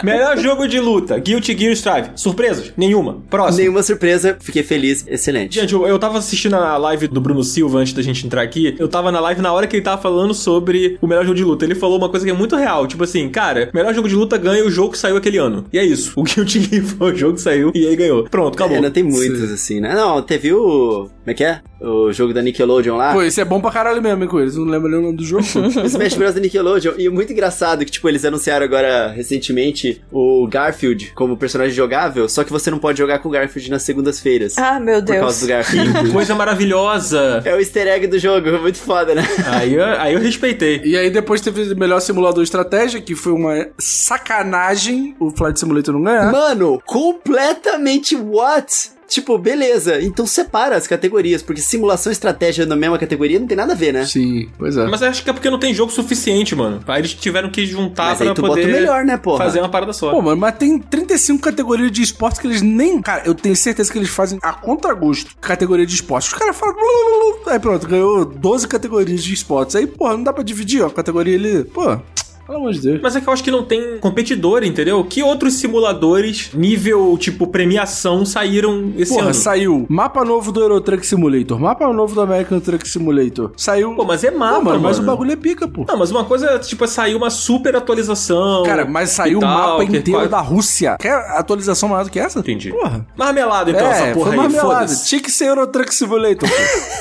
S1: Melhor jogo de luta: Guilty Gear Strive. Surpresas? Nenhuma. Próximo.
S4: Assim,
S2: Nenhuma surpresa, fiquei feliz, excelente.
S1: Gente, eu, eu tava assistindo a live do Bruno Silva antes da gente entrar aqui. Eu tava na live na hora que ele tava falando sobre o melhor jogo de luta. Ele falou uma coisa que é muito real. Tipo assim, cara, melhor jogo de luta ganha o jogo que saiu aquele ano. E é isso. O Guilty (laughs) Gear foi o jogo que saiu e aí ganhou. Pronto, acabou.
S2: Ainda tem muitos, assim, né? Não, teve o. Como é que é? O jogo da Nickelodeon lá.
S4: Pô, isso é bom pra caralho mesmo, hein, com eles. Não lembro nem o nome
S1: (laughs)
S4: do jogo.
S2: O Smash Bros. da Nickelodeon. E muito engraçado que, tipo, eles anunciaram agora recentemente o Garfield como personagem jogável, só que você não pode jogar com o Garfield nas segundas-feiras.
S3: Ah, meu
S2: por causa
S3: Deus.
S2: do
S7: (laughs)
S2: Garfield.
S1: Coisa maravilhosa.
S2: É o easter egg do jogo, (laughs) muito foda, né?
S1: Aí, eu- aí eu respeitei.
S4: E aí depois teve o melhor simulador de estratégia, que foi uma sacanagem o Flight Simulator não ganhar.
S2: Mano, completamente what? Tipo, beleza, então separa as categorias, porque simulação e estratégia na mesma categoria não tem nada a ver, né?
S4: Sim, pois é.
S1: Mas eu acho que é porque não tem jogo suficiente, mano. Aí eles tiveram que juntar
S2: Mas
S1: pra
S2: aí tu
S1: poder
S2: bota o melhor, né, porra?
S1: fazer um uma parada só.
S4: Pô, mano, mas tem 35 categorias de esportes que eles nem. Cara, eu tenho certeza que eles fazem a contragosto categoria de esportes. Os caras falam. "Blu, blu, blu". Aí pronto, ganhou 12 categorias de esportes. Aí, porra, não dá pra dividir, ó. A categoria ali. Pô, pelo amor de Deus.
S1: Mas é que eu acho que não tem competidor, entendeu? Que outros simuladores, nível, tipo, premiação, saíram esse
S4: Porra,
S1: ano?
S4: saiu mapa novo do Euro Truck Simulator, mapa novo do American Truck Simulator. Saiu.
S1: Pô, mas é mapa,
S4: Pô, mano, mas o
S1: mano.
S4: bagulho é pica, pô.
S1: Não, mas uma coisa, tipo, saiu uma super atualização.
S4: Cara, mas saiu
S1: Então, e
S4: o
S1: tal,
S4: mapa
S1: que-
S4: inteiro
S1: qual-
S4: da Rússia. Quer atualização maior do que essa?
S1: Entendi.
S4: Porra. É,
S1: Marmelada, então, essa porra
S4: foi
S1: aí,
S4: marmelada.
S1: foda-se.
S4: Tinha que ser Euro Truck Simulator,
S1: (laughs)
S4: pô.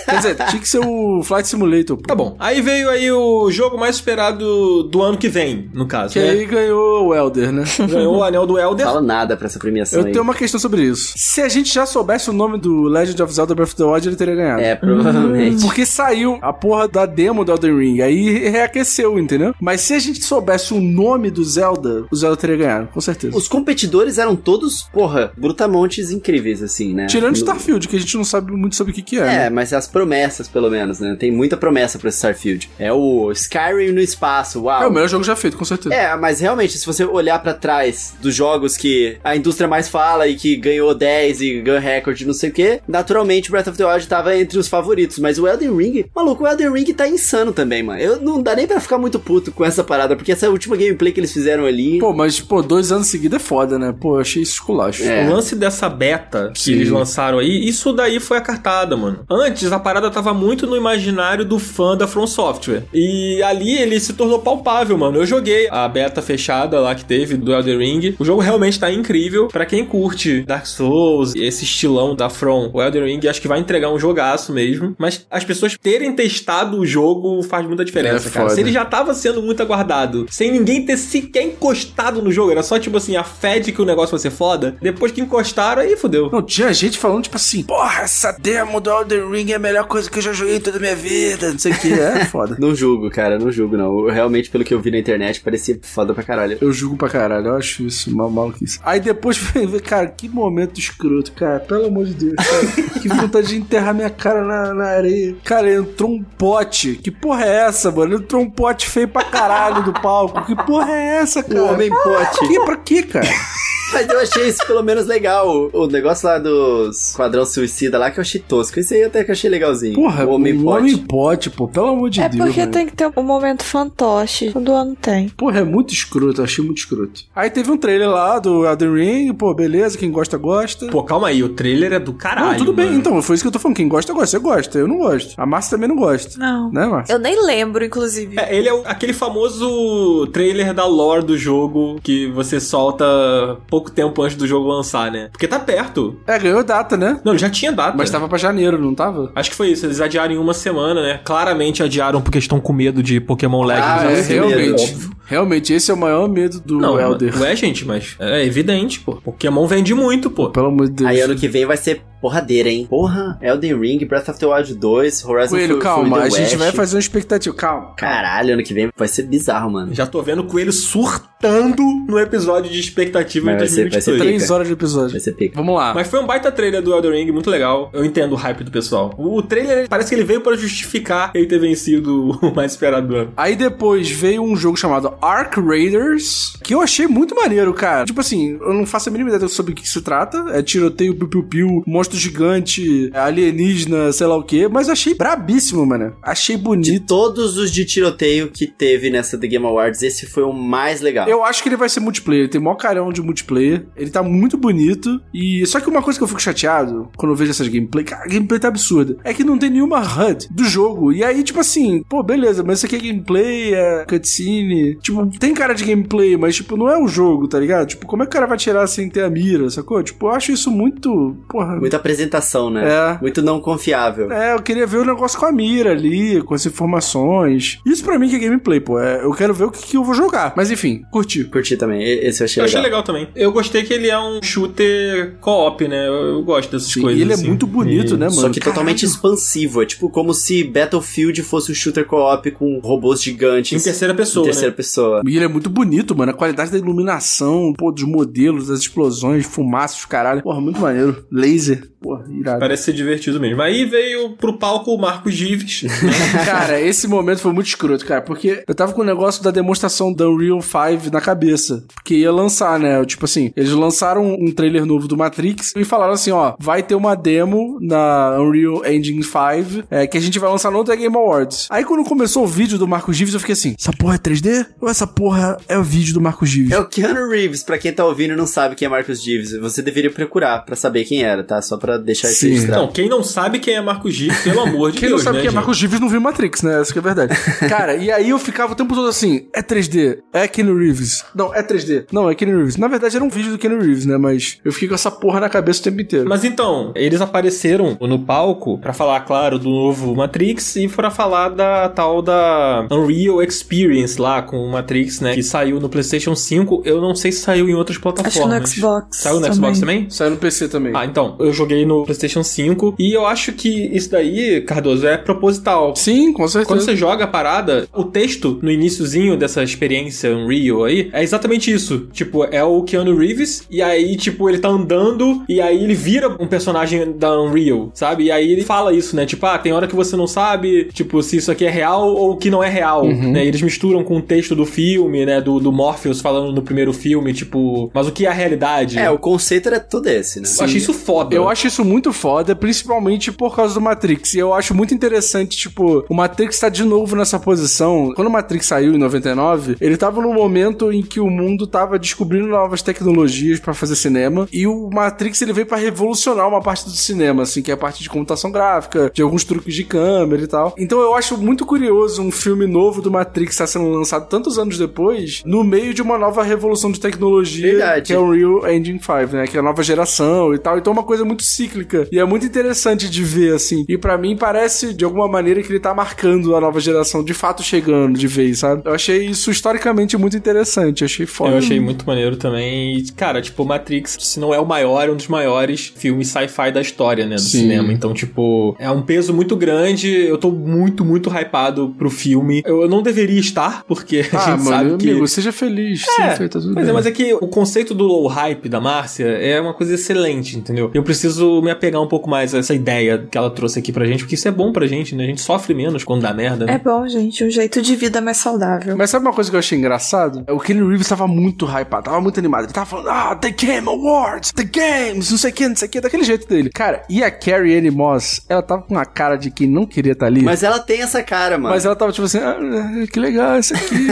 S4: Quer dizer, tinha que ser o Flight Simulator, pô.
S1: Tá bom. Aí veio aí o jogo mais esperado do ano que vem, no caso,
S4: Que
S1: né?
S4: aí ganhou o Elder, né?
S1: Ganhou o Anel do Elder.
S2: Fala nada pra essa premiação
S4: Eu
S2: aí.
S4: tenho uma questão sobre isso. Se a gente já soubesse o nome do Legend of Zelda Breath of the Wild, ele teria ganhado.
S2: É,
S4: (laughs)
S2: provavelmente.
S4: Porque saiu a porra da demo do Elden Ring, aí reaqueceu, entendeu? Mas se a gente soubesse o nome do Zelda, o Zelda teria ganhado, com certeza.
S2: Os competidores eram todos, porra, brutamontes incríveis, assim, né?
S4: Tirando
S2: No-
S4: Starfield, que a gente não sabe muito sobre o que que é.
S2: É,
S4: né?
S2: mas as promessas, pelo menos, né? Tem muita promessa pra esse Starfield. É o Skyrim no espaço, uau.
S4: É o melhor jogo já feito, com certeza.
S2: É, mas realmente, se você olhar pra trás dos jogos que a indústria mais fala e que ganhou 10 e ganhou recorde, não sei o quê, naturalmente o Breath of the Wild tava entre os favoritos. Mas o Elden Ring, maluco, o Elden Ring tá insano também, mano. Eu não dá nem pra ficar muito puto com essa parada, porque essa última gameplay que eles fizeram ali.
S4: Pô, mas, pô, dois anos seguidos é foda, né? Pô, eu achei isso esculacho.
S2: É.
S1: O lance dessa beta que
S4: Sim.
S1: eles lançaram aí, isso daí foi a cartada, mano. Antes, a parada tava muito no imaginário do fã da From Software. E ali ele se tornou palpável, mano. Eu joguei a beta fechada lá que teve do Elden Ring. O jogo realmente tá incrível. Pra quem curte Dark Souls, esse estilão da From, o Elden Ring, acho que vai entregar um jogaço mesmo. Mas as pessoas terem testado o jogo faz muita diferença,
S4: É
S1: cara.
S4: foda.
S1: Se ele já tava sendo muito aguardado, sem ninguém ter sequer encostado no jogo, era só tipo assim, a fé de que o negócio vai ser foda. Depois que encostaram, aí fodeu.
S4: Não, tinha gente falando, tipo assim, porra, essa demo do Elden Ring é a melhor coisa que eu já joguei em toda a minha vida, não sei o que. É foda.
S2: Não julgo, cara, não julgo, não. Eu, realmente, pelo que eu vi na internet, parecia foda pra caralho.
S4: (laughs) Eu julgo pra caralho, eu acho isso mal, maluquice. Aí depois, cara, que momento escroto, cara. Pelo amor de Deus, cara. (laughs) que vontade de enterrar minha cara na, na areia. Cara, entrou um pote. Que porra é essa, mano? Entrou um pote feio pra caralho do palco. Que porra é essa,
S2: O
S4: cara?
S2: homem pote.
S4: Que, pra quê, cara?
S2: Mas eu achei isso pelo menos legal. O negócio lá dos quadrão suicida lá que eu achei tosco. Isso aí até que eu achei legalzinho.
S4: Porra, um
S2: o homem pote.
S4: pote, pô. Pelo amor de
S3: é
S4: Deus.
S3: porque
S4: velho.
S3: tem que ter um momento fantoche. Todo ano tem.
S4: Porra, é muito escroto, eu achei muito escroto. Aí teve um trailer lá do Elden Ring, pô, beleza, quem gosta, gosta.
S1: Pô, calma aí, o trailer é do caralho.
S4: não, tudo bem,
S1: mano.
S4: então, foi isso que eu tô falando. Quem gosta, gosta. Você gosta, eu não gosto. A Márcia também não gosta.
S3: Não.
S4: Né, Márcia?
S3: Eu nem lembro, inclusive.
S1: É, ele é o- aquele famoso trailer da lore do jogo que você solta pouco tempo antes do jogo lançar, né? Porque tá perto.
S4: É, ganhou data, né?
S1: Não, ele já tinha data.
S4: Mas tava pra janeiro, não tava?
S1: Acho que foi isso, eles adiaram em uma semana, né? Claramente adiaram porque estão com medo de Pokémon lag.
S4: Ah,
S1: né?
S4: é,
S2: janeiro,
S4: realmente. Realmente, esse é o maior medo do
S1: Não,
S4: Elder.
S1: não é, gente, mas é evidente, pô. Pokémon vende muito, pô.
S4: Pelo amor de Deus.
S2: Aí ano que vem vai ser porradeira, hein? Porra, Elden Ring, Breath of the Wild 2, Horizon
S4: Coelho,
S2: Fo-
S4: calma, a
S2: Forbidden
S4: gente vai
S2: West.
S4: fazer uma expectativa. Calma, calma.
S2: Caralho, ano que vem vai ser bizarro, mano.
S1: Já tô vendo o Coelho surtando no episódio de expectativa em
S2: Mas vai ser- vai ser
S1: 2022.
S4: Três
S2: fica.
S4: horas de episódio.
S2: Vai ser pica.
S4: Vamos lá.
S1: Mas foi um baita trailer do Elden Ring, muito legal. Eu entendo o hype do pessoal. O trailer parece que ele veio pra justificar ele ter vencido o (laughs) mais esperado do ano.
S4: Aí depois veio um jogo chamado Ark Raiders, que eu achei muito maneiro, cara. Tipo assim, eu não faço a mínima ideia sobre o que que se trata. É tiroteio, piu-piu-piu, monstro gigante, alienígena, sei lá o quê. Mas eu achei brabíssimo, mano. Achei
S2: De
S4: bonito.
S2: todos os de tiroteio que teve nessa The Game Awards, esse foi o mais legal.
S4: Eu acho que ele vai ser multiplayer. Ele tem maior carão de multiplayer. Ele tá muito bonito. E só que uma coisa que eu fico chateado quando eu vejo essas gameplay, cara, a gameplay tá absurda. É que não tem nenhuma HUD do jogo. E aí, tipo assim, pô, beleza, mas isso aqui é gameplay, é cutscene. Tipo, tem cara de gameplay, mas tipo, não é o jogo, tá ligado? Tipo, como é que o cara vai tirar sem ter a mira, sacou? Tipo, eu acho isso muito. Porra.
S2: Muita apresentação, né?
S4: É.
S2: Muito não confiável.
S4: É, eu queria ver o negócio com a mira ali, com as informações. Isso pra mim que é gameplay, pô. É, eu quero ver o que, que eu vou jogar. Mas enfim, curti.
S2: Curti também, e- esse eu achei
S1: Eu achei
S2: legal.
S1: legal também. Eu gostei que ele é um shooter co-op, né? Eu, eu gosto dessas
S4: Sim,
S1: coisas.
S4: e ele
S1: assim.
S4: é muito bonito,
S1: E-
S4: né, mano?
S2: Só que totalmente expansivo. É tipo como se Battlefield fosse um shooter co-op com robôs
S1: Em
S2: gigantes.
S1: terceira pessoa.
S2: em
S1: né?
S2: terceira pessoa.
S4: E ele é muito bonito, mano. A qualidade da iluminação, pô, dos modelos, das explosões, fumaças, caralho. Porra, muito maneiro. Laser. Porra, irado.
S1: né? Parece ser divertido mesmo. Aí veio pro palco o Marcos
S4: (laughs)
S1: Gives.
S4: Cara, esse momento foi muito escroto, cara, porque eu tava com o negócio da demonstração da Unreal 5 na cabeça, porque ia lançar, né? Eu, Tipo assim, eles lançaram um trailer novo do Matrix e falaram assim, ó, vai ter uma demo na Unreal Engine 5 é, que a gente vai lançar no The Game Awards. Aí quando começou o vídeo do Marcos Gives, eu fiquei assim, essa porra é 3D? Ou essa porra é o vídeo do Marcos Gives?
S2: É o Keanu Reeves, pra quem tá ouvindo e não sabe quem é Marcos Gives, você deveria procurar pra saber quem era, tá? Só pra deixar isso
S4: Sim.
S2: registrado.
S1: Não, quem não sabe quem é Marcos Gives, pelo amor de
S4: Quem não
S1: Deus,
S4: sabe
S1: né,
S4: que é
S1: gente?
S4: Marcos Gives não viu Matrix, né? Essa que é
S1: (laughs)
S4: a verdade. Cara, e aí eu ficava o tempo todo assim, é 3D, é Keanu Reeves. Não, é 3D. Não, é Keanu Reeves. Na verdade era um vídeo do Keanu Reeves, né? Mas eu fiquei com essa porra na cabeça o tempo inteiro.
S1: Mas então, eles apareceram no palco pra falar, claro, do novo Matrix e pra falar da tal da Unreal Experience lá com o Matrix, né? Que saiu no PlayStation 5. Eu não sei se saiu em outras
S8: Acho que
S1: plataformas.
S8: no Xbox.
S1: Saiu no Xbox também?
S4: Saiu no PC também.
S1: Ah, então, eu joguei no PlayStation 5 e eu acho que isso daí, Cardoso, é proposital.
S4: Sim, com
S1: Quando
S4: certeza.
S1: você joga a parada, o texto no iniciozinho dessa experiência Unreal aí é exatamente isso. Tipo, é o Keanu Reeves, e aí, tipo, ele tá andando, e aí ele vira um personagem da Unreal, sabe? E aí ele fala isso, né? Tipo, ah, tem hora que você não sabe, tipo, se isso aqui é real ou que não é real, né? Eles misturam com o texto do filme, né? Do, do Morpheus falando no primeiro filme, tipo, mas o que é a realidade?
S2: É, o conceito era todo esse, né?
S1: Eu achei isso foda.
S4: Eu acho isso muito foda, principalmente por causa do Matrix. E eu acho muito interessante, tipo, o Matrix tá de novo nessa posição. Quando o Matrix saiu em 99, ele tava num momento em que o mundo tava descobrindo novas tecnologias pra fazer cinema. E o Matrix ele veio pra revolucionar uma parte do cinema, assim, que é a parte de computação gráfica, de alguns truques de câmera e tal. Então eu acho muito curioso um filme novo do Matrix tá sendo lançado tantos anos depois, no meio de uma nova revolução de tecnologia,
S2: Verdade.
S4: que é o Unreal Engine 5, né? Que é a nova geração e tal. Então é uma coisa muito cíclica. E é muito interessante de ver, assim. E pra mim parece, de alguma maneira, que ele tá marcando a nova geração, de fato chegando de vez, sabe? Eu achei isso historicamente muito interessante. Achei foda.
S1: Eu achei muito maneiro também. E, cara, tipo, Matrix, se não é o maior, é um dos maiores filmes sci-fi da história, né? Do
S4: Sim.
S1: cinema. Então, tipo, é um peso muito grande. Eu tô muito, muito hypado pro filme. Eu, eu não deveria estar, porque a
S4: Ah,
S1: gente
S4: mano,
S1: sabe
S4: amigo,
S1: que.
S4: seja feliz. Sim, feita tudo
S1: Mas é,
S4: bem.
S1: mas é que o conceito do low hype da Márcia é uma coisa excelente, entendeu? Eu preciso me apegar um pouco mais a essa ideia que ela trouxe aqui pra gente, porque isso é bom pra gente, né? A gente sofre menos quando dá merda, né?
S3: É bom, gente. Um jeito de vida mais saudável.
S4: Mas sabe uma coisa que eu achei engraçado? É, O Keanu Reeves tava muito hypado, tava muito animado. Ele tava falando, ah, The Game Awards, The Games, não sei o que, não sei o que, daquele jeito dele. Cara, e a Carrie Anne Moss, ela tava com uma cara de quem não queria estar ali. Mas...
S2: Mas ela tem essa cara, mano.
S4: ela tava tipo assim, ah, que legal isso aqui.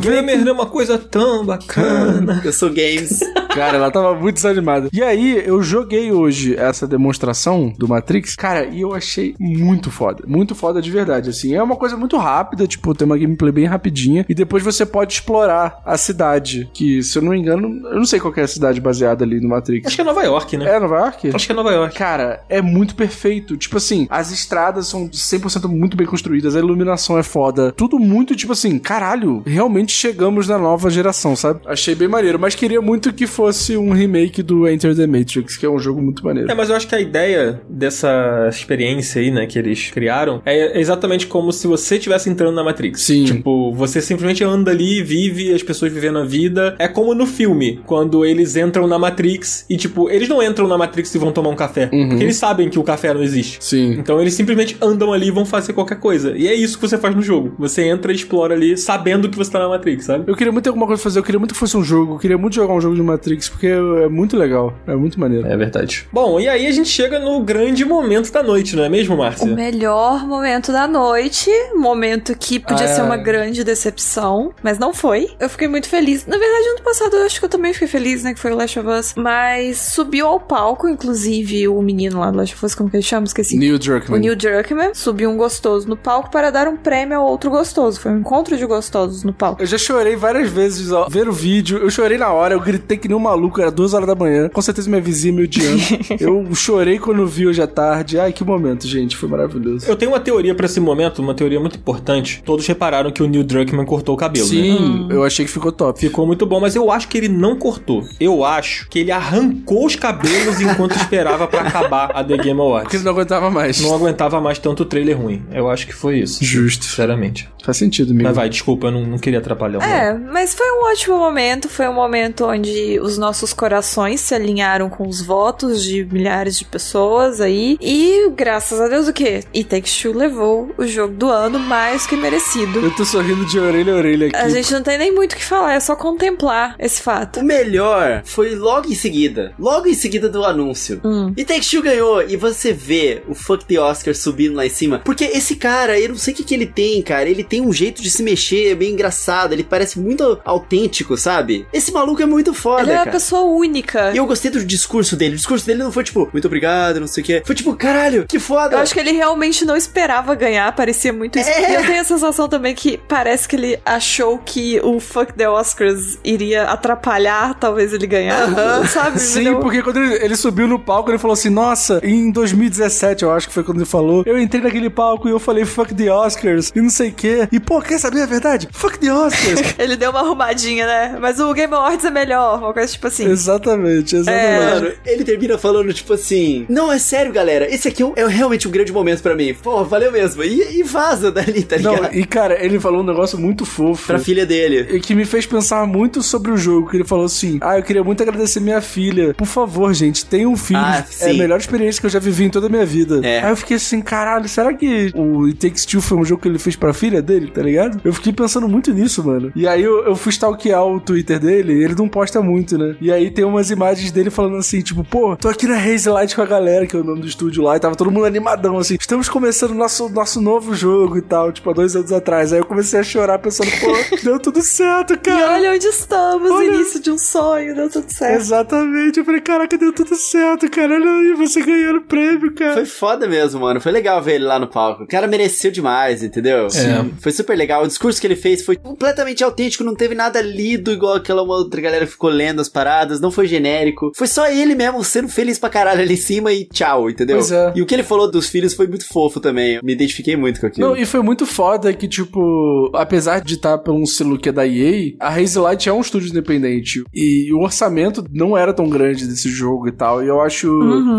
S1: (laughs) Gamer é uma coisa tão bacana.
S2: Eu sou games.
S4: Cara, ela tava muito desanimada. E aí, eu joguei hoje essa demonstração do Matrix, cara, e eu achei muito foda. Muito foda de verdade, assim. É uma coisa muito rápida, tipo, tem uma gameplay bem rapidinha. E depois você pode explorar a cidade, que, se eu não me engano, eu não sei qual que é a cidade baseada ali no Matrix.
S1: Acho que é Nova York, né?
S4: É Nova York?
S1: Acho que é Nova York.
S4: Cara, é muito perfeito. Tipo assim, as estradas são 100% muito bem construídas, a iluminação é foda. Tudo muito, tipo assim, caralho, realmente chegamos na nova geração, sabe? Achei bem maneiro, mas queria muito que fosse um remake do Enter the Matrix, que é um jogo muito maneiro.
S1: É, mas eu acho que a ideia dessa experiência aí, né, que eles criaram, é exatamente como se você estivesse entrando na Matrix.
S4: Sim.
S1: Tipo, você simplesmente anda ali, vive, as pessoas vivendo a vida. É como no filme, quando eles entram na Matrix e, tipo, eles não entram na Matrix e vão tomar um café. Porque eles sabem que o café não existe.
S4: Sim.
S1: Então eles simplesmente andam ali e vão fazer qualquer coisa. E é isso que você faz no jogo. Você entra e explora ali sabendo que você tá na Matrix, sabe?
S4: Eu queria muito ter alguma coisa pra fazer, eu queria muito que fosse um jogo, eu queria muito jogar um jogo de Matrix, porque é muito legal, é muito maneiro.
S1: É verdade. Bom, e aí a gente chega no grande momento da noite, não é mesmo,
S3: O
S1: Márcia?
S3: melhor momento da noite, momento que podia
S4: Ah,
S3: ser uma
S4: é.
S3: grande decepção, mas não foi. Eu fiquei muito feliz. Na verdade, ano passado eu acho que eu também fiquei feliz, né? Que foi o Last of Us. Mas subiu ao palco, inclusive, o menino lá do Last of Us, como que ele chama? Esqueci.
S4: Neil
S3: O
S4: Druckmann.
S3: Neil Druckmann subiu um gostoso no palco para dar um prêmio ao outro gostoso. Foi um encontro de gostosos no palco.
S4: Eu já chorei várias vezes ao ver o vídeo. Eu chorei na hora, eu gritei que nem um maluco, era duas horas da manhã. Com certeza minha vizinha me odiando. eu chorei quando vi hoje à tarde. Ai, que momento, gente, foi maravilhoso.
S1: Eu tenho uma teoria pra esse momento, uma teoria muito importante. Todos repararam que o Neil Druckmann cortou o cabelo, né?
S4: Sim, eu achei que ficou top.
S1: Ficou muito bom, mas eu acho que ele não cortou. Eu acho que ele arrancou os cabelos enquanto esperava pra acabar a The Game
S4: Porque ele
S1: Awards.
S4: não aguentava mais.
S1: Não aguentava mais tanto trailer ruim. Eu acho que foi isso.
S4: Justo.
S1: Sinceramente.
S4: Faz sentido, amigo.
S1: Mas vai, desculpa, eu não, não queria atrapalhar o
S3: É, mas foi um ótimo momento. Foi um momento onde os nossos corações se alinharam com os votos de milhares de pessoas aí. E graças a Deus o quê? E Take Two levou o jogo do ano mais que merecido.
S4: Eu tô sorrindo de orelha a orelha aqui.
S3: A gente não tem nem muito o que falar, é só contemplar esse fato.
S2: O melhor foi logo em seguida. Logo em seguida do anúncio.
S3: Hum.
S2: E Take Two ganhou. E você vê o fuck the Oscar subindo lá em cima. Porque esse cara, eu não sei o que, que ele tem, cara. Ele tem um jeito de se mexer, é meio engraçado. Ele parece muito autêntico, sabe? Esse maluco é muito foda,
S3: Ele é uma
S2: cara.
S3: pessoa única.
S2: E eu gostei do discurso dele. O discurso dele não foi tipo, muito obrigado, não sei o que. Foi tipo, caralho, que foda.
S3: Eu acho que ele realmente não esperava ganhar, parecia muito isso.
S2: É.
S3: E eu tenho a sensação também que parece que ele achou que o Fuck the Oscars iria atrapalhar, talvez ele ganhar, sabe? Me
S4: (laughs) Sim,
S3: deu-
S4: porque quando ele, ele subiu no palco, ele falou assim: Nossa, em 2017, eu acho que foi quando ele falou. Eu entrei naquele palco e eu falei fuck the Oscars e não sei o quê. E pô, quer saber a verdade? Fuck the Oscars.
S3: Ele deu uma arrumadinha, né? Mas o Game Awards é melhor, uma coisa tipo assim.
S4: exatamente,
S3: é.
S4: exatamente.
S2: Mano, ele termina falando, tipo assim: Não, é sério, galera. Esse aqui é, um- é realmente um grande momento pra mim. Pô, valeu mesmo. E, e vaza dali, tá ligado?
S4: Não, e cara, ele falou um negócio muito fofo.
S2: Pra filha dele.
S4: e que me fez pensar muito sobre o jogo. Que ele falou assim: Ah, eu queria muito agradecer minha filha. Por favor, gente, tenha um filho.
S2: Ah,
S4: é a
S2: sim.
S4: melhor experiência que eu já vivi em toda a minha vida.
S2: É.
S4: Aí eu fiquei assim: caralho, será que o It Takes Two foi um jogo que ele fez pra filha dele, tá ligado? Eu fiquei pensando muito nisso, mano. E aí eu, eu fui stalkear o Twitter dele, e ele não posta muito, né? E aí tem umas imagens dele falando assim: tipo, pô, tô aqui na Haze Light com a galera, que é o nome do estúdio lá, e tava todo mundo animadão, assim, estamos começando o nosso, nosso novo jogo e tal, tipo, há dois anos atrás. Aí eu comecei a chorar pensando, pô, deu tudo certo,
S3: E
S4: cara.
S3: olha onde estamos,
S4: Olha.
S3: início de um sonho, deu tudo certo.
S4: Exatamente, eu falei, caraca, deu tudo certo, cara. Olha aí, você ganhando o prêmio, cara.
S2: Foi foda mesmo, mano. Foi legal ver ele lá no palco. O cara mereceu demais,
S4: É.
S2: entendeu?
S1: Sim.
S2: Foi super legal. O discurso que ele fez foi completamente autêntico, não teve nada lido igual aquela uma outra galera que ficou lendo as paradas, não foi genérico. Foi só ele mesmo sendo feliz pra caralho ali em cima e tchau, entendeu?
S4: Pois é.
S2: E o que ele falou dos filhos foi muito fofo também. Eu me identifiquei muito com aquilo.
S4: Não, e foi muito foda que, tipo, apesar de estar por um selo que é da EA, a Hazy Light é um estúdio independente. E o orçamento não era tão grande desse jogo e tal. E eu acho.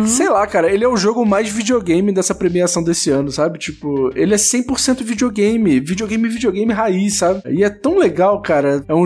S4: Sei lá, cara, ele é o jogo mais videogame dessa premiação desse ano, sabe? Tipo, ele é 100% videogame. Videogame, videogame raiz, sabe? E é tão legal, cara. É um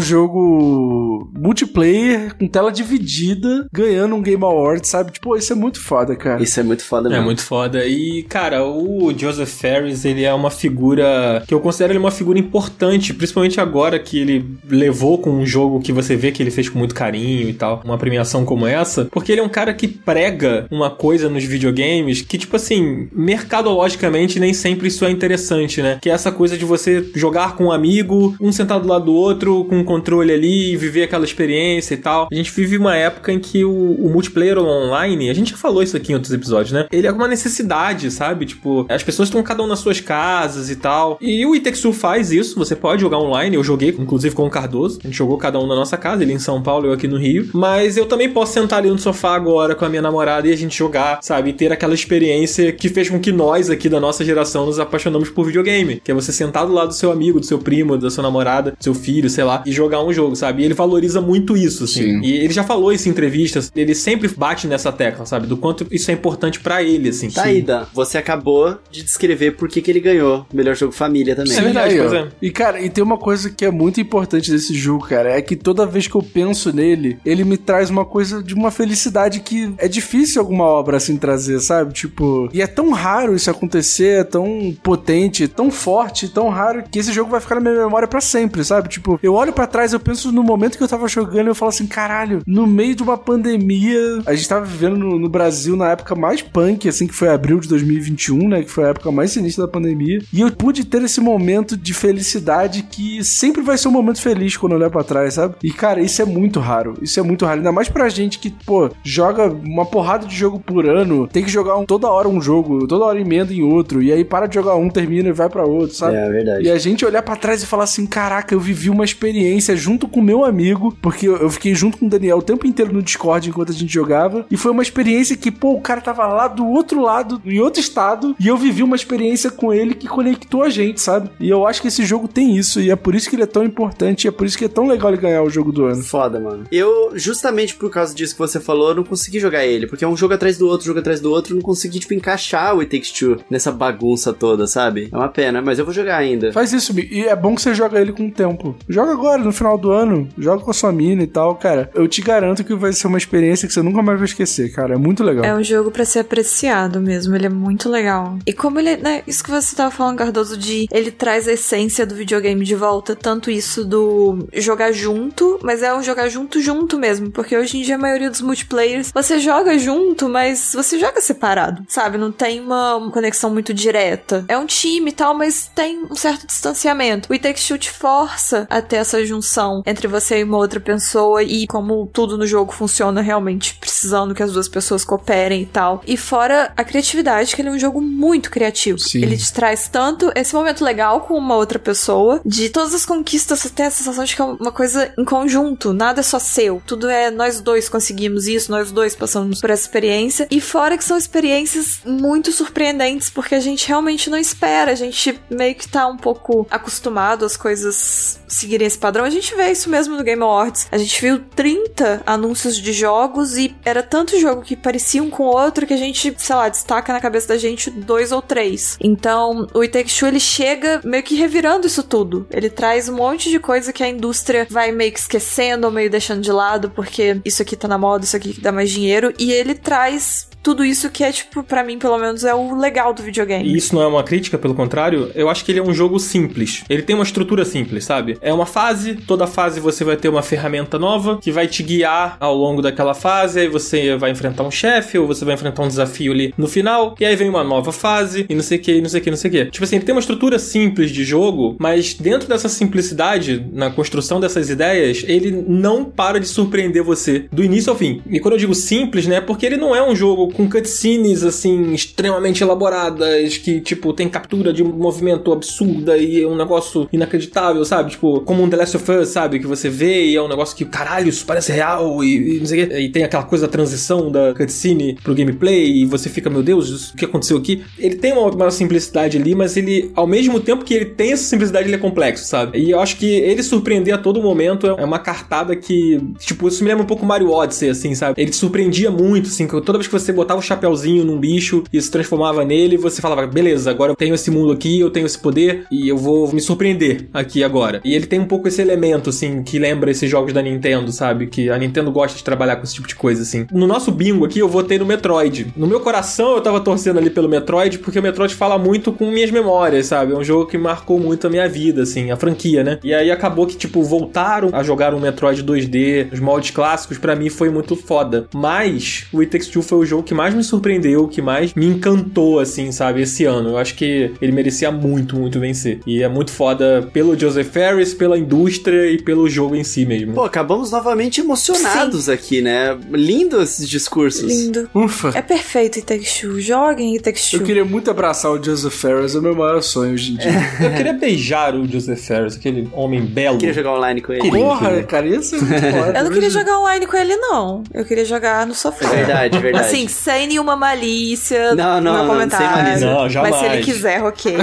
S4: jogo multiplayer, com tela dividida, ganhando um Game Award, sabe? Tipo, isso é muito foda, cara.
S2: Isso é muito foda
S1: É
S2: mesmo.
S1: muito foda. E, cara, o Joseph Ferris, ele é uma figura que eu considero ele uma figura importante, principalmente agora que ele levou com um jogo que você vê que ele fez com muito carinho e tal, uma premiação como essa, porque ele é um cara que prega uma coisa nos videogames que, tipo assim, mercadologicamente nem sempre isso é interessante, né? Que é essa coisa de você jogar com um amigo, um sentado do lado do outro, com um controle ali, e viver aquela experiência e tal. tal. A gente vive uma época em que o, o multiplayer online, a gente já falou isso aqui em outros episódios, né? Ele é uma necessidade, sabe? Tipo, as pessoas estão cada um nas suas casas e tal. E o Itexu faz isso, você pode jogar online. Eu joguei, inclusive, com o Cardoso. A gente jogou cada um na nossa casa, ele em São Paulo, eu aqui no Rio. Mas eu também posso sentar ali no sofá agora com a minha namorada e a gente jogar, sabe? E ter aquela experiência que fez com que nós aqui da nossa geração nos apaixonamos por videogame. Que é você sentar do lado do seu amigo, do seu primo, da sua namorada, do seu filho, sei lá, e jogar um jogo, sabe? E ele valoriza muito isso, assim.
S9: Sim.
S1: E ele já falou isso em entrevistas, ele sempre bate nessa tecla, sabe? Do quanto isso é importante pra ele, assim.
S2: Tá aí, Dan. Você acabou de descrever por que, que ele ganhou o melhor jogo família também.
S1: É verdade,
S4: Aí, ó.
S1: pois é.
S4: E cara, e tem uma coisa que é muito importante desse jogo, cara, é que toda vez que eu penso nele, ele me traz uma coisa de uma felicidade que é difícil alguma obra assim trazer, sabe? Tipo, e é tão raro isso acontecer, é tão potente, tão forte, tão raro que esse jogo vai ficar na minha memória pra sempre, sabe? Tipo, eu olho pra trás, eu penso no momento que eu tava jogando, eu falo assim, caralho, no meio de uma pandemia, a gente tava vivendo no, no Brasil na época mais punk, assim, que foi abril de 2021, né? Que foi a época mais sinistra da pandemia. E eu pude ter esse momento de felicidade que sempre vai ser um momento feliz quando eu olhar pra trás, sabe? E, cara, isso é muito raro. Isso é muito raro. Ainda mais pra gente que, pô, joga uma porrada de jogo por ano, tem que jogar um- toda hora um jogo, toda hora emenda em outro, e aí para de jogar um, termina e vai pra outro, sabe?
S2: É, verdade.
S4: E a gente olhar pra trás e falar assim: caraca, eu vivi uma experiência junto com meu amigo, porque eu eu fiquei junto com o Daniel o tempo inteiro no Discord enquanto a gente jogava. E foi uma experiência que, pô, o cara tava lá do outro lado, em outro estado, e eu vivi uma experiência com ele que conectou a gente, sabe? E eu acho que esse jogo tem isso, e é por isso que ele é tão importante, e é por isso que é tão legal ele ganhar o jogo do ano.
S2: Foda, mano. Eu, justamente por causa disso que você falou, eu não consegui jogar ele. Porque é um jogo atrás do outro, jogo atrás do outro. eu Não consegui, tipo, encaixar o It Takes Two nessa bagunça toda, sabe? É uma pena, mas eu vou jogar ainda.
S4: Faz isso, Mi. e é bom que você joga ele com o tempo. Joga agora, no final do ano, joga com a sua mina e tal, cara. Eu te garanto que vai ser uma experiência que você nunca mais vai esquecer, cara. É muito legal.
S3: É um jogo pra ser apreciado mesmo, ele é muito legal. E como ele, né, isso que você tava falando, Cardoso, de ele traz a essência do videogame de volta, tanto isso do jogar junto, mas é um jogar junto junto mesmo, porque hoje em dia a maioria dos multiplayers, você joga junto, mas você joga separado, sabe? Não tem uma conexão muito direta. É um time e tal, mas tem um certo distanciamento. O It Takes Two te força a ter essa junção entre você e uma outra pessoa e como tudo no jogo funciona realmente precisando que as duas pessoas cooperem e tal. E fora a criatividade, que ele é um jogo muito criativo.
S9: Sim.
S3: Ele te traz tanto esse momento legal com uma outra pessoa, de todas as conquistas você tem a sensação de que é uma coisa em conjunto, nada é só seu. Tudo é nós dois conseguimos isso, nós dois passamos por essa experiência. E fora que são experiências muito surpreendentes, porque a gente realmente não espera, a gente meio que tá um pouco acostumado às coisas seguirem esse padrão. A gente vê isso mesmo no Game Awards. A gente viu 30 anúncios de jogos e era tanto jogo que parecia um com o outro que a gente, sei lá, destaca na cabeça da gente dois ou três. Então, o It Takes Two, ele chega meio que revirando isso tudo. Ele traz um monte de coisa que a indústria vai meio que esquecendo ou meio deixando de lado, porque isso aqui tá na moda, isso aqui dá mais dinheiro, e ele traz tudo isso que é, tipo, pra mim, pelo menos, é o legal do videogame.
S1: E isso não é uma crítica, pelo contrário, eu acho que ele é um jogo simples. Ele tem uma estrutura simples, sabe? É uma fase, toda fase você vai ter uma ferramenta nova que vai te guiar ao longo daquela fase, aí você vai enfrentar um chefe, ou você vai enfrentar um desafio ali no final, e aí vem uma nova fase, e não sei o que, e não sei o que, não sei o que. Tipo assim, ele tem uma estrutura simples de jogo, mas dentro dessa simplicidade, na construção dessas ideias, ele não para de surpreender você do início ao fim. E quando eu digo simples, né, é porque ele não é um jogo com cutscenes assim extremamente elaboradas que tipo tem captura de movimento absurda e é um negócio inacreditável, sabe? Tipo, como um The Last of Us, sabe, que você vê e é um negócio que caralho, isso parece real e, e não sei o quê. E tem aquela coisa da transição da cutscene pro gameplay e você fica, meu Deus, isso- o que aconteceu aqui? Ele tem uma, uma simplicidade ali, mas ele ao mesmo tempo que ele tem essa simplicidade, ele é complexo, sabe? E eu acho que ele surpreender a todo momento é uma cartada que, tipo, isso me lembra um pouco Mario Odyssey, assim, sabe? Ele te surpreendia muito, assim, que toda vez que você botava o chapéuzinho num bicho e se transformava nele, você falava, beleza, agora eu tenho esse mundo aqui, eu tenho esse poder e eu vou me surpreender aqui agora. E ele tem um pouco esse elemento, assim, que lembra esses jogos da Nintendo, sabe? Que a Nintendo gosta de trabalhar com esse tipo de coisa, assim. No nosso bingo aqui, eu votei no Metroid. No meu coração, eu tava torcendo ali pelo Metroid, porque o Metroid fala muito com minhas memórias, sabe? É um jogo que marcou muito a minha vida, assim, a franquia, né? E aí acabou que, tipo, voltaram a jogar um Metroid 2D, os moldes clássicos, pra mim foi muito foda. Mas o It Takes Two foi o jogo que que mais me surpreendeu, o que mais me encantou, assim, sabe, esse ano. Eu acho que ele merecia muito, muito vencer. E é muito foda pelo Joseph Ferris, pela indústria e pelo jogo em si mesmo.
S2: Pô, acabamos novamente emocionados aqui, né? Lindo esses discursos.
S3: Lindo.
S4: Ufa.
S3: É perfeito It Joguem It
S4: Eu queria muito abraçar o Joseph Ferris, é o meu maior sonho hoje em
S3: É.
S4: dia.
S1: Eu queria beijar o Joseph Ferris, aquele homem belo.
S2: Queria jogar online com ele.
S4: Porra, cara, isso
S3: (laughs)
S4: é muito foda.
S3: Eu não queria jogar online com ele, não. Eu queria jogar no sofá.
S2: É Verdade, verdade.
S3: Assim, sem nenhuma malícia.
S2: Não, não,
S3: meu
S2: não,
S3: comentário.
S2: sem malícia.
S1: Não, jamais.
S3: Mas se ele quiser, ok.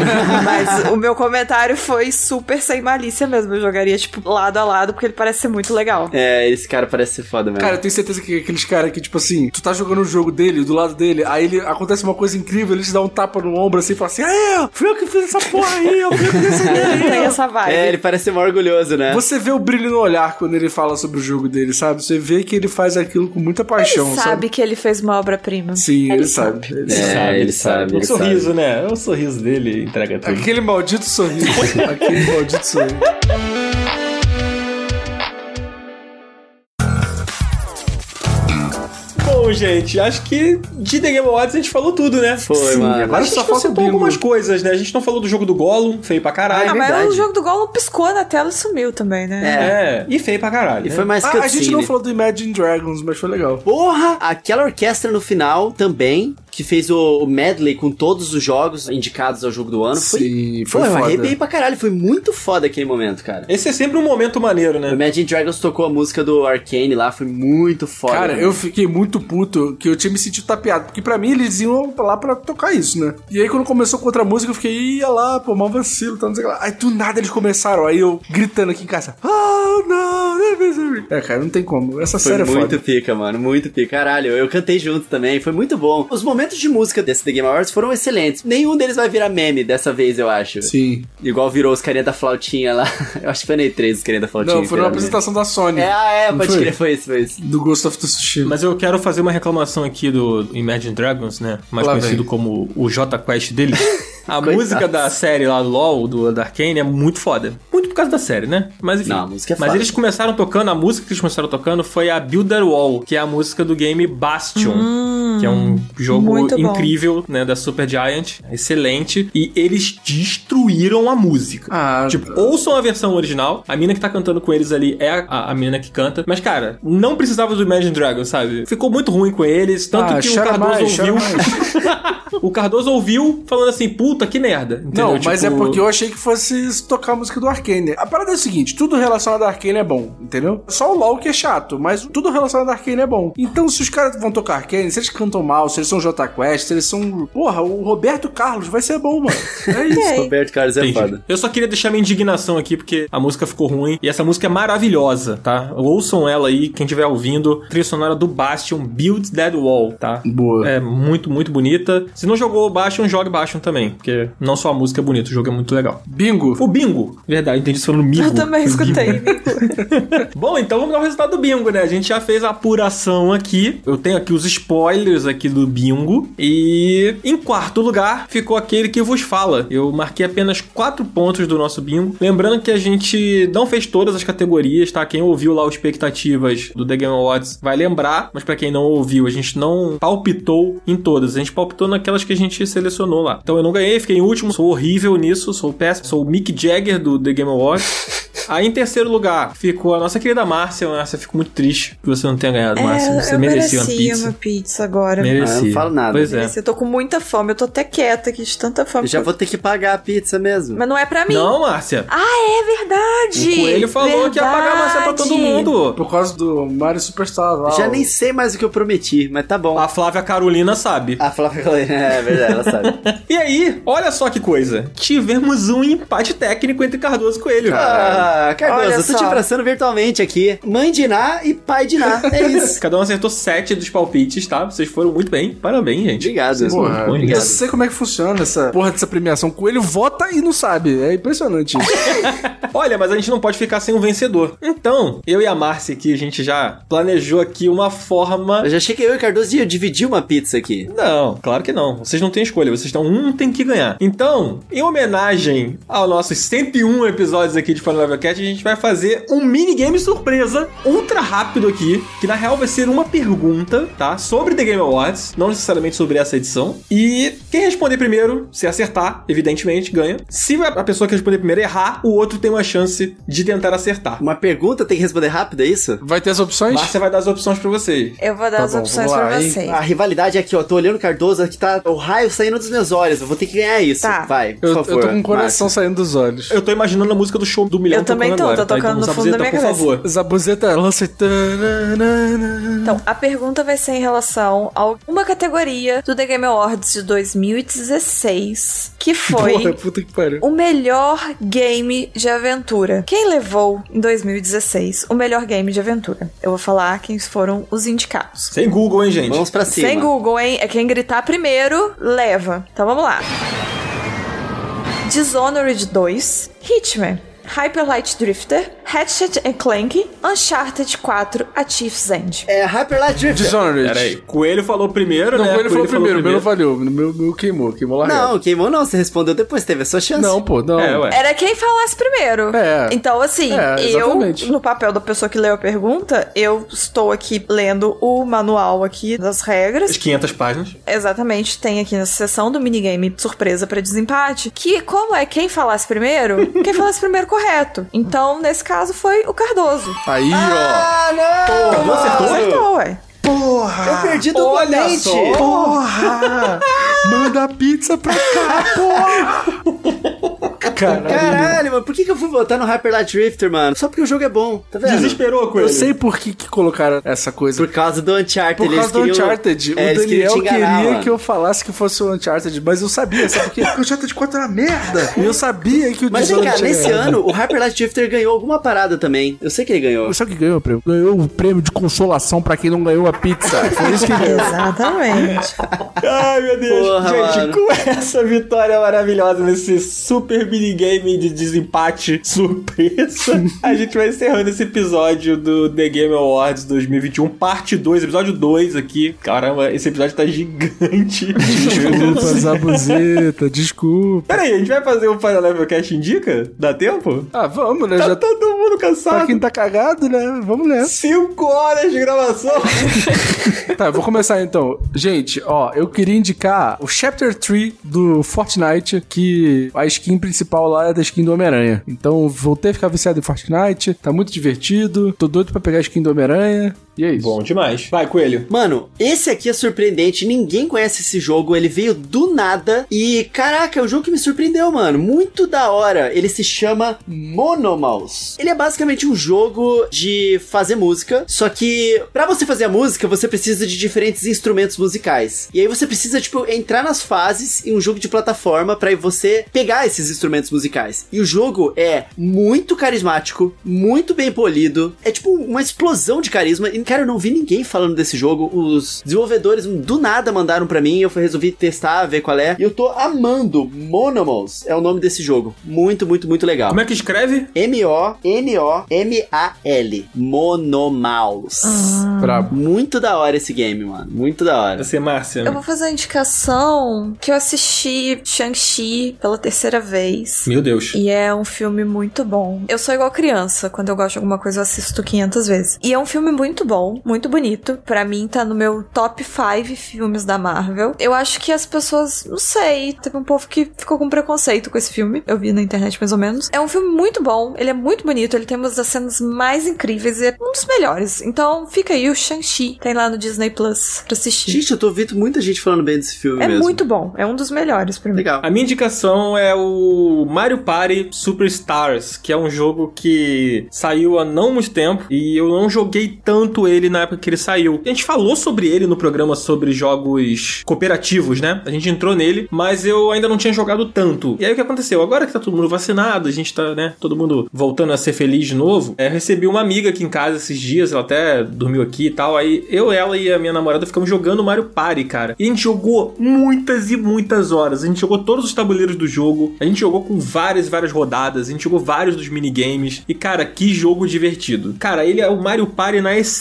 S3: Mas o meu comentário foi super sem malícia mesmo. Eu jogaria, tipo, lado a lado, porque ele parece ser muito legal.
S2: É, esse cara parece ser foda mesmo.
S4: Cara, eu tenho certeza que aqueles caras que, tipo assim, tu tá jogando o jogo dele, do lado dele, aí ele acontece uma coisa incrível, ele te dá um tapa no ombro assim e fala assim: Aê, fui eu que fiz essa porra aí, eu
S3: (laughs)
S4: fui eu que decidi
S3: Ele tem
S4: aí.
S3: essa vibe.
S2: é, (laughs) ele parece ser mais orgulhoso, né?
S4: tá, Você vê o brilho no olhar quando ele fala sobre o jogo dele, sabe? Você vê que ele faz aquilo com muita paixão,
S3: Ele sabe,
S4: sabe?
S3: que ele fez uma obra-prima.
S4: Sim, ele sabe. Ele
S2: É,
S4: sabe.
S2: ele sabe,
S1: O
S2: ele
S1: sorriso, né? O sorriso dele entrega
S3: É.
S1: tudo.
S4: Aquele maldito
S3: (laughs)
S4: sorriso. aquele maldito sorriso.
S1: (laughs) Bom, gente, acho que de The Game Awards a gente falou tudo, né?
S2: Foi, mano.
S1: Agora só falta
S4: bingo.
S1: algumas coisas, né? A gente não falou do jogo do Gollum, feio pra caralho.
S3: ah, mas
S2: é verdade.
S3: o jogo do Gollum piscou na tela e sumiu também, né?
S2: É.
S1: É, e feio pra caralho.
S2: E
S1: né?
S2: foi mais
S4: Ah, a gente não
S2: cutscene.
S4: falou do Imagine Dragons, mas foi legal.
S2: Porra! Aquela orquestra no final também, que fez o, o medley com todos os jogos indicados ao jogo do ano. Foi,
S4: Sim,
S2: foi,
S4: foi
S2: eu
S4: foda.
S2: arrepiei pra caralho. Foi muito foda aquele momento, cara.
S1: Esse é sempre um momento maneiro,
S2: O
S1: né?
S2: Imagine Dragons tocou a música do Arcane lá, foi muito foda.
S4: Cara,
S2: mano.
S4: eu fiquei muito puto que eu tinha me sentido tapeado. Porque pra mim eles iam lá pra tocar isso, né? E aí quando começou com outra música, eu fiquei, ia lá, pô, mal vacilo, tá, não sei o que lá. Aí do nada eles começaram, aí eu gritando aqui em casa. Ah, não, não é mesmo." É, cara, não tem como. Essa
S2: Foi
S4: série é
S2: muito
S4: foda.
S2: pica, mano, muito pica. Caralho, eu cantei junto também, foi muito bom. Os momentos de música desse The Game Awards foram excelentes. Nenhum deles vai virar meme dessa vez, eu acho.
S4: Sim.
S2: Igual virou os carinha da flautinha lá. (laughs) Eu acho que foi na E3 os carinha da flautinha.
S4: Não, foi uma
S2: viraram meme.
S4: apresentação da Sony.
S2: É, ah, é,
S4: Não
S2: pode
S4: foi?
S2: crer, foi isso, foi isso.
S4: Do Ghost of Tsushima.
S1: Mas eu quero fazer uma reclamação aqui do Imagine Dragons, né? Mais
S4: Lá
S1: conhecido
S4: vem.
S1: como o J-Quest dele. A música da série lá, LOL, do, da Arkane, é muito foda. Muito por causa da série, né? Mas enfim.
S2: Não, a música é
S1: Mas
S2: foda.
S1: eles começaram tocando, a música que eles começaram tocando foi a Builder Wall, que é a música do game Bastion. que é um jogo
S3: muito bom.
S1: incrível, né? Da Super Giant. Excelente. E eles destruíram a música.
S4: Ah,
S1: Tipo, ouçam a versão original. A mina que tá cantando com eles ali é a, a mina que canta. Mas, cara, não precisava do Imagine Dragons, sabe? Ficou muito ruim com eles. Tanto
S4: Ah,
S1: que o
S4: chora
S1: Cardoso
S4: mais, chora
S1: ouviu. (laughs) o Cardoso ouviu falando assim, puta, que merda. Entendeu?
S4: Não, mas é
S1: Tipo, (laughs)
S4: porque eu achei que fosse tocar a música do Arcane. A parada é o seguinte, tudo relacionado a Arcane é bom, entendeu? Só o LoL que é chato, mas tudo relacionado a Arcane é bom. Então, se os caras vão tocar Arcane, se eles cantam mal, se eles são J Quest, se eles são... Porra, o Roberto Carlos vai ser bom, mano. É isso.
S3: Ok.
S2: Roberto Carlos (laughs) é
S1: Entendi.
S2: foda.
S1: Eu só queria deixar minha indignação aqui, porque a música ficou ruim. E essa música é maravilhosa, tá? Ouçam ela aí, quem estiver ouvindo. Trilha sonora do Bastion, Build That Wall, tá?
S4: Boa.
S1: É muito, muito bonita. Se não jogou Bastion, jogue Bastion também. Porque não só a música é bonita, o jogo é muito legal.
S4: Bingo.
S1: O bingo. Verdade, entendi isso falando bingo.
S3: Eu também
S1: Tipo, (laughs)
S3: escutei.
S1: Bom, então vamos dar o resultado do bingo, né? A gente já fez a apuração aqui. Eu tenho aqui os spoilers aqui do bingo. E em quarto lugar ficou aquele que vos fala. Eu marquei apenas quatro pontos do nosso bingo. Lembrando que a gente não fez todas as categorias, tá? Quem ouviu lá o expectativas do The Game Awards vai lembrar, mas pra quem não ouviu, a gente não palpitou em todas. A gente palpitou naquelas que a gente selecionou lá. Então eu não ganhei, fiquei em último, sou horrível nisso, sou péssimo, sou o Mick Jagger do The Game Awards. Aí em terceiro lugar ficou a nossa querida Márcia. Márcia, fico muito triste que você não tenha ganhado, Márcia.
S3: é,
S1: Você
S3: eu
S1: merecia uma
S3: merecia
S1: pizza.
S3: uma pizza agora.
S1: Merecia.
S2: Ah, eu não falo nada.
S1: Pois é.
S3: Eu tô com muita fome, eu tô até quieta aqui de tanta fome.
S2: Eu já
S3: que eu-
S2: vou ter que pagar a pizza mesmo.
S3: Mas não é pra mim.
S1: Não, Márcia.
S3: É verdade.
S1: o Coelho falou que ia pagar a Márcia pra todo
S3: Verdade.
S1: mundo.
S4: Por causa do Mario Superstar lá.
S2: Já
S4: ó.
S2: nem sei mais o que eu prometi, mas tá bom.
S1: A Flávia Carolina sabe.
S2: A Flávia Colina, (laughs) é verdade, ela sabe.
S1: E aí, olha só que coisa. Tivemos um empate técnico entre Cardoso e Coelho.
S2: Ah, Cardoso,
S3: Olha
S2: eu tô te
S3: só.
S2: abraçando virtualmente aqui. Mãe de Ná e pai de Ná,
S3: Ah.
S2: é isso.
S1: Cada um acertou sete dos palpites, tá? Vocês foram muito bem. Parabéns, gente.
S2: Obrigado.
S4: Porra,
S1: Muito (laughs)
S4: eu
S1: obrigado.
S4: sei como é que funciona essa porra dessa premiação. Coelho vota e não sabe. É impressionante.
S1: Olha, mas a gente não pode ficar sem um vencedor. Então, eu e a Márcia aqui, a gente já planejou aqui uma forma
S2: Eu já achei que eu e o Cardoso ia dividir uma pizza aqui.
S1: Não, claro que não. Vocês não têm escolha, vocês estão um tem que ganhar. Então, em homenagem aos nossos 101 episódios aqui de Final Level Levercast, a gente vai fazer um minigame surpresa ultra rápido aqui, que na real vai ser uma pergunta, tá? Sobre The Game Awards, não necessariamente sobre essa edição. E quem responder primeiro, se acertar, evidentemente, ganha. Se a pessoa que responder primeiro errar, o outro tem uma chance de tentar acertar.
S2: Uma pergunta tem que responder rápido, é isso?
S7: Vai ter as opções?
S1: Márcia vai dar as opções pra vocês.
S3: Eu vou dar
S7: Tá
S3: as
S7: bom,
S3: opções
S7: vamos lá,
S3: pra
S7: hein?
S3: vocês.
S2: A rivalidade é aqui, ó. Tô olhando o Cardoso, aqui tá o raio saindo dos meus olhos. Eu vou ter que ganhar isso.
S3: Tá.
S2: Vai, por
S7: Eu, eu
S2: favor.
S7: tô com o coração saindo dos olhos.
S1: Eu tô imaginando a música do show do milhão
S3: Eu também
S1: tocando
S3: tô,
S1: agora,
S3: tô
S1: tá?
S3: tocando
S1: Então,
S3: no fundo da
S1: Zabuzeta,
S3: minha
S1: por
S3: cabeça.
S1: favor.
S7: Zabuzeta lança e tananana.
S3: Então, a pergunta vai ser em relação a uma categoria do The Game Awards de 2016, que foi
S7: Porra, puta que pariu.
S3: o melhor game de aventura. Quem levou em 2016 o melhor game de aventura? Eu vou falar quem foram os indicados.
S1: Sem Google, hein, gente?
S2: Vamos pra cima.
S3: Sem Google, hein? É quem gritar primeiro, leva. Então vamos lá. Dishonored 2, Hitman, Hyper Light Drifter, Hatchet and Clank, Uncharted 4, A Chief's End.
S2: É Hyper Light Drifter.
S7: Dishonored.
S1: Pera aí. Coelho falou primeiro,
S7: Não,
S1: né?
S7: o ele falou primeiro, o meu não valeu. O meu, meu queimou, queimou lá.
S2: Não, queimou não. Você respondeu depois, teve a sua chance.
S7: Não, pô, não.
S1: É, ué.
S3: Era quem falasse primeiro.
S7: É.
S3: Então, assim,
S7: É,
S3: eu,
S7: exatamente.
S3: no papel da pessoa que leu a pergunta, eu estou aqui lendo o manual aqui das regras.
S1: As 500 páginas.
S3: Exatamente, tem aqui nessa sessão do minigame surpresa pra desempate, que como é quem falasse primeiro, quem falasse primeiro correto. Então, nesse caso, foi o Cardoso.
S7: Aí,
S3: Ah!
S7: ó.
S1: Acabou, acertou?
S3: Acertou, ué.
S2: Eu perdi
S1: Olha
S2: duplamente.
S1: só.
S7: Porra! Manda pizza pra cá, porra! Caralho.
S2: (laughs) Caralho, mano, por que, que eu fui votar no Hyper Light Drifter, mano? Só porque o jogo é bom, tá vendo?
S1: Desesperou, Coelho.
S7: Eu sei por que, que colocaram essa coisa.
S2: Por causa do Uncharted.
S7: Por
S2: eles
S7: causa do
S2: queriam-
S7: Uncharted,
S2: É,
S7: o
S2: eles queriam
S7: Daniel
S2: te enganar,
S7: queria
S2: mano.
S7: que eu falasse que fosse o Uncharted, mas eu sabia, sabe por quê? Porque o Uncharted 4 era merda! E eu sabia que o
S2: Mas vem cá,
S7: Dishonored
S2: nesse
S7: era.
S2: ano, o Hyper Light Drifter ganhou alguma parada também. Eu sei que ele ganhou.
S4: Sabe o que ganhou o prêmio? Ganhou o Um prêmio de consolação pra quem não ganhou a pizza.
S7: (laughs)
S4: Foi isso que ganhou.
S3: Exatamente.
S1: Ai, meu Deus.
S2: Porra,
S1: gente,
S2: mano.
S1: com essa vitória maravilhosa nesse super minigame de desempate surpresa, a gente vai encerrando esse episódio do The Game Awards 2021, parte 2, episódio 2 aqui. Caramba, esse episódio tá
S7: (laughs)
S1: gigante. Meu
S7: Desculpa,
S1: Deus do céu.
S7: Zabuzeta, desculpa.
S1: Peraí, a gente vai fazer o Final Level Cast Indica? Dá tempo?
S7: Ah, vamos, né?
S1: Tá
S7: Já
S1: todo mundo
S7: pra
S1: cansado.
S7: quem tá cagado, né? Vamos nessa.
S1: Cinco horas de gravação.
S7: Tá, eu vou começar então. Gente, ó, eu queria indicar o Chapter 3 do Fortnite, que a skin principal lá é da skin do Homem-Aranha. Então, voltei a ficar viciado em Fortnite, tá muito divertido, tô doido pra pegar a skin do Homem-Aranha, e é isso.
S1: Bom demais. Vai, Coelho.
S2: Mano, esse aqui é surpreendente, ninguém conhece esse jogo, ele veio do nada e caraca, é um jogo que me surpreendeu, mano, muito da hora. Ele se chama Monomouse. Ele é basicamente um jogo de fazer música, só que pra você fazer a música, você precisa de diferentes instrumentos musicais. E aí você precisa tipo entrar nas fases em um jogo de plataforma pra você pegar esses instrumentos musicais. E o jogo é muito carismático, muito bem polido, é tipo uma explosão de carisma. E cara, eu não vi ninguém falando desse jogo. Os desenvolvedores do nada mandaram pra mim, eu fui- resolvi testar, ver qual é. E eu tô amando. Monomals é o nome desse jogo. Muito, muito, muito legal.
S1: Como é que escreve?
S2: M-O-N-O-M-A-L. Monomaus.
S4: Ah.
S7: Brabo.
S2: Muito da hora esse game, mano. Muito da hora.
S1: Você, Márcia.
S3: Eu vou fazer uma indicação que eu assisti Shang-Chi pela terceira vez.
S1: Meu Deus.
S3: E é um filme muito bom. Eu sou igual criança, quando eu gosto de alguma coisa eu assisto 500 vezes. E é um filme muito bom, muito bonito. Pra mim tá no meu top 5 filmes da Marvel. Eu acho que as pessoas, não sei, teve um povo que ficou com preconceito com esse filme. Eu vi na internet mais ou menos. É um filme muito bom, ele é muito bonito, ele tem uma das cenas mais incríveis e é um dos melhores. Então fica aí o Shang-Chi, tem lá no Disney Plus pra assistir.
S2: Gente, eu tô ouvindo muita gente falando bem desse filme
S3: É
S2: mesmo.
S3: muito bom, é um dos melhores pra mim.
S2: legal.
S1: A minha indicação é o Mario Party Superstars, que é um jogo que saiu há não muito tempo e eu não joguei tanto ele na época que ele saiu. A gente falou sobre ele no programa sobre jogos cooperativos, né? A gente entrou nele, mas eu ainda não tinha jogado tanto. E aí o que aconteceu? Agora que tá todo mundo vacinado, a gente tá, né, todo mundo voltando a ser feliz de novo, é, eu recebi uma amiga aqui em casa esses dias, ela até dormiu aqui e tal, aí eu, ela e a minha namorada ficamos jogando Mario Party, cara. E a gente jogou muitas e muitas horas. A gente jogou todos os tabuleiros do jogo. A gente jogou com várias e várias rodadas. A gente jogou vários dos minigames. E, cara, que jogo divertido. Cara, ele é o Mario Party na essência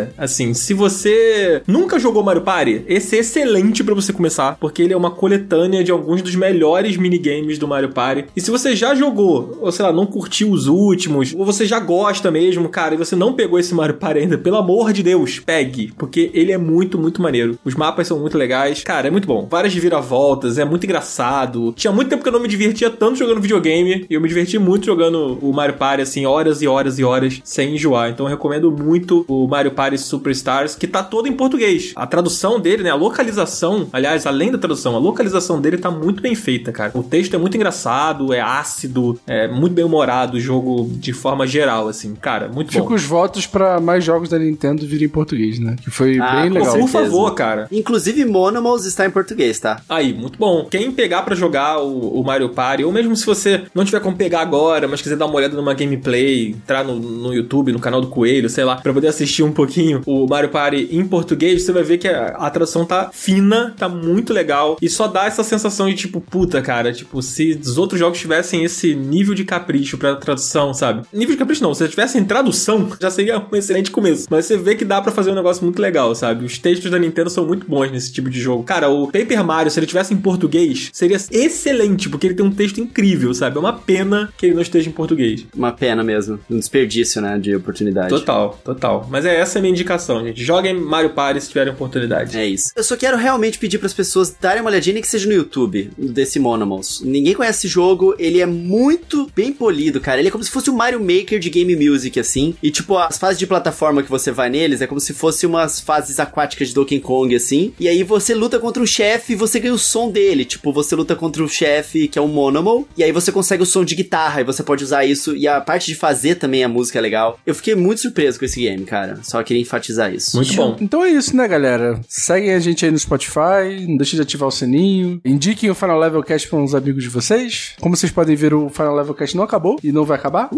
S1: referência. Assim, se você nunca jogou Mario Party, esse é excelente pra você começar, porque ele é uma coletânea de alguns dos melhores minigames do Mario Party. E se você já jogou, ou sei lá, não curtiu os últimos, ou você já gosta mesmo, cara, e você não pegou esse Mario Party ainda, pelo amor de Deus, pegue, porque ele é muito, muito maneiro. Os mapas são muito legais, cara, é muito bom. Várias viravoltas, é muito engraçado. Tinha muito tempo que eu não me divertia tanto jogando videogame, e eu me diverti muito jogando o Mario Party, assim, horas e horas e horas, sem enjoar. Então eu recomendo muito o Mario Party Superstars, que tá todo em português. A tradução dele, né, a localização, aliás, além da tradução, a localização dele tá muito bem feita, cara. O texto é muito engraçado, é ácido, é muito bem humorado o jogo de forma geral, assim, cara, muito
S4: Fico
S1: bom.
S4: os votos pra mais jogos da Nintendo virem em português, né? Que foi
S2: Ah,
S4: bem
S2: com
S1: Pô,
S4: legal.
S1: por
S2: certeza.
S1: favor, cara.
S2: Inclusive, Monomos está em português, tá?
S1: Aí, muito bom. Quem pegar pra jogar o, o Mario Party, ou mesmo se você não tiver como pegar agora, mas quiser dar uma olhada numa gameplay, entrar no, no YouTube, no canal do Coelho, sei lá, pra poder assistir um pouquinho o Mario Party em português, você vai ver que a, a tradução tá fina, tá muito legal, e só dá essa sensação de tipo, puta, cara, tipo, se os outros jogos tivessem esse nível de capricho pra tradução, sabe? Nível de capricho não, se eles tivessem tradução, (laughs) já seria um excelente começo. Mas você vê que dá pra fazer um negócio muito legal, sabe? Os textos da Nintendo são muito bons nesse tipo de jogo. Cara, o Paper Mario, se ele tivesse em português, seria excelente, porque ele tem um texto incrível, sabe? É uma pena que ele não esteja em português.
S2: Uma pena mesmo. Um desperdício, né? De oportunidade.
S1: Total, total. Mas é essa a minha indicação, gente. Joguem Mario Party se tiverem oportunidade.
S2: É isso. Eu só quero realmente pedir pras pessoas darem uma olhadinha, nem que seja no YouTube, desse Monomos. Ninguém conhece esse jogo, ele é muito bem polido, cara. Ele é como se fosse o Mario Maker de game music, assim. E, tipo, as fases de plataforma que você vai neles é como se fosse umas fases aquáticas de Donkey Kong, assim. E aí você luta contra um chefe e você ganha o som dele. Tipo, você luta contra o chefe, que é um Monomo, e aí você consegue o som de guitarra e você pode usar isso. E a parte de fazer também a música é legal. Eu fiquei muito surpreso com esse game, cara. Só queria enfatizar isso.
S1: Muito bom.
S4: Então é isso, né, galera? Seguem a gente aí no Spotify, não deixem de ativar o sininho, indiquem o Final Level Cast para uns amigos de vocês. Como vocês podem ver, o Final Level Cast não acabou e não vai acabar.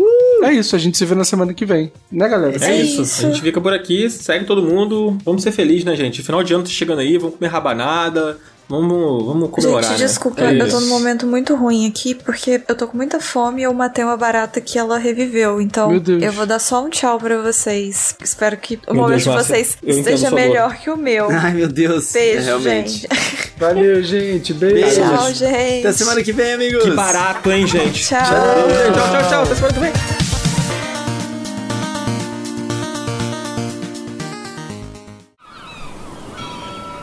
S4: É isso, a gente se vê na semana que vem, né, galera?
S1: É,
S3: É
S1: isso.
S3: isso.
S1: A gente fica por aqui, segue todo mundo. Vamos ser felizes, né, gente? Final de ano tá chegando aí, vamos comer rabanada, vamos, vamos comemorar.
S3: Gente,
S1: né?
S3: desculpa,
S1: É
S3: eu
S1: isso.
S3: tô num momento muito ruim aqui, porque eu tô com muita fome e eu matei uma barata que ela reviveu. Então,
S4: Meu Deus.
S3: eu vou dar só um tchau pra vocês. Espero que o
S1: Meu
S3: momento
S1: Deus,
S3: de
S1: Márcia,
S3: vocês
S1: eu entendo
S3: esteja
S1: sua dor.
S3: melhor que o
S2: (laughs)
S3: meu.
S2: Ai, meu Deus. É,
S3: Beijo,
S2: realmente.
S3: gente. (laughs)
S4: Valeu, gente. Beijo.
S2: Beijo.
S3: Tchau, gente.
S2: Até semana que vem, amigos.
S1: Que barato, hein, gente?
S3: Tchau.
S1: Tchau, tchau, tchau. Até semana que vem.